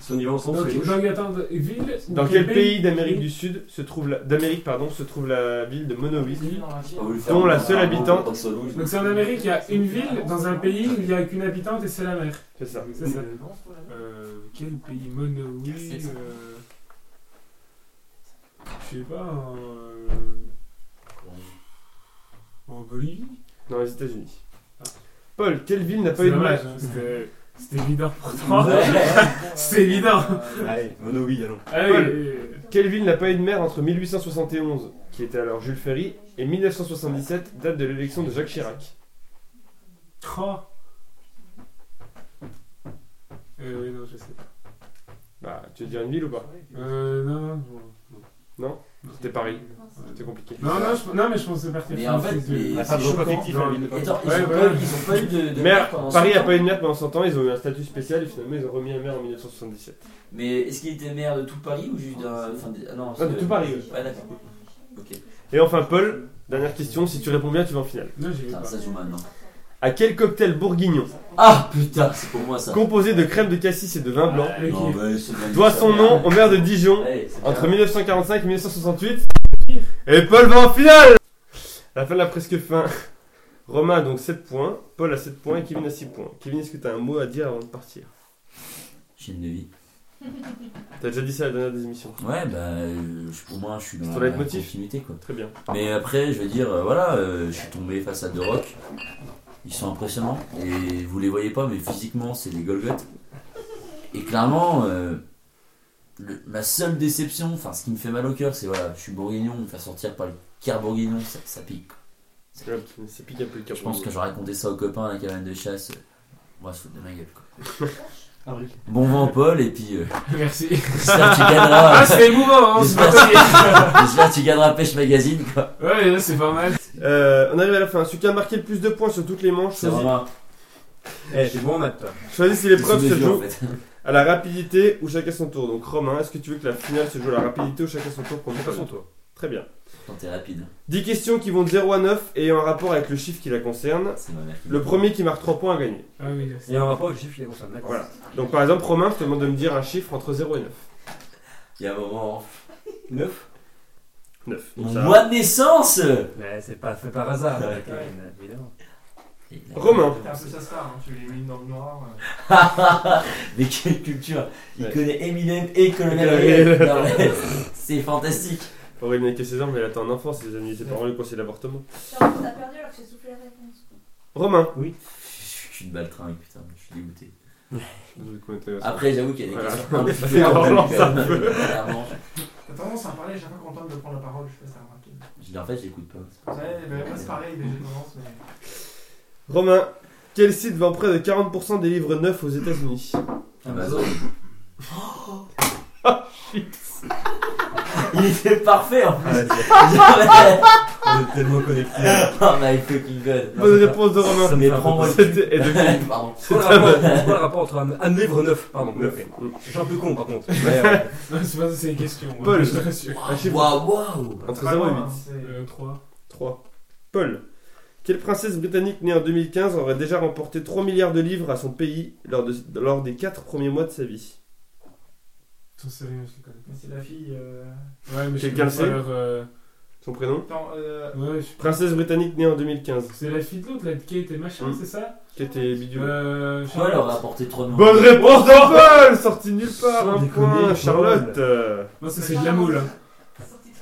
Speaker 4: Son niveau ensemble,
Speaker 3: Donc,
Speaker 4: c'est
Speaker 3: donc, attends, ville. ou
Speaker 2: Dans quel pays d'Amérique du Sud se trouve la... d'Amérique pardon se trouve la ville de Monowi
Speaker 5: c'était dans Ah la ville.
Speaker 1: Pas voulu faire Ah,
Speaker 2: Dont la
Speaker 1: un-
Speaker 2: seule
Speaker 1: un-
Speaker 2: habitante-
Speaker 1: un- un-
Speaker 3: Donc, c'est en Amérique, il y a une ville dans un pays où il n'y a qu'une habitante et c'est la mer.
Speaker 2: C'est ça.
Speaker 3: C'est ça. Euh, quel pays mono oui, euh, Je sais pas. en, euh, En Bolivie
Speaker 2: Dans les États-Unis. Ah. Paul, quelle ville n'a pas eu
Speaker 3: C'est
Speaker 2: de
Speaker 3: dommage,
Speaker 2: maire
Speaker 3: hein, c'était- c'était évident pour toi.
Speaker 1: Ouais.
Speaker 3: C'est évident.
Speaker 4: Allez, Ah, mono oui, allons.
Speaker 3: Allez,
Speaker 2: Paul.
Speaker 3: euh,
Speaker 2: Quelle ville n'a pas eu de maire entre 1871, qui était alors Jules Ferry, et 1977, date de l'élection de Jacques Chirac
Speaker 3: oh. Euh, oui, non, je sais.
Speaker 2: Bah, tu veux dire une ville ou pas
Speaker 3: Euh, non, non, non.
Speaker 2: C'était Paris. C'était compliqué.
Speaker 3: Non, non, je- non, mais je pensais partir.
Speaker 1: Mais en fait, les-
Speaker 4: Ah,
Speaker 1: c'est
Speaker 4: c'est
Speaker 1: choquant.
Speaker 4: pas fictif, la ville de
Speaker 1: Et
Speaker 4: Paris.
Speaker 1: attends, ils
Speaker 3: Ouais,
Speaker 1: ont
Speaker 3: voilà.
Speaker 1: pas- ils ont pas eu de de
Speaker 2: Maire,
Speaker 1: pendant
Speaker 2: Paris n'a
Speaker 1: 100 ans.
Speaker 2: pas eu de maire pendant 100 ans, ils ont eu un statut spécial et finalement ils ont remis un maire en 1977.
Speaker 1: Mais est-ce qu'il était maire de tout Paris ou juste d'un. Enfin, des- ah non,
Speaker 2: Ah, de
Speaker 1: c'est-
Speaker 2: tout Paris, oui.
Speaker 1: Ouais, d'accord. Ok.
Speaker 2: Et enfin, Paul, dernière question, si tu réponds bien, tu vas en finale.
Speaker 3: Non, j'y vais
Speaker 1: Putain,
Speaker 3: pas.
Speaker 1: ça joue maintenant.
Speaker 2: À quel cocktail bourguignon,
Speaker 1: Ah putain, c'est pour moi ça.
Speaker 2: composé de crème de cassis et de vin blanc,
Speaker 3: Avec
Speaker 1: Non,
Speaker 3: qui
Speaker 1: bah, c'est magnifique.
Speaker 2: doit son nom au maire de Dijon
Speaker 1: Allez, Eh, c'est
Speaker 2: entre
Speaker 1: bien.
Speaker 2: 1945 et 1968. Et Paul va en finale La fin de la presque fin. Romain a donc 7 points, Paul a 7 points et Kevin a 6 points. Kevin, est-ce que t'as un mot à dire avant de partir
Speaker 1: Chaîne de vie.
Speaker 2: T'as déjà dit ça à la dernière des émissions.
Speaker 1: Ouais, bah, euh, je- pour moi, je suis dans
Speaker 2: Sur
Speaker 1: la,
Speaker 2: leitmotiv.
Speaker 1: continuité, quoi.
Speaker 2: Très bien.
Speaker 1: Mais après, je veux dire, euh, voilà, euh, je suis tombé face à deux rocs. Ils sont impressionnants. Et vous les voyez pas, mais physiquement, c'est des Golgotes. Et clairement, euh, le- ma seule déception, enfin, ce qui me fait mal au cœur, c'est voilà, je suis bourguignon, me faire sortir par le quart bourguignon, ça, ça pique.
Speaker 2: C'est vrai, ça pique un peu le cap.
Speaker 1: Je pense que j'aurais raconté ça aux copains à la cabane de chasse. Euh, Moi, se foutre de ma gueule, quoi.
Speaker 2: Ah
Speaker 1: Bon vent, Paul, et puis euh,
Speaker 3: Merci.
Speaker 1: j'espère que tu
Speaker 3: Ah,
Speaker 1: gagneras.
Speaker 3: c'est émouvant, hein, c'est
Speaker 1: J'espère-
Speaker 3: pas possible.
Speaker 1: j'espère que tu gagneras Pêche Magazine, quoi.
Speaker 3: Ouais, là, c'est pas mal.
Speaker 2: Euh, on arrive à la fin. Celui qui a marqué le plus de points sur toutes les manches,
Speaker 1: C'est vraiment.
Speaker 4: Eh, c'est bon en maths, toi.
Speaker 2: choisis si l'épreuve
Speaker 1: c'est
Speaker 2: se
Speaker 1: mesure, en
Speaker 2: joue
Speaker 1: fait.
Speaker 2: à la rapidité ou chacun son tour. Donc Romain, est-ce que tu veux que la finale se joue à la rapidité ou chacun son tour pour
Speaker 4: Chacun son
Speaker 2: tour. Très bien.
Speaker 1: Quand t'es rapide, hein.
Speaker 2: 10 questions qui vont de 0 à 9 et en rapport avec le chiffre qui la concerne.
Speaker 1: c'est ma mère. qui-
Speaker 2: Le premier qui marque 3 points a gagné.
Speaker 3: Ah oui, là, c'est-
Speaker 4: Et en rapport avec le chiffre qui les concerne, d'accord.
Speaker 2: Voilà. Donc par exemple, Romain, je te demande de me dire un chiffre entre 0 et 9.
Speaker 1: Il y a un moment.
Speaker 4: 9
Speaker 2: 9.
Speaker 1: Mon mois de naissance
Speaker 4: Mais c'est pas fait par hasard, là, Kevin, évidemment.
Speaker 2: Romain,
Speaker 5: C'est un peu sa star, hein, tu les mets dans le noir. euh.
Speaker 1: Mais quelle culture Il
Speaker 2: Ouais.
Speaker 1: connaît Eminem et Colonel
Speaker 2: Colonel
Speaker 1: Hayden. Non, mais C'est fantastique.
Speaker 2: Aurélie n'a que ses armes, mais elle attend un enfant, ses amis, ses parents lui conseillent l'avortement.
Speaker 9: Genre, t'as perdu alors que j'ai soufflé la réponse.
Speaker 2: Romain.
Speaker 1: Je suis de baltringue, putain, je suis dégoûté.
Speaker 2: Ah,
Speaker 1: Après, j'avoue qu'il y a des
Speaker 2: Voilà.
Speaker 1: questions. un peu plus
Speaker 2: C'est
Speaker 1: compliquées,
Speaker 2: vraiment ça,
Speaker 1: quand même, clairement.
Speaker 5: T'as tendance à parler à chaque fois qu'on tente de prendre la parole, je sais pas si t'as remarqué.
Speaker 1: Je dis, En fait, j'écoute pas. c'est pour ça.
Speaker 5: Ouais, bah, moi c'est pareil, mais j'ai tendance, mais.
Speaker 2: Romain, quel site vend près de 40% des livres neufs aux États-Unis
Speaker 4: Ah,
Speaker 1: Amazon.
Speaker 5: Ah,
Speaker 1: Oh, Il était parfait en plus.
Speaker 4: Ah, On est tellement connectés.
Speaker 1: oh my fucking god.
Speaker 2: Bonne réponse de Romain.
Speaker 4: Ça me
Speaker 1: Mais
Speaker 4: fait un
Speaker 1: prends-moi
Speaker 4: peu-
Speaker 1: le
Speaker 2: C'était et de-
Speaker 1: Pardon.
Speaker 4: C'est quoi le rapport- c'est quoi le rapport entre un, un livre neuf Pardon, neuf. Je suis un peu con par contre. Mais, euh,
Speaker 3: Non, c'est pas ça, c'est une question. moi,
Speaker 2: Paul.
Speaker 3: je te rassure.
Speaker 2: Un chiffre
Speaker 1: Waouh, waouh.
Speaker 2: entre
Speaker 5: Pas
Speaker 2: 0 et
Speaker 5: loin,
Speaker 2: 8.
Speaker 5: hein, c'est-
Speaker 3: 3.
Speaker 2: 3. Paul. Quelle princesse britannique née en 2015 aurait déjà remporté 3 milliards de livres à son pays lors, de- lors des 4 premiers mois de sa vie
Speaker 3: Ton sérieux, je le connais
Speaker 5: Mais c'est la fille. euh,
Speaker 3: pas. Ouais, mais je
Speaker 2: Quelqu'un
Speaker 3: connais pas
Speaker 2: sait
Speaker 3: leur, euh,
Speaker 2: Son prénom
Speaker 5: Non, euh,
Speaker 3: Ouais, je-
Speaker 2: Princesse britannique née en 2015.
Speaker 3: C'est la fille de l'autre, la Kate et machin,
Speaker 2: Mm.
Speaker 3: c'est ça
Speaker 2: Qui était bidule.
Speaker 3: Euh.
Speaker 1: Pourquoi elle
Speaker 3: Charlotte.
Speaker 1: aurait apporté trois noms
Speaker 2: Bonne réponse d'Apple Sortie nulle part,
Speaker 4: Sans
Speaker 2: un
Speaker 4: déconner,
Speaker 2: point, Charlotte euh.
Speaker 3: Non, ça c'est de la moule. hein.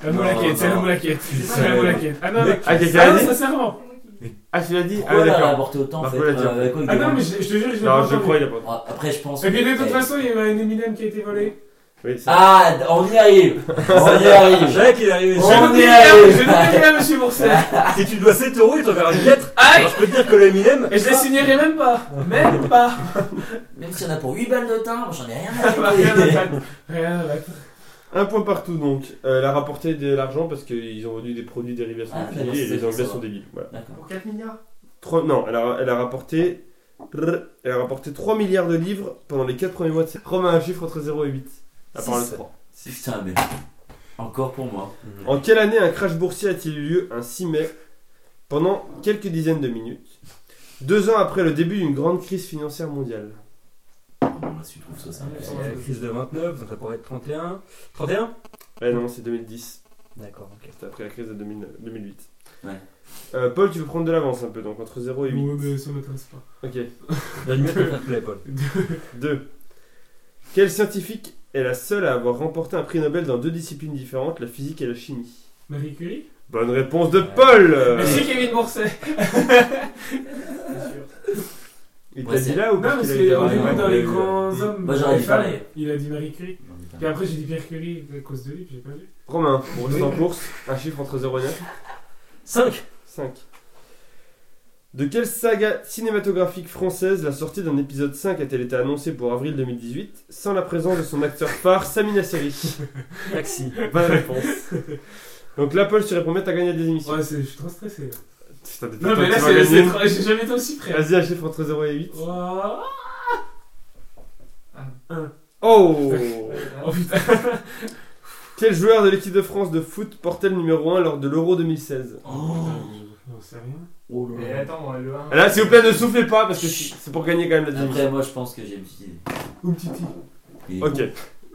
Speaker 3: La moule à
Speaker 1: ah. Non,
Speaker 3: Kate, c'est la
Speaker 1: non.
Speaker 3: moule à Kate. C'est la
Speaker 1: ça.
Speaker 3: moule à Kate. Ah non, non.
Speaker 2: Ah, quelqu'un
Speaker 3: Ah
Speaker 2: a
Speaker 3: non,
Speaker 2: dit
Speaker 3: sincèrement.
Speaker 2: Ah, tu l'as dit
Speaker 1: Pourquoi
Speaker 2: Ah,
Speaker 1: elle aurait
Speaker 2: d'accord.
Speaker 1: apporté autant en
Speaker 2: Marco
Speaker 1: fait
Speaker 2: l'a dit.
Speaker 1: euh, avec quoi, il
Speaker 3: Ah non,
Speaker 1: gagne
Speaker 3: mais je, je te jure, je l'ai pas
Speaker 2: Non, je
Speaker 3: entendu.
Speaker 2: crois, il a pas.
Speaker 1: Ah, Après, je pense.
Speaker 3: Et puis de
Speaker 1: Eh.
Speaker 3: toute façon, il y avait une Eminem qui a été volée.
Speaker 2: Oui, c'est
Speaker 1: Ah, on y arrive On y arrive
Speaker 4: Jacques, il est arrivé.
Speaker 1: On
Speaker 3: J'ai noté
Speaker 1: est
Speaker 3: bien,
Speaker 1: allé.
Speaker 3: j'ai noté bien, monsieur Bourset.
Speaker 4: Si tu dois 7 euros, il te verra une lettre.
Speaker 3: Aïe
Speaker 4: Alors, je peux te dire que le Eminem.
Speaker 3: Et je la signerai même pas. Même pas.
Speaker 1: Même si on a pour 8 balles de timbre, j'en ai rien à
Speaker 3: Rien à
Speaker 1: faire.
Speaker 3: battre. Rien à battre.
Speaker 2: Un point partout donc. Euh, elle a rapporté de l'argent parce qu'ils ont vendu des produits dérivés à son
Speaker 1: Ah,
Speaker 2: pays
Speaker 1: d'accord,
Speaker 2: et
Speaker 1: c'est
Speaker 2: les
Speaker 1: ça,
Speaker 2: Anglais
Speaker 1: ça
Speaker 2: sont
Speaker 1: va.
Speaker 2: débiles. Voilà.
Speaker 1: D'accord.
Speaker 5: pour 4 milliards
Speaker 2: Trois- non, elle a, elle a rapporté. Elle a rapporté 3 milliards de livres pendant les 4 premiers mois de cette. Romain, un chiffre entre 0 et 8. À part le
Speaker 1: Six.
Speaker 2: 3.
Speaker 1: Putain, mais. Encore pour moi.
Speaker 2: En quelle année un crash boursier a-t-il eu lieu un 6 mai pendant quelques dizaines de minutes Deux ans après le début d'une grande crise financière mondiale.
Speaker 1: Bon, là, tu trouves ça simple.
Speaker 5: Ouais.
Speaker 4: Il y a la crise de 29, donc ça pourrait être 31. 31
Speaker 2: Eh non, c'est 2010.
Speaker 4: D'accord, ok.
Speaker 2: C'était après la crise de 2000 2008.
Speaker 1: Ouais.
Speaker 2: Euh, Paul, tu veux prendre de l'avance un peu, donc entre 0 et 8.
Speaker 3: Ouais, mais ça m'intéresse pas.
Speaker 2: Ok.
Speaker 4: J'aime mieux te faire play, Paul.
Speaker 2: 2. Quelle scientifique est la seule à avoir remporté un prix Nobel dans deux disciplines différentes, la physique et la chimie
Speaker 3: Marie Curie
Speaker 2: Bonne réponse de Paul euh,
Speaker 3: Merci Kevin Bourset.
Speaker 2: Il t'a
Speaker 1: Ouais,
Speaker 2: dit
Speaker 1: c'est-
Speaker 2: là ou
Speaker 3: Non,
Speaker 2: parce
Speaker 3: parce
Speaker 2: qu'il a eu des
Speaker 3: qu'on
Speaker 1: ouais,
Speaker 3: est
Speaker 2: raisons
Speaker 1: ouais,
Speaker 3: dans
Speaker 1: ouais,
Speaker 3: les
Speaker 1: ouais.
Speaker 3: grands hommes.
Speaker 1: Moi, j'aurais
Speaker 3: les
Speaker 1: dit
Speaker 3: femmes,
Speaker 1: pareil.
Speaker 3: Il a dit Marie Curie. Puis après, j'ai dit Pierre Curie à cause de lui, puis j'ai pas vu.
Speaker 2: Romain, on reste en course, un chiffre entre 0 et 9.
Speaker 4: 5
Speaker 2: 5. De quelle saga cinématographique française la sortie d'un épisode 5 a-t-elle été annoncée pour avril 2018 sans la présence de son acteur phare Samina Seri
Speaker 4: Taxi.
Speaker 2: Bonne réponse. Donc là, Paul, je te réponds, mais t'as gagné des émissions.
Speaker 3: Ouais, c'est- je suis trop stressé. là.
Speaker 2: Putain, t'es
Speaker 3: Non,
Speaker 2: tenté,
Speaker 3: mais là,
Speaker 2: tu vas
Speaker 3: c'est-
Speaker 2: gagner.
Speaker 3: c'est trop- j'ai jamais été aussi prêt.
Speaker 2: Vas-y, un chiffre entre 0 et 8.
Speaker 3: Oh,
Speaker 2: Oh
Speaker 3: oh putain.
Speaker 2: Quel joueur de l'équipe de France de foot portait le numéro 1 lors de l'Euro 2016
Speaker 3: Oh. Non, c'est rien.
Speaker 1: Oh
Speaker 5: Mais
Speaker 1: là là.
Speaker 5: attends, euh, le 1.
Speaker 2: Là, s'il vous plaît, ne soufflez pas parce que c'est pour gagner quand même la demi.
Speaker 1: Après, moi, je pense que j'ai une petite idée.
Speaker 3: Ou Titi.
Speaker 1: Et-
Speaker 2: Ok.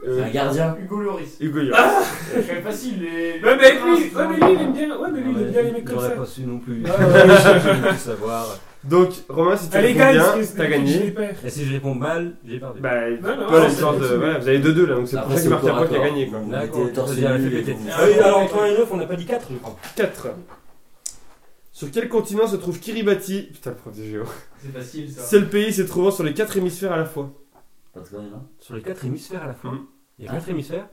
Speaker 1: C'est
Speaker 2: Euh,
Speaker 1: un gardien
Speaker 5: Hugo Loris.
Speaker 2: Hugo
Speaker 3: Ah
Speaker 2: Lloris.
Speaker 5: C'est facile, les.
Speaker 3: Ouais, mais lui, ouais, mais lui, il aime bien, ouais, Ah, mais lui, il aime bien les mecs comme
Speaker 4: J'aurais
Speaker 3: ça. Ah,
Speaker 4: pas su non plus.
Speaker 3: Ouais,
Speaker 4: Je voulais tout savoir.
Speaker 2: Donc, Romain, si tu
Speaker 3: Allez,
Speaker 2: réponds
Speaker 3: gagne,
Speaker 2: bien,
Speaker 3: parce que
Speaker 2: t'as
Speaker 3: je les
Speaker 2: gagné.
Speaker 3: perds.
Speaker 4: Et si je réponds mal, j'ai perdu.
Speaker 2: Bah,
Speaker 3: Non, non,
Speaker 2: Paul,
Speaker 3: non,
Speaker 2: histoire
Speaker 3: c'est
Speaker 2: de.
Speaker 3: pas
Speaker 2: Voilà, vous avez 2-2 là, donc c'est pour
Speaker 1: Après,
Speaker 2: ça que
Speaker 1: c'est au
Speaker 2: Martin
Speaker 1: corps à
Speaker 2: Paul qui a
Speaker 1: corps.
Speaker 2: gagné quoi.
Speaker 1: Vous
Speaker 4: D'accord,
Speaker 1: mettez torse
Speaker 4: ça veut dire la
Speaker 1: nu
Speaker 4: fête
Speaker 1: et
Speaker 4: était-
Speaker 1: vous-
Speaker 4: Ah oui, alors entre 1 et 9, on n'a pas dit 4, je crois.
Speaker 2: 4. Sur quel continent se trouve Kiribati Putain, le prof de géo.
Speaker 5: C'est facile, ça.
Speaker 2: C'est le pays se trouvant sur les 4 hémisphères à la fois.
Speaker 1: Pas de conneries, hein. non
Speaker 4: Sur les 4 hémisphères à la fin.
Speaker 3: Hum.
Speaker 2: Mhm.
Speaker 4: Il y a 4 hémisphères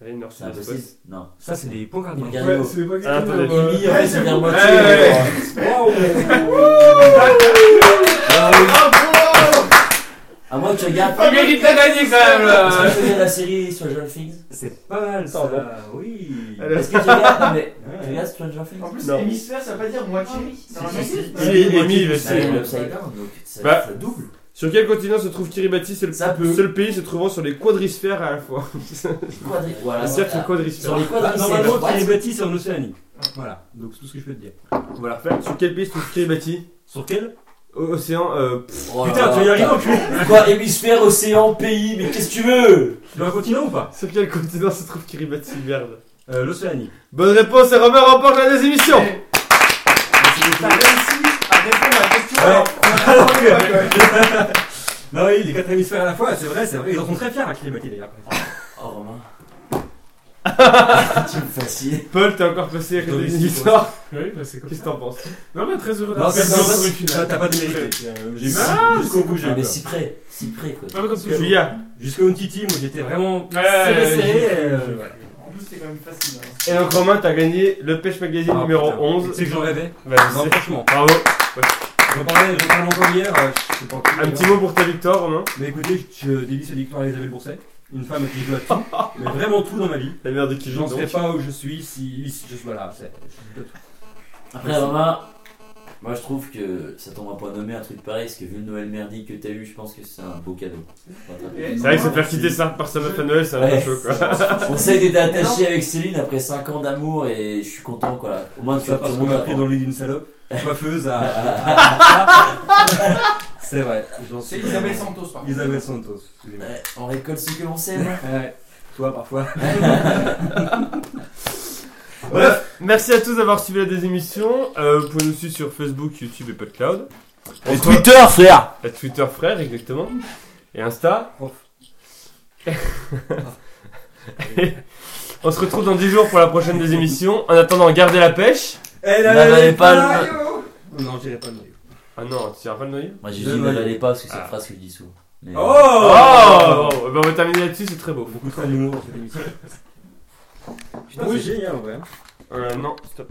Speaker 2: Allez, nord,
Speaker 1: C'est
Speaker 2: sud, est,
Speaker 1: impossible
Speaker 2: ouest.
Speaker 1: Non.
Speaker 4: Ça, c'est des points cardinaux.
Speaker 1: Regardez-vous.
Speaker 3: Ouais, c'est pas
Speaker 2: Ah,
Speaker 4: é
Speaker 3: que-
Speaker 2: attendez.
Speaker 3: euh,
Speaker 1: Kimi, après, c'est bien moitié.
Speaker 2: Ouais.
Speaker 4: Ah
Speaker 1: À moins que Ah, tu regardes.
Speaker 3: Il mérite de gagner quand même
Speaker 1: Est-ce
Speaker 3: là.
Speaker 1: que tu connais la série Stranger Things
Speaker 4: C'est pas mal ça. Oui.
Speaker 2: Allez.
Speaker 1: Est-ce que tu regardes Non, mais. Tu regardes Stranger Things
Speaker 5: En plus,
Speaker 2: Non.
Speaker 5: hémisphère, ça veut pas dire moitié.
Speaker 9: Ah oui.
Speaker 5: C'est un hémisphère.
Speaker 2: Il est émis, il le
Speaker 1: Bah,
Speaker 2: sait.
Speaker 1: le upside down, donc ça,
Speaker 2: Bah.
Speaker 1: ça double.
Speaker 2: Sur quel continent se trouve Kiribati C'est le
Speaker 1: Ça peut.
Speaker 2: seul pays se trouvant sur les quadrisphères à la fois.
Speaker 1: Quadri- Voilà.
Speaker 2: Ah, c'est-à-dire que
Speaker 1: voilà.
Speaker 2: le quadrisphère.
Speaker 1: Sur les
Speaker 4: Bah,
Speaker 1: quadris, c'est
Speaker 4: normalement,
Speaker 1: droite.
Speaker 4: Kiribati, c'est en Océanie. Voilà, donc c'est tout ce que je peux te dire.
Speaker 2: On va la refaire. Sur quel pays se trouve Kiribati
Speaker 4: Sur quel
Speaker 2: O- Océan. euh, pff,
Speaker 1: Oh là
Speaker 4: Putain,
Speaker 1: là,
Speaker 4: tu vas y arriver en cul
Speaker 1: Quoi, hémisphère, océan, pays, mais qu'est-ce que tu veux
Speaker 4: Sur un continent ou pas
Speaker 2: sur quel continent se trouve Kiribati Merde.
Speaker 4: euh, L'Océanie.
Speaker 2: Bonne réponse et Romain remporte la des émissions
Speaker 5: T'as réussi à répondre à la question. alors,
Speaker 4: Ouais. Alors que- Non, oui, les 4 hémisphères à la fois, c'est vrai, c'est vrai. Ils en sont très fiers hein, à Kiribati d'ailleurs.
Speaker 1: Oh Romain. tu me fascines.
Speaker 2: Paul, t'es encore passé avec
Speaker 4: Non, mais
Speaker 2: des
Speaker 4: si,
Speaker 2: histoires.
Speaker 3: Oui, bah c'est comme
Speaker 2: Qu'est-ce que
Speaker 3: ça.
Speaker 2: t'en penses
Speaker 3: Non, mais très heureux
Speaker 4: Non,
Speaker 3: d'avoir
Speaker 4: c'est
Speaker 3: perdu
Speaker 4: ça,
Speaker 3: encore une
Speaker 4: ça,
Speaker 3: finale.
Speaker 4: t'as pas de mérite. Euh, J'ai
Speaker 3: Ah,
Speaker 4: jusqu'au bout, j'ai
Speaker 1: Ah,
Speaker 4: eu
Speaker 1: mais
Speaker 4: peur.
Speaker 1: si près, si près quoi.
Speaker 3: Pas comme toujours.
Speaker 2: Julia.
Speaker 4: Jusqu'au Titi, moi j'étais vraiment.
Speaker 3: Ouais, ouais,
Speaker 4: serré,
Speaker 3: ouais,
Speaker 4: serré, euh, voilà.
Speaker 5: En plus, c'est quand même facile. hein.
Speaker 2: Et donc Romain, t'as gagné le Pêche Magazine
Speaker 4: Ah,
Speaker 2: numéro
Speaker 4: putain. Tu
Speaker 2: 11.
Speaker 4: sais que j'en rêvais
Speaker 2: Vas-y,
Speaker 4: Non,
Speaker 2: c'est-
Speaker 4: franchement.
Speaker 2: Bravo.
Speaker 4: J'en parlais, j'en parlais encore hier. euh, je sais pas encore
Speaker 2: Un petit mot pour ta victoire, Romain.
Speaker 4: Mais écoutez, je je dédie cette victoire à Elisabeth Bourset, une femme à qui je dois tout, mais vraiment tout dans ma vie.
Speaker 2: La mère de qui
Speaker 4: Je
Speaker 2: joue
Speaker 4: n'en serais
Speaker 2: donc.
Speaker 4: pas où je suis si, si je suis là. c'est- je dois tout.
Speaker 1: Après Romain, moi je trouve que ça tombe à point nommé un truc pareil, parce que vu le Noël merdique que t'as eu, je pense que c'est un beau cadeau.
Speaker 5: Et-
Speaker 2: C'est vrai que c'est de faire quitter ça par sa meuf à Noël, c'est un peu
Speaker 1: Ouais.
Speaker 2: chaud quoi.
Speaker 1: On sait que t'étais attaché avec Céline après 5 ans d'amour et je suis content quoi. Au moins tu
Speaker 4: Ça
Speaker 1: as tout
Speaker 4: parce
Speaker 1: le
Speaker 4: qu'on
Speaker 1: monde
Speaker 4: m'a
Speaker 1: à
Speaker 4: pris dans le lit d'une salope, coiffeuse à. C'est vrai, j'en
Speaker 5: C'est
Speaker 4: suis.
Speaker 5: Isabelle Santos, par contre.
Speaker 4: Isabelle Santos, excusez-moi.
Speaker 1: Ouais, On récolte ce que l'on sème.
Speaker 4: Ouais. Toi, parfois.
Speaker 2: Bref, merci à tous d'avoir suivi la des émissions. Euh, vous pouvez nous suivre sur Facebook, YouTube et PodCloud.
Speaker 1: Et
Speaker 2: Entre-
Speaker 1: Twitter, frère
Speaker 2: à Twitter frère, exactement. Et Insta. Et On se retrouve dans 10 jours pour la prochaine des émissions. En attendant, gardez la pêche.
Speaker 4: Elle
Speaker 1: N'avalez pas le.
Speaker 4: Non, j'irai pas le noyau.
Speaker 2: Ah non, tu as pas le noyau
Speaker 1: Moi j'ai
Speaker 4: Le
Speaker 1: dit
Speaker 4: noyau.
Speaker 1: n'avalez pas parce que c'est
Speaker 2: Ah.
Speaker 1: une phrase que je dis souvent. Mais- euh,
Speaker 2: Oh, Eh ben, On va terminer là-dessus, c'est très beau.
Speaker 4: Beaucoup trop d'humour dans cette émission. Putain, c'est génial en vrai.
Speaker 2: Euh, non, stop.